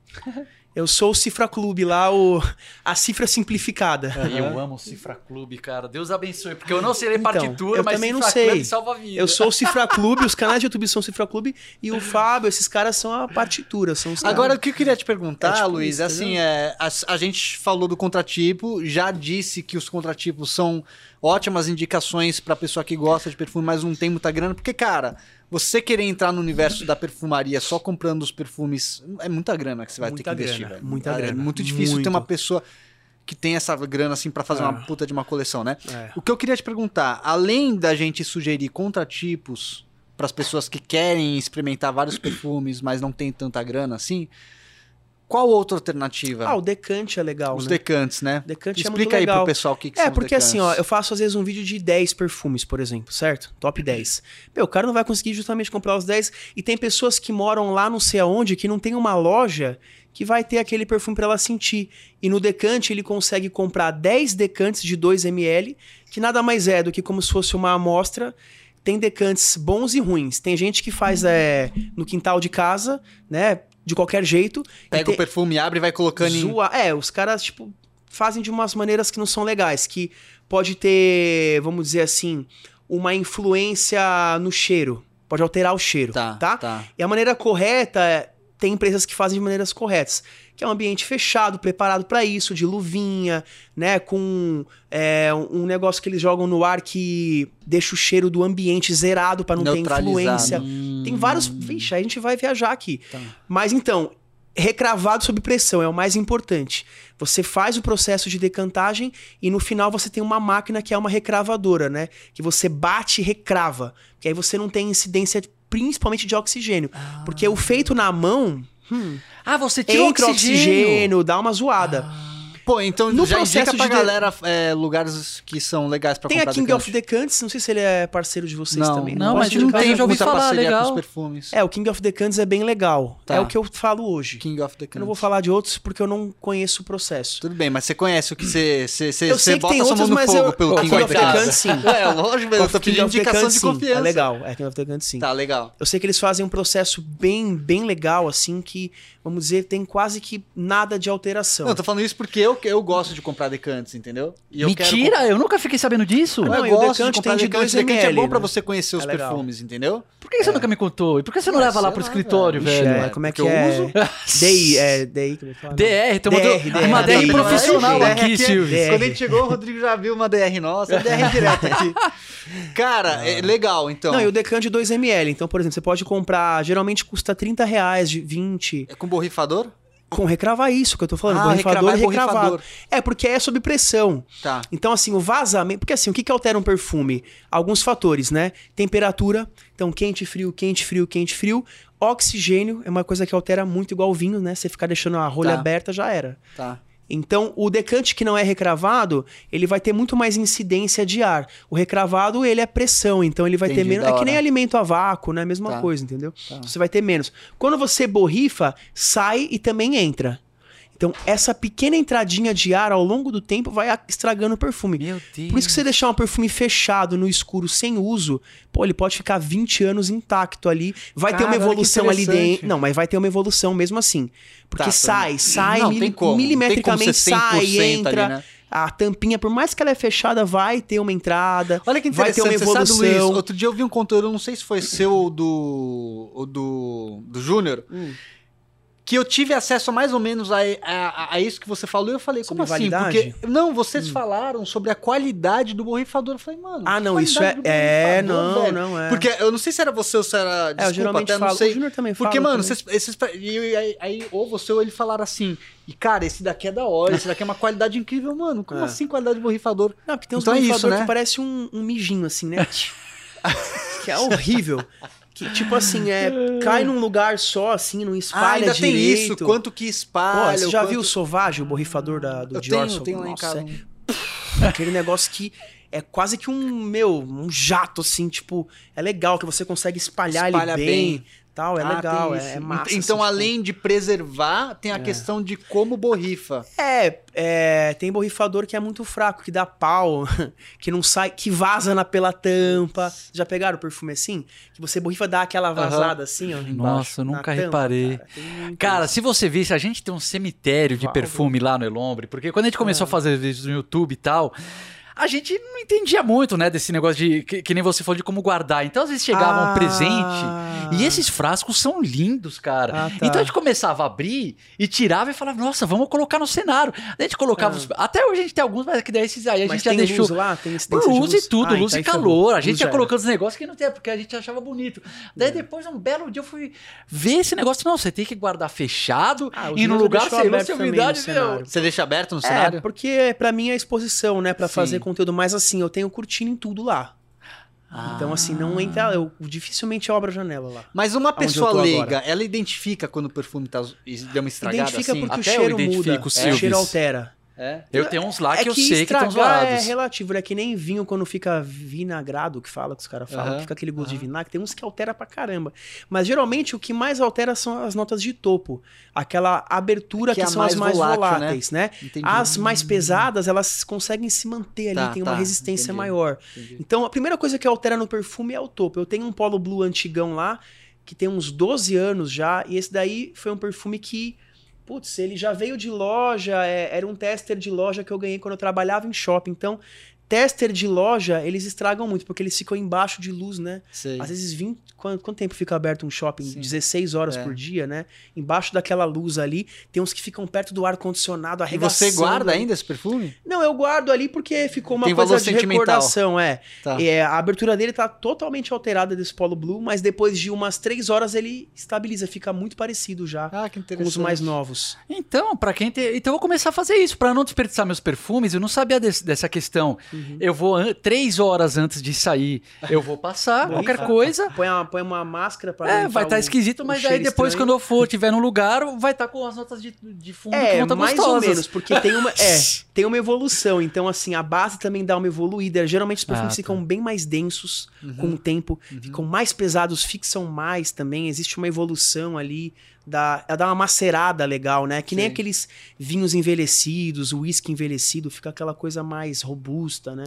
Speaker 3: Eu sou o Cifra Clube lá, o, a cifra simplificada.
Speaker 2: Eu amo o Cifra Clube, cara. Deus abençoe. Porque eu não serei
Speaker 3: Então,
Speaker 2: partitura,
Speaker 3: eu
Speaker 2: mas
Speaker 3: também não
Speaker 2: Cifra
Speaker 3: sei.
Speaker 2: Clube salva a vida.
Speaker 3: Eu sou o Cifra Clube, os canais de YouTube são o Cifra Clube e o Fábio, esses caras são a partitura, são os
Speaker 2: Tipo,
Speaker 3: caras.
Speaker 1: Agora, o que eu queria te
Speaker 3: É
Speaker 1: perguntar,
Speaker 3: tipo
Speaker 1: Luiz,
Speaker 3: isso,
Speaker 1: é assim,
Speaker 3: entendeu?
Speaker 1: é, a, a gente falou do contratipo, já disse que os contratipos são ótimas indicações pra pessoa que gosta de perfume, mas não tem muita grana, porque, cara, você querer entrar no universo da perfumaria só comprando os perfumes, é muita grana que você vai
Speaker 3: Muita
Speaker 1: ter que investir,
Speaker 3: grana,
Speaker 1: velho.
Speaker 3: muita
Speaker 1: é,
Speaker 3: grana,
Speaker 1: muito difícil ter
Speaker 3: muito.
Speaker 1: uma pessoa que tem essa grana, assim, pra fazer uma
Speaker 3: Ah.
Speaker 1: puta de uma coleção, né?
Speaker 3: É.
Speaker 1: O que eu queria te perguntar, além da gente sugerir contratipos para as pessoas que querem experimentar vários perfumes, mas não tem tanta grana assim, qual outra alternativa?
Speaker 3: Ah, o decante é legal,
Speaker 1: Tá. Os
Speaker 3: né?
Speaker 1: decantes, né?
Speaker 3: Decante é muito
Speaker 1: Explica aí
Speaker 3: legal.
Speaker 1: pro pessoal o que, que
Speaker 3: É,
Speaker 1: são
Speaker 3: porque
Speaker 1: decantes.
Speaker 3: assim, ó, eu faço às vezes um vídeo de 10 perfumes, por exemplo, certo? Top
Speaker 1: Uhum.
Speaker 3: 10. Meu, o cara não vai conseguir justamente comprar os 10. E tem pessoas que moram lá não sei aonde, que não tem uma loja que vai ter aquele perfume pra ela sentir. E no decante ele consegue comprar 10 decantes de 2 ml, que nada mais é do que como se fosse uma amostra. Tem decantes bons e ruins. Tem gente que faz
Speaker 1: Uhum.
Speaker 3: é, no quintal de casa, né? De qualquer jeito. E
Speaker 1: Pega
Speaker 3: tem-
Speaker 1: o perfume, abre e vai colocando em...
Speaker 3: Zoa- É, os caras, tipo, fazem de umas maneiras que não são legais, que pode ter, vamos dizer assim, uma influência no cheiro. Pode alterar o cheiro,
Speaker 1: Tá,
Speaker 3: tá?
Speaker 1: tá.
Speaker 3: E a maneira correta, é- tem empresas que fazem de maneiras corretas, que é um ambiente fechado, preparado pra isso, de luvinha, né? Com é, um um negócio que eles jogam no ar que deixa o cheiro do ambiente zerado pra não ter
Speaker 1: Neutralizado.
Speaker 3: influência.
Speaker 1: Hum.
Speaker 3: Tem vários. Vixe, aí a gente vai viajar aqui.
Speaker 1: Tá.
Speaker 3: Mas então, recravado sob pressão é o mais importante. Você faz o processo de decantagem e no final você tem uma máquina que é uma recravadora, né? Que você bate e recrava. Porque aí você não tem incidência principalmente de oxigênio.
Speaker 1: Ah.
Speaker 3: Porque o feito na mão. hum,
Speaker 2: Ah, você tira o
Speaker 3: entra
Speaker 2: oxigênio. Ah,
Speaker 3: oxigênio, dá uma
Speaker 1: Ah.
Speaker 3: zoada.
Speaker 1: Pô, então
Speaker 3: No
Speaker 1: já indica
Speaker 3: processo
Speaker 1: pra
Speaker 3: de de-
Speaker 1: galera é, lugares que são legais pra
Speaker 3: tem a
Speaker 1: comprar
Speaker 3: King
Speaker 1: decante.
Speaker 3: of Decantes, não sei se ele é parceiro de vocês
Speaker 1: Não,
Speaker 3: também. né?
Speaker 1: não,
Speaker 2: Não,
Speaker 3: posso
Speaker 1: mas
Speaker 2: mas
Speaker 1: não
Speaker 3: indicar.
Speaker 2: eu
Speaker 1: tem
Speaker 2: já ouvi
Speaker 1: muita
Speaker 2: falar,
Speaker 1: parceria com
Speaker 2: legal.
Speaker 1: os perfumes.
Speaker 3: É, o King of Decantes é bem legal.
Speaker 1: Tá.
Speaker 3: É o que eu falo hoje.
Speaker 1: King of the
Speaker 3: Eu não vou falar de outros porque eu não conheço o processo.
Speaker 1: Tudo bem, mas você conhece o que você. Você, você,
Speaker 3: Eu
Speaker 1: você
Speaker 3: sei que
Speaker 1: bota
Speaker 3: tem
Speaker 1: sua mão
Speaker 3: outros,
Speaker 1: no
Speaker 3: mas
Speaker 1: fogo
Speaker 3: eu-
Speaker 1: pelo
Speaker 3: Ah,
Speaker 1: King of
Speaker 3: King of
Speaker 1: the Gun,
Speaker 3: Decans, sim.
Speaker 1: É, lógico, mas eu tô
Speaker 3: King
Speaker 1: pedindo
Speaker 3: of the
Speaker 1: indicação
Speaker 3: Gun,
Speaker 1: de
Speaker 3: sim.
Speaker 1: confiança.
Speaker 3: É legal, é King of the Gun, sim.
Speaker 1: Tá, legal.
Speaker 3: Eu sei que eles fazem um processo bem, bem legal, assim, que, vamos dizer, tem quase que nada de alteração.
Speaker 1: Não, eu tô falando isso porque eu eu, eu gosto de comprar decantes, entendeu? E eu quero
Speaker 2: Mentira, eu nunca fiquei sabendo disso.
Speaker 1: comprar-
Speaker 3: Ah, não,
Speaker 1: eu
Speaker 3: e o
Speaker 1: gosto de
Speaker 3: decante
Speaker 1: comprar
Speaker 3: tem de
Speaker 1: decantes.
Speaker 3: 2
Speaker 1: Decante é bom
Speaker 3: ml,
Speaker 1: pra
Speaker 3: né?
Speaker 1: você conhecer os
Speaker 3: É legal.
Speaker 1: perfumes, entendeu?
Speaker 2: Por
Speaker 3: É.
Speaker 2: que você nunca me contou? E por que você não
Speaker 1: Ah,
Speaker 2: leva lá
Speaker 1: sei
Speaker 2: pro
Speaker 1: lá,
Speaker 2: escritório,
Speaker 3: Ixi,
Speaker 2: velho?
Speaker 3: é, como é que
Speaker 1: né? Porque eu
Speaker 3: é?
Speaker 1: uso.
Speaker 3: DI, é, DI, como é que fala?
Speaker 2: DR, tem uma,
Speaker 3: DR,
Speaker 2: DR, então uma
Speaker 3: DR,
Speaker 2: DR profissional
Speaker 3: DR,
Speaker 2: aqui, Silvio.
Speaker 3: DR.
Speaker 1: Quando a gente chegou, o Rodrigo já viu uma DR nossa, é DR direto aqui. Cara, é legal, então.
Speaker 3: Ah. Não, e o decante 2ml. Então, por exemplo, você pode comprar, geralmente custa 30 reais, de 20.
Speaker 1: É com borrifador?
Speaker 3: Com recravar isso que eu tô falando,
Speaker 1: Ah,
Speaker 3: borrifador
Speaker 1: recravar
Speaker 3: e
Speaker 1: é borrifador.
Speaker 3: recravado. É, porque é sob pressão.
Speaker 1: Tá.
Speaker 3: Então, assim, o vazamento. Porque, assim, o que, que altera um perfume? Alguns fatores, né? Temperatura. Então, quente, frio, quente, frio, quente, frio. Oxigênio é uma coisa que altera muito, igual o vinho, né? Você ficar deixando a rolha
Speaker 1: Tá.
Speaker 3: aberta, já era.
Speaker 1: Tá.
Speaker 3: Então, o decante que não é recravado, ele vai ter muito mais incidência de ar. O recravado, ele é pressão, então ele vai
Speaker 1: Entendi,
Speaker 3: ter menos.
Speaker 1: da
Speaker 3: É que
Speaker 1: hora.
Speaker 3: nem alimento a vácuo, né? Mesma
Speaker 1: Tá.
Speaker 3: coisa, entendeu?
Speaker 1: Tá.
Speaker 3: Você vai ter menos. Quando você borrifa, sai e também entra. Então, essa pequena entradinha de ar ao longo do tempo vai a- estragando o perfume.
Speaker 2: Meu Deus.
Speaker 3: Por isso que você deixar um perfume fechado no escuro sem uso, pô, ele pode ficar 20 anos intacto ali. Vai ter
Speaker 1: Cara,
Speaker 3: uma
Speaker 1: olha que
Speaker 3: evolução ali
Speaker 1: interessante.
Speaker 3: dentro. Não, mas vai ter uma evolução mesmo assim. Porque
Speaker 1: Tá,
Speaker 3: sai,
Speaker 1: tá.
Speaker 3: sai
Speaker 1: Não,
Speaker 3: mili-
Speaker 1: tem como, não tem como
Speaker 3: milimetricamente,
Speaker 1: ser 100%
Speaker 3: sai,
Speaker 1: ali,
Speaker 3: entra.
Speaker 1: né?
Speaker 3: A tampinha, por mais que ela é fechada, vai ter uma entrada.
Speaker 1: Olha que
Speaker 3: Vai ter
Speaker 1: interessante,
Speaker 3: uma
Speaker 1: você sabe, Luiz,
Speaker 3: evolução.
Speaker 1: outro dia eu vi um conteúdo, não sei se foi seu ou do, ou do, do Júnior,
Speaker 3: Hum.
Speaker 1: que eu tive acesso mais ou menos a, a, a isso que você falou, e eu falei, como
Speaker 3: Sobre
Speaker 1: assim?
Speaker 3: validade? Hum.
Speaker 1: Porque, não, vocês falaram sobre a qualidade do borrifador, eu falei, mano...
Speaker 3: Ah,
Speaker 1: que
Speaker 3: não, isso é.
Speaker 1: qualidade do
Speaker 3: É,
Speaker 1: borrifador,
Speaker 3: não,
Speaker 1: velho?
Speaker 3: não é.
Speaker 1: Porque eu não sei se era você ou se era. Desculpa,
Speaker 3: é, eu geralmente
Speaker 1: até não
Speaker 3: falo. O
Speaker 1: sei.
Speaker 3: Júnior também fala.
Speaker 1: Porque, mano,
Speaker 3: também.
Speaker 1: vocês, esses, e aí, aí ou você ou ele falaram assim, e cara, esse daqui é da hora, esse daqui é uma qualidade incrível, mano. Como
Speaker 3: É.
Speaker 1: assim qualidade de borrifador?
Speaker 3: Não, porque tem uns
Speaker 1: Então é isso,
Speaker 3: borrifadores
Speaker 1: né?
Speaker 3: que parece um, um mijinho, assim, né? que é horrível. Que, tipo assim, é, cai num lugar só, assim, não espalha
Speaker 1: Ah, ainda tem
Speaker 3: direito.
Speaker 1: isso, quanto que
Speaker 3: Pô,
Speaker 1: espalha.
Speaker 3: você já
Speaker 1: quanto-
Speaker 3: viu o Sovage, o borrifador da, do
Speaker 1: Eu
Speaker 3: Dior?
Speaker 1: tenho,
Speaker 3: Sov-
Speaker 1: tenho lá em
Speaker 3: Nossa,
Speaker 1: casa.
Speaker 3: é aquele negócio que é quase que um, meu, um jato, assim, tipo, é legal que você consegue espalhar
Speaker 1: Espalha
Speaker 3: ele bem, tal, é
Speaker 1: Ah,
Speaker 3: legal,
Speaker 1: tem
Speaker 3: é,
Speaker 1: isso.
Speaker 3: é massa.
Speaker 1: Então,
Speaker 3: assim,
Speaker 1: além de preservar, tem a
Speaker 3: É.
Speaker 1: questão de como borrifa.
Speaker 3: tipo, É, é, tem borrifador que é muito fraco, que dá pau, que não sai, que vaza na, pela tampa. Já pegaram o perfume assim? Que você borrifa, dá aquela vazada assim, ó, embaixo,
Speaker 2: Nossa, eu
Speaker 3: na
Speaker 2: nunca
Speaker 3: tampa,
Speaker 2: reparei.
Speaker 3: cara, tem muito
Speaker 2: Cara,
Speaker 3: isso.
Speaker 2: se você visse, a gente tem um cemitério de
Speaker 3: Uau.
Speaker 2: perfume lá no Elombre, porque quando a gente
Speaker 3: É.
Speaker 2: começou a fazer vídeos no YouTube e tal, a gente não entendia muito, né, desse negócio de que, que nem você falou de como guardar. Então, às vezes chegava um
Speaker 3: Ah.
Speaker 2: presente e esses frascos são lindos, cara.
Speaker 3: Ah, tá.
Speaker 2: Então a gente começava a abrir e tirava e falava, nossa, vamos colocar no cenário. A gente colocava
Speaker 3: Ah.
Speaker 2: os- Até hoje a gente tem alguns, mas é que daí esses aí a
Speaker 3: Mas
Speaker 2: gente já
Speaker 3: tem
Speaker 2: deixou.
Speaker 3: luz lá, tem
Speaker 2: Por
Speaker 3: incidência de
Speaker 2: luz e tudo,
Speaker 3: Ah,
Speaker 2: luz e
Speaker 3: então aí ferrou.
Speaker 2: calor. A gente
Speaker 3: Luz É.
Speaker 2: ia
Speaker 3: já era.
Speaker 2: colocando os negócios que não tinha, porque a gente achava bonito. Daí depois, um belo dia, eu fui ver esse negócio. Não, você tem que guardar fechado
Speaker 3: Ah, o
Speaker 2: e no
Speaker 3: Júnior
Speaker 2: lugar
Speaker 3: deixou
Speaker 2: sem luz,
Speaker 3: aberto
Speaker 2: sem
Speaker 3: também
Speaker 2: umidade,
Speaker 3: no
Speaker 2: meu.
Speaker 3: cenário.
Speaker 1: Você deixa aberto no
Speaker 3: É,
Speaker 1: cenário?
Speaker 3: porque pra mim é exposição, né? Pra
Speaker 1: Sim.
Speaker 3: fazer conteúdo mais assim, eu tenho cortina em tudo lá.
Speaker 2: Ah.
Speaker 3: Então, assim, não entra. Eu dificilmente eu abro a janela lá.
Speaker 1: Mas uma
Speaker 3: Aonde eu
Speaker 1: pessoa
Speaker 3: tô agora.
Speaker 1: leiga, ela identifica quando o perfume tá, deu uma estragada
Speaker 3: identifica
Speaker 1: assim?
Speaker 3: porque o
Speaker 2: Até eu
Speaker 3: cheiro
Speaker 2: identifico
Speaker 3: muda.
Speaker 2: o
Speaker 3: O
Speaker 2: Silvis.
Speaker 3: É, cheiro altera.
Speaker 1: É?
Speaker 2: Eu tenho uns lá que, eu sei que estão
Speaker 3: estragar é
Speaker 2: zoados.
Speaker 3: relativo, né? Que nem vinho quando fica vinagrado, que fala, que os caras falam,
Speaker 1: Aham,
Speaker 3: que fica aquele gosto de vinagre. Tem uns que altera pra caramba. Mas geralmente o que mais altera são as notas de topo. Aquela abertura
Speaker 1: Que
Speaker 3: que,
Speaker 1: é a
Speaker 3: são as
Speaker 1: mais
Speaker 3: mais
Speaker 1: volátil, né?
Speaker 3: voláteis, né?
Speaker 1: Entendi.
Speaker 3: As mais pesadas, elas conseguem se manter ali,
Speaker 1: Tá,
Speaker 3: tem uma
Speaker 1: tá,
Speaker 3: resistência
Speaker 1: entendi.
Speaker 3: maior.
Speaker 1: Entendi.
Speaker 3: Então, a primeira coisa que altera no perfume é o topo. Eu tenho um Polo Blue antigão lá, que tem uns 12 anos já, e esse daí foi um perfume que, putz, ele já veio de loja, é, era um tester de loja que eu ganhei quando eu trabalhava em shopping. Então, tester de loja, eles estragam muito, porque eles ficam embaixo de luz, né?
Speaker 1: Sei.
Speaker 3: Às vezes, 20, quanto, quanto tempo fica aberto um shopping?
Speaker 1: Sim.
Speaker 3: 16 horas
Speaker 1: É.
Speaker 3: por dia, né? Embaixo daquela luz ali, tem uns que ficam perto do ar-condicionado,
Speaker 1: E
Speaker 3: arregaçando.
Speaker 1: você guarda
Speaker 3: ali.
Speaker 1: ainda esse perfume?
Speaker 3: Não, eu guardo ali porque ficou uma
Speaker 1: Tem valor
Speaker 3: coisa de
Speaker 1: sentimental.
Speaker 3: recordação, é.
Speaker 1: Tá.
Speaker 3: É, a abertura dele tá totalmente alterada desse Polo Blue, mas depois de umas três horas ele estabiliza, fica muito parecido já
Speaker 1: Ah, que
Speaker 3: com
Speaker 1: interessante.
Speaker 3: os mais novos.
Speaker 2: Então, para quem tem. Então, eu vou começar a fazer isso, para não desperdiçar meus perfumes. Eu não sabia desse- dessa questão.
Speaker 1: Uhum.
Speaker 2: Eu vou an- três horas antes de sair, eu vou passar
Speaker 3: Borrifar.
Speaker 2: qualquer coisa.
Speaker 3: Põe uma, põe uma máscara pra
Speaker 2: É,
Speaker 3: limpar
Speaker 2: vai
Speaker 1: tá
Speaker 2: estar
Speaker 3: o-
Speaker 2: esquisito,
Speaker 3: o
Speaker 2: mas aí
Speaker 3: cheiro
Speaker 2: depois,
Speaker 3: estranho.
Speaker 2: quando eu for, tiver no lugar, vai estar com as notas de, de fundo que
Speaker 3: É,
Speaker 2: vão estar
Speaker 3: mais
Speaker 2: gostosas.
Speaker 3: ou menos, porque tem uma, é, tem uma evolução. Então, assim, a base também dá uma evoluída. Geralmente os perfumes
Speaker 2: Ah, tá.
Speaker 3: ficam bem mais densos com o tempo, ficam mais pesados, fixam mais também. Existe uma evolução ali, dá, ela dá uma macerada legal, né? Que nem
Speaker 1: Sim.
Speaker 3: aqueles vinhos envelhecidos, uísque envelhecido, fica aquela coisa mais robusta, né?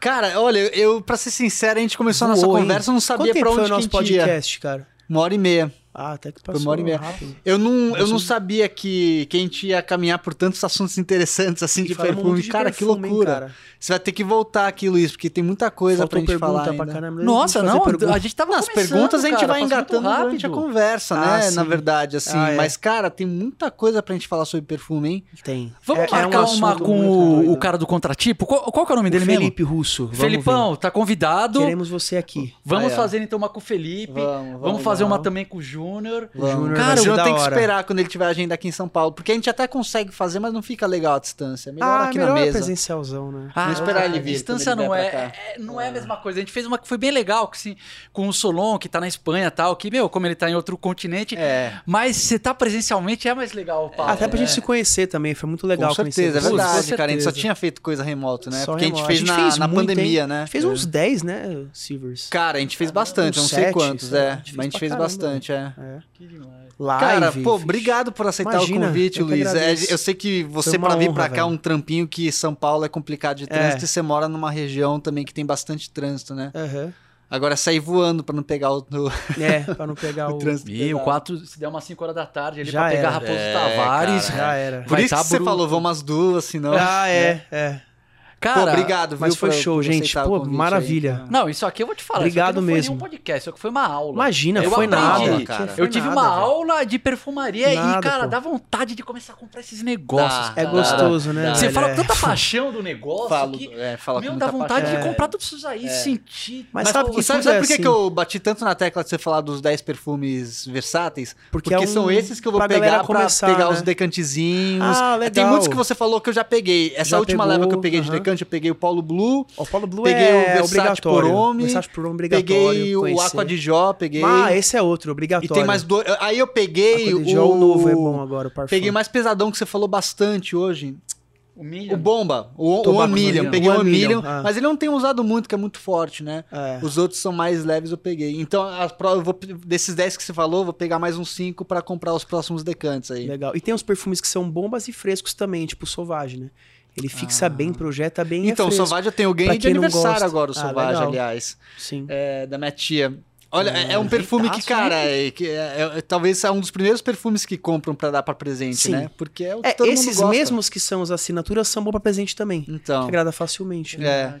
Speaker 1: Cara, olha, eu, pra ser sincero, a gente começou a nossa
Speaker 3: Voou, hein?
Speaker 1: conversa, eu não sabia
Speaker 3: Quanto tempo
Speaker 1: pra onde
Speaker 3: foi o
Speaker 1: que a
Speaker 3: nosso
Speaker 1: gente ia.
Speaker 3: podcast, cara?
Speaker 1: Uma hora e meia.
Speaker 3: Ah, até que
Speaker 1: Foi
Speaker 3: passou
Speaker 1: uma hora e meia.
Speaker 3: rápido.
Speaker 1: Eu não, eu não sabia que, que a gente ia caminhar por tantos assuntos interessantes assim de
Speaker 3: E falamos
Speaker 1: perfume.
Speaker 3: um de
Speaker 1: cara, que
Speaker 3: perfume, hein,
Speaker 1: loucura.
Speaker 3: cara?
Speaker 1: Você vai ter que voltar aqui, Luiz, porque tem muita coisa
Speaker 3: Faltou
Speaker 1: pra gente
Speaker 3: pergunta
Speaker 1: falar.
Speaker 3: pra
Speaker 1: Ainda.
Speaker 3: caramba.
Speaker 2: Nossa,
Speaker 3: Fazer
Speaker 2: não,
Speaker 3: pergunta.
Speaker 2: a gente tava
Speaker 1: Nas
Speaker 2: começando,
Speaker 1: perguntas a gente
Speaker 2: cara,
Speaker 1: vai
Speaker 2: passa muito
Speaker 1: engatando durante a
Speaker 2: rápido.
Speaker 1: conversa,
Speaker 3: Ah,
Speaker 1: né?
Speaker 3: sim.
Speaker 1: Na verdade, assim.
Speaker 3: Ah, é.
Speaker 1: Mas, cara, tem muita coisa pra gente falar sobre perfume, hein?
Speaker 3: Tem.
Speaker 2: Vamos
Speaker 3: É- é um
Speaker 2: marcar uma
Speaker 3: assunto
Speaker 2: com
Speaker 3: muito
Speaker 2: o,
Speaker 3: doido.
Speaker 2: o cara do contratipo? Qual, qual que é o nome
Speaker 3: O
Speaker 2: dele mesmo?
Speaker 3: Felipe Russo. vamos
Speaker 2: Felipão, tá
Speaker 3: ver.
Speaker 2: convidado.
Speaker 3: Queremos você aqui.
Speaker 2: Vamos
Speaker 1: Aí, ó.
Speaker 2: fazer então uma com o Felipe. Vamos, fazer uma também com o Júnior.
Speaker 3: O Júnior
Speaker 1: Cara,
Speaker 3: vai
Speaker 1: o
Speaker 3: ser
Speaker 1: Júnior
Speaker 3: da
Speaker 1: tem que
Speaker 3: hora.
Speaker 1: esperar quando ele tiver agenda aqui em São Paulo, porque a gente até consegue fazer, mas não fica legal a distância. Ah, Melhor aqui
Speaker 3: melhor
Speaker 1: na mesa.
Speaker 3: presencialzão, né?
Speaker 2: Ah,
Speaker 1: esperar ele
Speaker 2: a
Speaker 1: vir
Speaker 2: distância
Speaker 1: quando ele
Speaker 2: não é,
Speaker 1: vier pra cá. Ah.
Speaker 2: é- não é a mesma coisa. A gente fez uma que foi bem legal que, sim, com o Solon, que tá na Espanha e tal, que, meu, como ele tá em outro continente,
Speaker 1: É.
Speaker 2: mas você tá presencialmente é mais legal, Paulo.
Speaker 3: Ah, Até pra gente se conhecer também, foi muito legal
Speaker 1: Com certeza, é
Speaker 3: conhecer vocês.
Speaker 1: verdade,
Speaker 2: Com
Speaker 1: cara. A gente só
Speaker 2: certeza.
Speaker 1: tinha feito coisa remoto, né?
Speaker 3: Só
Speaker 1: Porque a gente
Speaker 3: remoto.
Speaker 1: fez na, na
Speaker 3: muito,
Speaker 1: pandemia,
Speaker 3: hein?
Speaker 1: né?
Speaker 3: Fez uns 10, né, Silvers?
Speaker 1: Cara, a gente fez bastante, eu não
Speaker 3: uns
Speaker 1: sei
Speaker 3: sete,
Speaker 1: quantos,
Speaker 3: sei lá,
Speaker 1: é.
Speaker 3: a gente
Speaker 1: Mas a gente
Speaker 3: fez
Speaker 1: fez
Speaker 3: pra caramba.
Speaker 1: bastante, é.
Speaker 3: É.
Speaker 2: Que demais.
Speaker 3: Live.
Speaker 1: Cara, pô,
Speaker 3: fixe.
Speaker 1: obrigado por aceitar
Speaker 3: Imagina,
Speaker 1: o convite,
Speaker 3: eu que
Speaker 1: Luiz. É,
Speaker 3: agradeço.
Speaker 1: eu sei que você,
Speaker 3: Foi uma
Speaker 1: pra vir
Speaker 3: honra,
Speaker 1: pra cá, é
Speaker 3: velho.
Speaker 1: um trampinho que São Paulo é complicado de trânsito
Speaker 3: É.
Speaker 1: e você mora numa região também que tem bastante trânsito, né?
Speaker 3: Aham.
Speaker 1: Agora sair voando pra não pegar o, o-
Speaker 3: É, pra não pegar o...
Speaker 1: o trânsito.
Speaker 2: E o 4, se der umas 5 horas da tarde ali
Speaker 3: Já
Speaker 2: pra pegar
Speaker 3: era.
Speaker 2: Raposo
Speaker 1: É,
Speaker 2: Tavares.
Speaker 1: cara. né?
Speaker 3: Já era.
Speaker 1: Por
Speaker 2: Vai
Speaker 1: isso
Speaker 2: tá
Speaker 1: que você
Speaker 2: bruto.
Speaker 1: falou, vamos as duas, senão.
Speaker 3: Ah, é, é.
Speaker 1: Pô,
Speaker 2: Cara,
Speaker 1: obrigado,
Speaker 3: Mas
Speaker 1: viu,
Speaker 3: foi
Speaker 1: por-
Speaker 3: show,
Speaker 1: por
Speaker 3: gente.
Speaker 1: aceitar o
Speaker 3: Pô,
Speaker 1: convite aí. né?
Speaker 3: maravilha.
Speaker 2: Não, isso aqui eu vou te falar.
Speaker 3: Obrigado
Speaker 2: isso aqui não
Speaker 3: mesmo.
Speaker 2: Foi nenhum podcast, isso aqui foi uma aula.
Speaker 3: Imagina,
Speaker 2: Eu
Speaker 3: foi
Speaker 2: aprendi,
Speaker 3: nada.
Speaker 1: cara.
Speaker 2: eu tive uma
Speaker 3: aula.
Speaker 2: aula de perfumaria e,
Speaker 3: Nada,
Speaker 2: cara,
Speaker 3: pô.
Speaker 2: dá vontade de começar a comprar esses
Speaker 1: Dá,
Speaker 2: negócios.
Speaker 3: É
Speaker 2: cara.
Speaker 3: gostoso,
Speaker 1: dá.
Speaker 3: né?
Speaker 2: Você
Speaker 3: velho?
Speaker 2: fala
Speaker 3: É.
Speaker 2: tanta paixão do negócio
Speaker 1: Falo,
Speaker 2: que.
Speaker 1: é, fala
Speaker 2: Meu,
Speaker 1: com
Speaker 2: dá
Speaker 1: muita
Speaker 2: vontade
Speaker 1: paixão.
Speaker 2: de comprar tudo isso aí, sentir.
Speaker 3: tá É. Mas
Speaker 1: Mas
Speaker 3: sabe
Speaker 1: sabe,
Speaker 3: que
Speaker 1: sabe,
Speaker 3: tudo
Speaker 1: sabe
Speaker 3: é
Speaker 1: por que
Speaker 3: assim.
Speaker 1: que eu bati tanto na tecla de você falar dos 10 perfumes versáteis? Porque,
Speaker 3: é um-
Speaker 1: são esses que eu vou
Speaker 3: pra
Speaker 1: pegar
Speaker 3: galera
Speaker 1: pra
Speaker 3: começar,
Speaker 1: pegar
Speaker 3: né?
Speaker 1: os decantezinhos. É,
Speaker 3: Ah,
Speaker 1: Tem
Speaker 3: legal.
Speaker 1: muitos que você falou que eu já peguei. Essa
Speaker 3: Já
Speaker 1: última leva que eu
Speaker 3: pegou,
Speaker 1: peguei de
Speaker 3: aham.
Speaker 1: decante, eu peguei o Paulo Blue,
Speaker 3: O Paulo Blue
Speaker 1: Peguei o
Speaker 3: é
Speaker 1: Versace
Speaker 3: obrigatório.
Speaker 1: Poromi,
Speaker 3: Versace por homem é obrigatório.
Speaker 1: peguei o
Speaker 3: conhecer.
Speaker 1: Aqua de Jó, peguei.
Speaker 3: Ah, esse é outro,
Speaker 1: e
Speaker 3: obrigatório.
Speaker 1: tem mais dois. Aí eu peguei
Speaker 3: Aqua
Speaker 1: o...
Speaker 3: de Jó, o novo é bom agora, o parfum.
Speaker 1: Peguei o mais pesadão que você falou bastante hoje.
Speaker 2: O milho.
Speaker 1: O Bomba, o, o
Speaker 3: Tobacco
Speaker 1: One Million.
Speaker 3: Million.
Speaker 1: Peguei o
Speaker 3: One
Speaker 1: One Million,
Speaker 3: Million, ah.
Speaker 1: mas ele não tem usado muito, que é muito forte, né?
Speaker 3: É.
Speaker 1: Os outros são mais leves, eu peguei. Então, as pro- eu vou, desses 10 que você falou, eu vou pegar mais uns 5 pra comprar os próximos decantes aí.
Speaker 3: Legal. E tem uns perfumes que são bombas e frescos também, tipo o Sauvage, né? Ele fixa bem, projeta bem
Speaker 1: Ah. Então, o
Speaker 3: e é fresco.
Speaker 1: Selvagem eu tenho ganho
Speaker 3: Pra
Speaker 1: de
Speaker 3: quem não
Speaker 1: aniversário
Speaker 3: gosta.
Speaker 1: agora, o
Speaker 3: Ah,
Speaker 1: Selvagem,
Speaker 3: legal.
Speaker 1: aliás,
Speaker 3: Sim.
Speaker 1: é, da minha tia. Olha, é, é um
Speaker 2: Ah,
Speaker 1: perfume que,
Speaker 2: jeitaço,
Speaker 1: cara, é, que é- é- talvez seja um dos primeiros perfumes que compram pra dar pra presente,
Speaker 3: Sim.
Speaker 1: né? Porque é o que
Speaker 3: É,
Speaker 1: todo mundo
Speaker 3: esses
Speaker 1: gosta.
Speaker 3: mesmos que são as assinaturas são bons pra presente também. Que
Speaker 1: Então,
Speaker 3: agrada facilmente. né?
Speaker 1: é.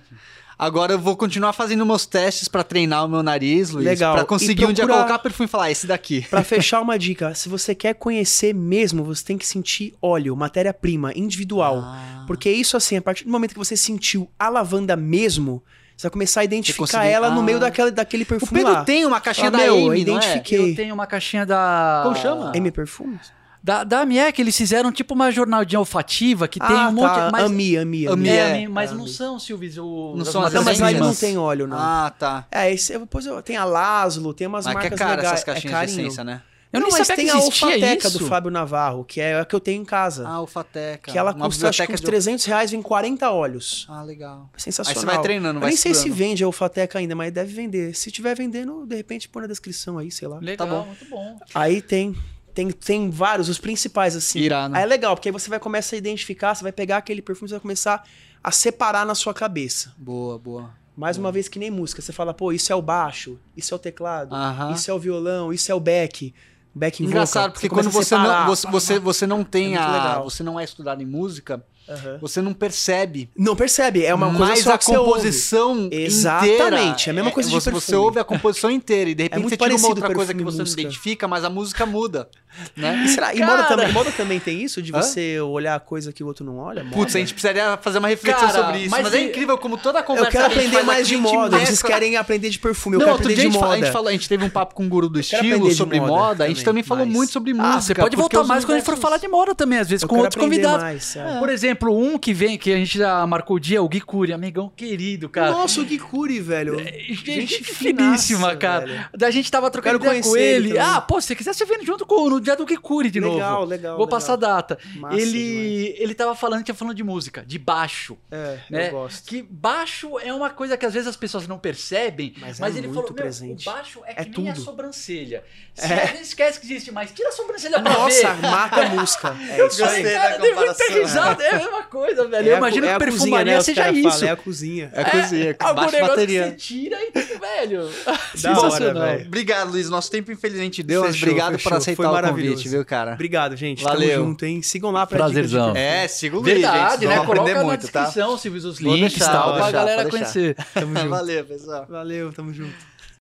Speaker 1: Agora eu vou continuar fazendo meus testes pra treinar o meu nariz, Luiz.
Speaker 3: Legal.
Speaker 1: Pra
Speaker 3: E
Speaker 1: conseguir um dia
Speaker 3: procurar-
Speaker 1: colocar perfume e falar, "Ah, esse daqui.
Speaker 3: Pra fechar uma dica, se você quer conhecer mesmo, você tem que sentir óleo, matéria-prima, individual.
Speaker 1: Ah.
Speaker 3: Porque isso, assim, a partir do momento que você sentiu a lavanda mesmo, você vai começar a identificar
Speaker 1: conseguir-
Speaker 3: ela no
Speaker 1: Ah.
Speaker 3: meio daquela, daquele
Speaker 1: O
Speaker 3: perfume
Speaker 1: Pedro
Speaker 3: lá.
Speaker 1: tem uma caixinha
Speaker 3: Ah,
Speaker 1: da
Speaker 3: meu,
Speaker 1: Amy,
Speaker 3: eu
Speaker 1: não é?
Speaker 3: identifiquei.
Speaker 2: Eu tenho uma caixinha da.
Speaker 1: Como chama?
Speaker 3: M Perfumes?
Speaker 2: Da, da Miek, eles fizeram tipo uma jornadinha olfativa que tem um monte.
Speaker 3: tá.
Speaker 2: Mas,
Speaker 3: Ami,
Speaker 1: Ami,
Speaker 3: Ami, Ami.
Speaker 2: é,
Speaker 1: é.
Speaker 2: ami- mas
Speaker 3: Ah,
Speaker 2: não
Speaker 3: ami.
Speaker 2: são, Silvis. O,
Speaker 1: Não
Speaker 2: as
Speaker 1: são as
Speaker 3: Não,
Speaker 2: matérias
Speaker 3: mas lá ele não
Speaker 1: Mas-
Speaker 3: tem um. óleo, não.
Speaker 1: Ah, tá.
Speaker 3: É, esse, depois eu, tem a Laszlo, tem umas
Speaker 1: Mas que é
Speaker 3: marcas
Speaker 1: caro
Speaker 3: legais.
Speaker 1: essas caixinhas
Speaker 3: é
Speaker 1: de
Speaker 3: carinho.
Speaker 1: essência, né?
Speaker 2: Eu nem
Speaker 3: não, mas
Speaker 2: sabia que
Speaker 3: tem a
Speaker 2: existia
Speaker 3: Olfateca
Speaker 2: isso.
Speaker 3: do Fábio Navarro, que é a que eu tenho em casa.
Speaker 1: Ah, olfateca.
Speaker 3: que ela
Speaker 1: Uma
Speaker 3: custa acho que
Speaker 1: biblioteca
Speaker 3: uns
Speaker 1: de-
Speaker 3: 300 reais, vem 40 óleos.
Speaker 1: Ah, legal. Aí
Speaker 3: Sensacional.
Speaker 1: você vai treinando,
Speaker 3: Eu
Speaker 1: vai
Speaker 3: nem sei se
Speaker 1: estudando.
Speaker 3: vende a olfateca ainda, mas deve vender. Se tiver vendendo, de repente põe na descrição aí, sei lá.
Speaker 2: Legal,
Speaker 1: Tá bom.
Speaker 2: muito bom.
Speaker 3: Aí tem, tem, tem vários, os principais, assim.
Speaker 1: Irado.
Speaker 3: Aí é legal, porque aí você vai começar a identificar, você vai pegar aquele perfume, você vai começar a separar na sua cabeça.
Speaker 1: Boa, boa.
Speaker 3: Mais uma vez que nem música, você fala, pô, isso é o baixo, isso é o teclado,
Speaker 1: Aham.
Speaker 3: isso é o violão, isso é o back, back vocal.
Speaker 1: Engraçado, porque quando
Speaker 3: começa
Speaker 1: você
Speaker 3: a
Speaker 1: não,
Speaker 3: separar.
Speaker 1: você, você, você não tem
Speaker 3: É muito
Speaker 1: a.
Speaker 3: legal.
Speaker 1: Você não é estudado em música,
Speaker 3: Aham.
Speaker 1: você não percebe.
Speaker 3: Não percebe, é uma coisa
Speaker 1: mas
Speaker 3: só
Speaker 1: a
Speaker 3: que você ouve.
Speaker 1: composição
Speaker 3: Exatamente,
Speaker 1: inteira,
Speaker 3: é a mesma coisa de
Speaker 1: você, você
Speaker 3: perfume. É
Speaker 1: ouve a composição inteira e de repente
Speaker 3: muito
Speaker 1: você tira uma
Speaker 3: parecido
Speaker 1: outra coisa que
Speaker 3: perfume e
Speaker 1: você
Speaker 3: música.
Speaker 1: não identifica, mas a música muda, né?
Speaker 3: E, será, e
Speaker 2: Cara!
Speaker 3: moda, também, moda também tem isso, de
Speaker 1: Hã?
Speaker 3: você olhar a coisa que o outro não olha? Moda?
Speaker 1: Putz, a gente precisaria fazer uma reflexão
Speaker 2: Cara,
Speaker 1: sobre isso.
Speaker 2: mas
Speaker 1: Mas, é
Speaker 2: e-
Speaker 1: incrível como toda a conversa
Speaker 3: eu quero
Speaker 1: que a gente
Speaker 3: aprender
Speaker 1: faz
Speaker 3: mais
Speaker 1: aqui,
Speaker 3: de
Speaker 1: a gente
Speaker 3: moda, vocês
Speaker 1: mescla-
Speaker 3: querem aprender de perfume, eu
Speaker 1: não,
Speaker 3: quero
Speaker 1: outro
Speaker 3: aprender
Speaker 1: dia a
Speaker 3: de
Speaker 1: gente, fala- a gente
Speaker 3: moda.
Speaker 1: falou- a gente teve um papo com o guru do
Speaker 3: quero aprender
Speaker 1: estilo
Speaker 3: de
Speaker 1: sobre moda,
Speaker 3: moda
Speaker 1: a gente
Speaker 3: também,
Speaker 1: também falou
Speaker 3: mas-
Speaker 1: muito sobre música.
Speaker 2: Ah, você pode
Speaker 1: porque
Speaker 2: voltar
Speaker 1: os
Speaker 2: mais quando a gente for
Speaker 1: universos-
Speaker 2: falar de moda também, às vezes,
Speaker 3: Eu
Speaker 2: com
Speaker 3: quero
Speaker 2: outros
Speaker 3: aprender
Speaker 2: convidados.
Speaker 3: mais, é.
Speaker 2: Por exemplo, um que vem, que a gente já marcou o dia, é o Gui Cury, amigão querido, cara.
Speaker 3: Nossa, o Gikuri, velho.
Speaker 2: Gente,
Speaker 3: Gente
Speaker 2: finíssima,
Speaker 3: finaça,
Speaker 2: cara.
Speaker 3: velho.
Speaker 2: Da gente tava trocando
Speaker 3: Quero
Speaker 2: ideia com
Speaker 3: conhecer ele
Speaker 2: ele.
Speaker 3: também.
Speaker 2: ah, pô, se você quiser, você vem junto com, no dia do Kikuri de
Speaker 3: legal,
Speaker 2: novo.
Speaker 3: legal.
Speaker 2: Vou
Speaker 3: legal.
Speaker 2: passar a data.
Speaker 3: Massa
Speaker 2: ele, ele tava falando, tinha falando de música, de baixo.
Speaker 3: É,
Speaker 2: né?
Speaker 3: eu gosto.
Speaker 2: Que baixo é uma coisa que às vezes as pessoas não percebem, mas,
Speaker 3: Mas é
Speaker 2: ele
Speaker 3: muito
Speaker 2: falou: meu,
Speaker 3: presente.
Speaker 2: o baixo é,
Speaker 3: É
Speaker 2: que nem a
Speaker 3: tudo. É.
Speaker 2: sobrancelha. Se às vezes esquece que existe, mas tira a sobrancelha pra ver.
Speaker 3: Nossa, mata a música. É isso
Speaker 1: gostei
Speaker 3: aí.
Speaker 2: Ai,
Speaker 1: da
Speaker 2: cara, eu dei muita
Speaker 1: comparação,
Speaker 2: risada. É a mesma coisa, velho.
Speaker 3: né? É
Speaker 2: eu
Speaker 3: a-
Speaker 2: imagino
Speaker 3: é
Speaker 2: que
Speaker 3: a cozinha,
Speaker 2: perfumaria
Speaker 3: né? Os
Speaker 2: seja
Speaker 3: cara
Speaker 2: isso.
Speaker 3: fala, É a cozinha.
Speaker 1: É cozinha,
Speaker 2: Algum
Speaker 1: baixa
Speaker 2: negócio
Speaker 1: bateria.
Speaker 2: que você tira e, tipo, velho.
Speaker 3: Da hora,
Speaker 1: Sensacional.
Speaker 3: velho.
Speaker 1: Obrigado, Luiz. Nosso tempo, infelizmente, deu. mas
Speaker 3: Fechou,
Speaker 1: Obrigado por
Speaker 3: fechou. Foi
Speaker 1: aceitar o convite,
Speaker 3: maravilhoso.
Speaker 1: viu, cara?
Speaker 3: Obrigado, gente.
Speaker 1: Valeu.
Speaker 3: Tamo junto, hein? Sigam lá pra
Speaker 2: Prazerzão.
Speaker 3: dica de-
Speaker 1: É, siga o Luiz, gente.
Speaker 2: Verdade,
Speaker 1: Vocês
Speaker 2: né?
Speaker 1: vão aprender
Speaker 2: Coloca na
Speaker 1: muito, tá?
Speaker 2: descrição, Silvio, os
Speaker 1: Vou
Speaker 2: links tá?
Speaker 1: deixar,
Speaker 2: tal,
Speaker 1: vou
Speaker 2: pra
Speaker 1: deixar,
Speaker 2: galera
Speaker 1: vou deixar.
Speaker 2: conhecer.
Speaker 3: Tamo junto.
Speaker 1: Valeu, pessoal.
Speaker 3: Valeu, tamo junto.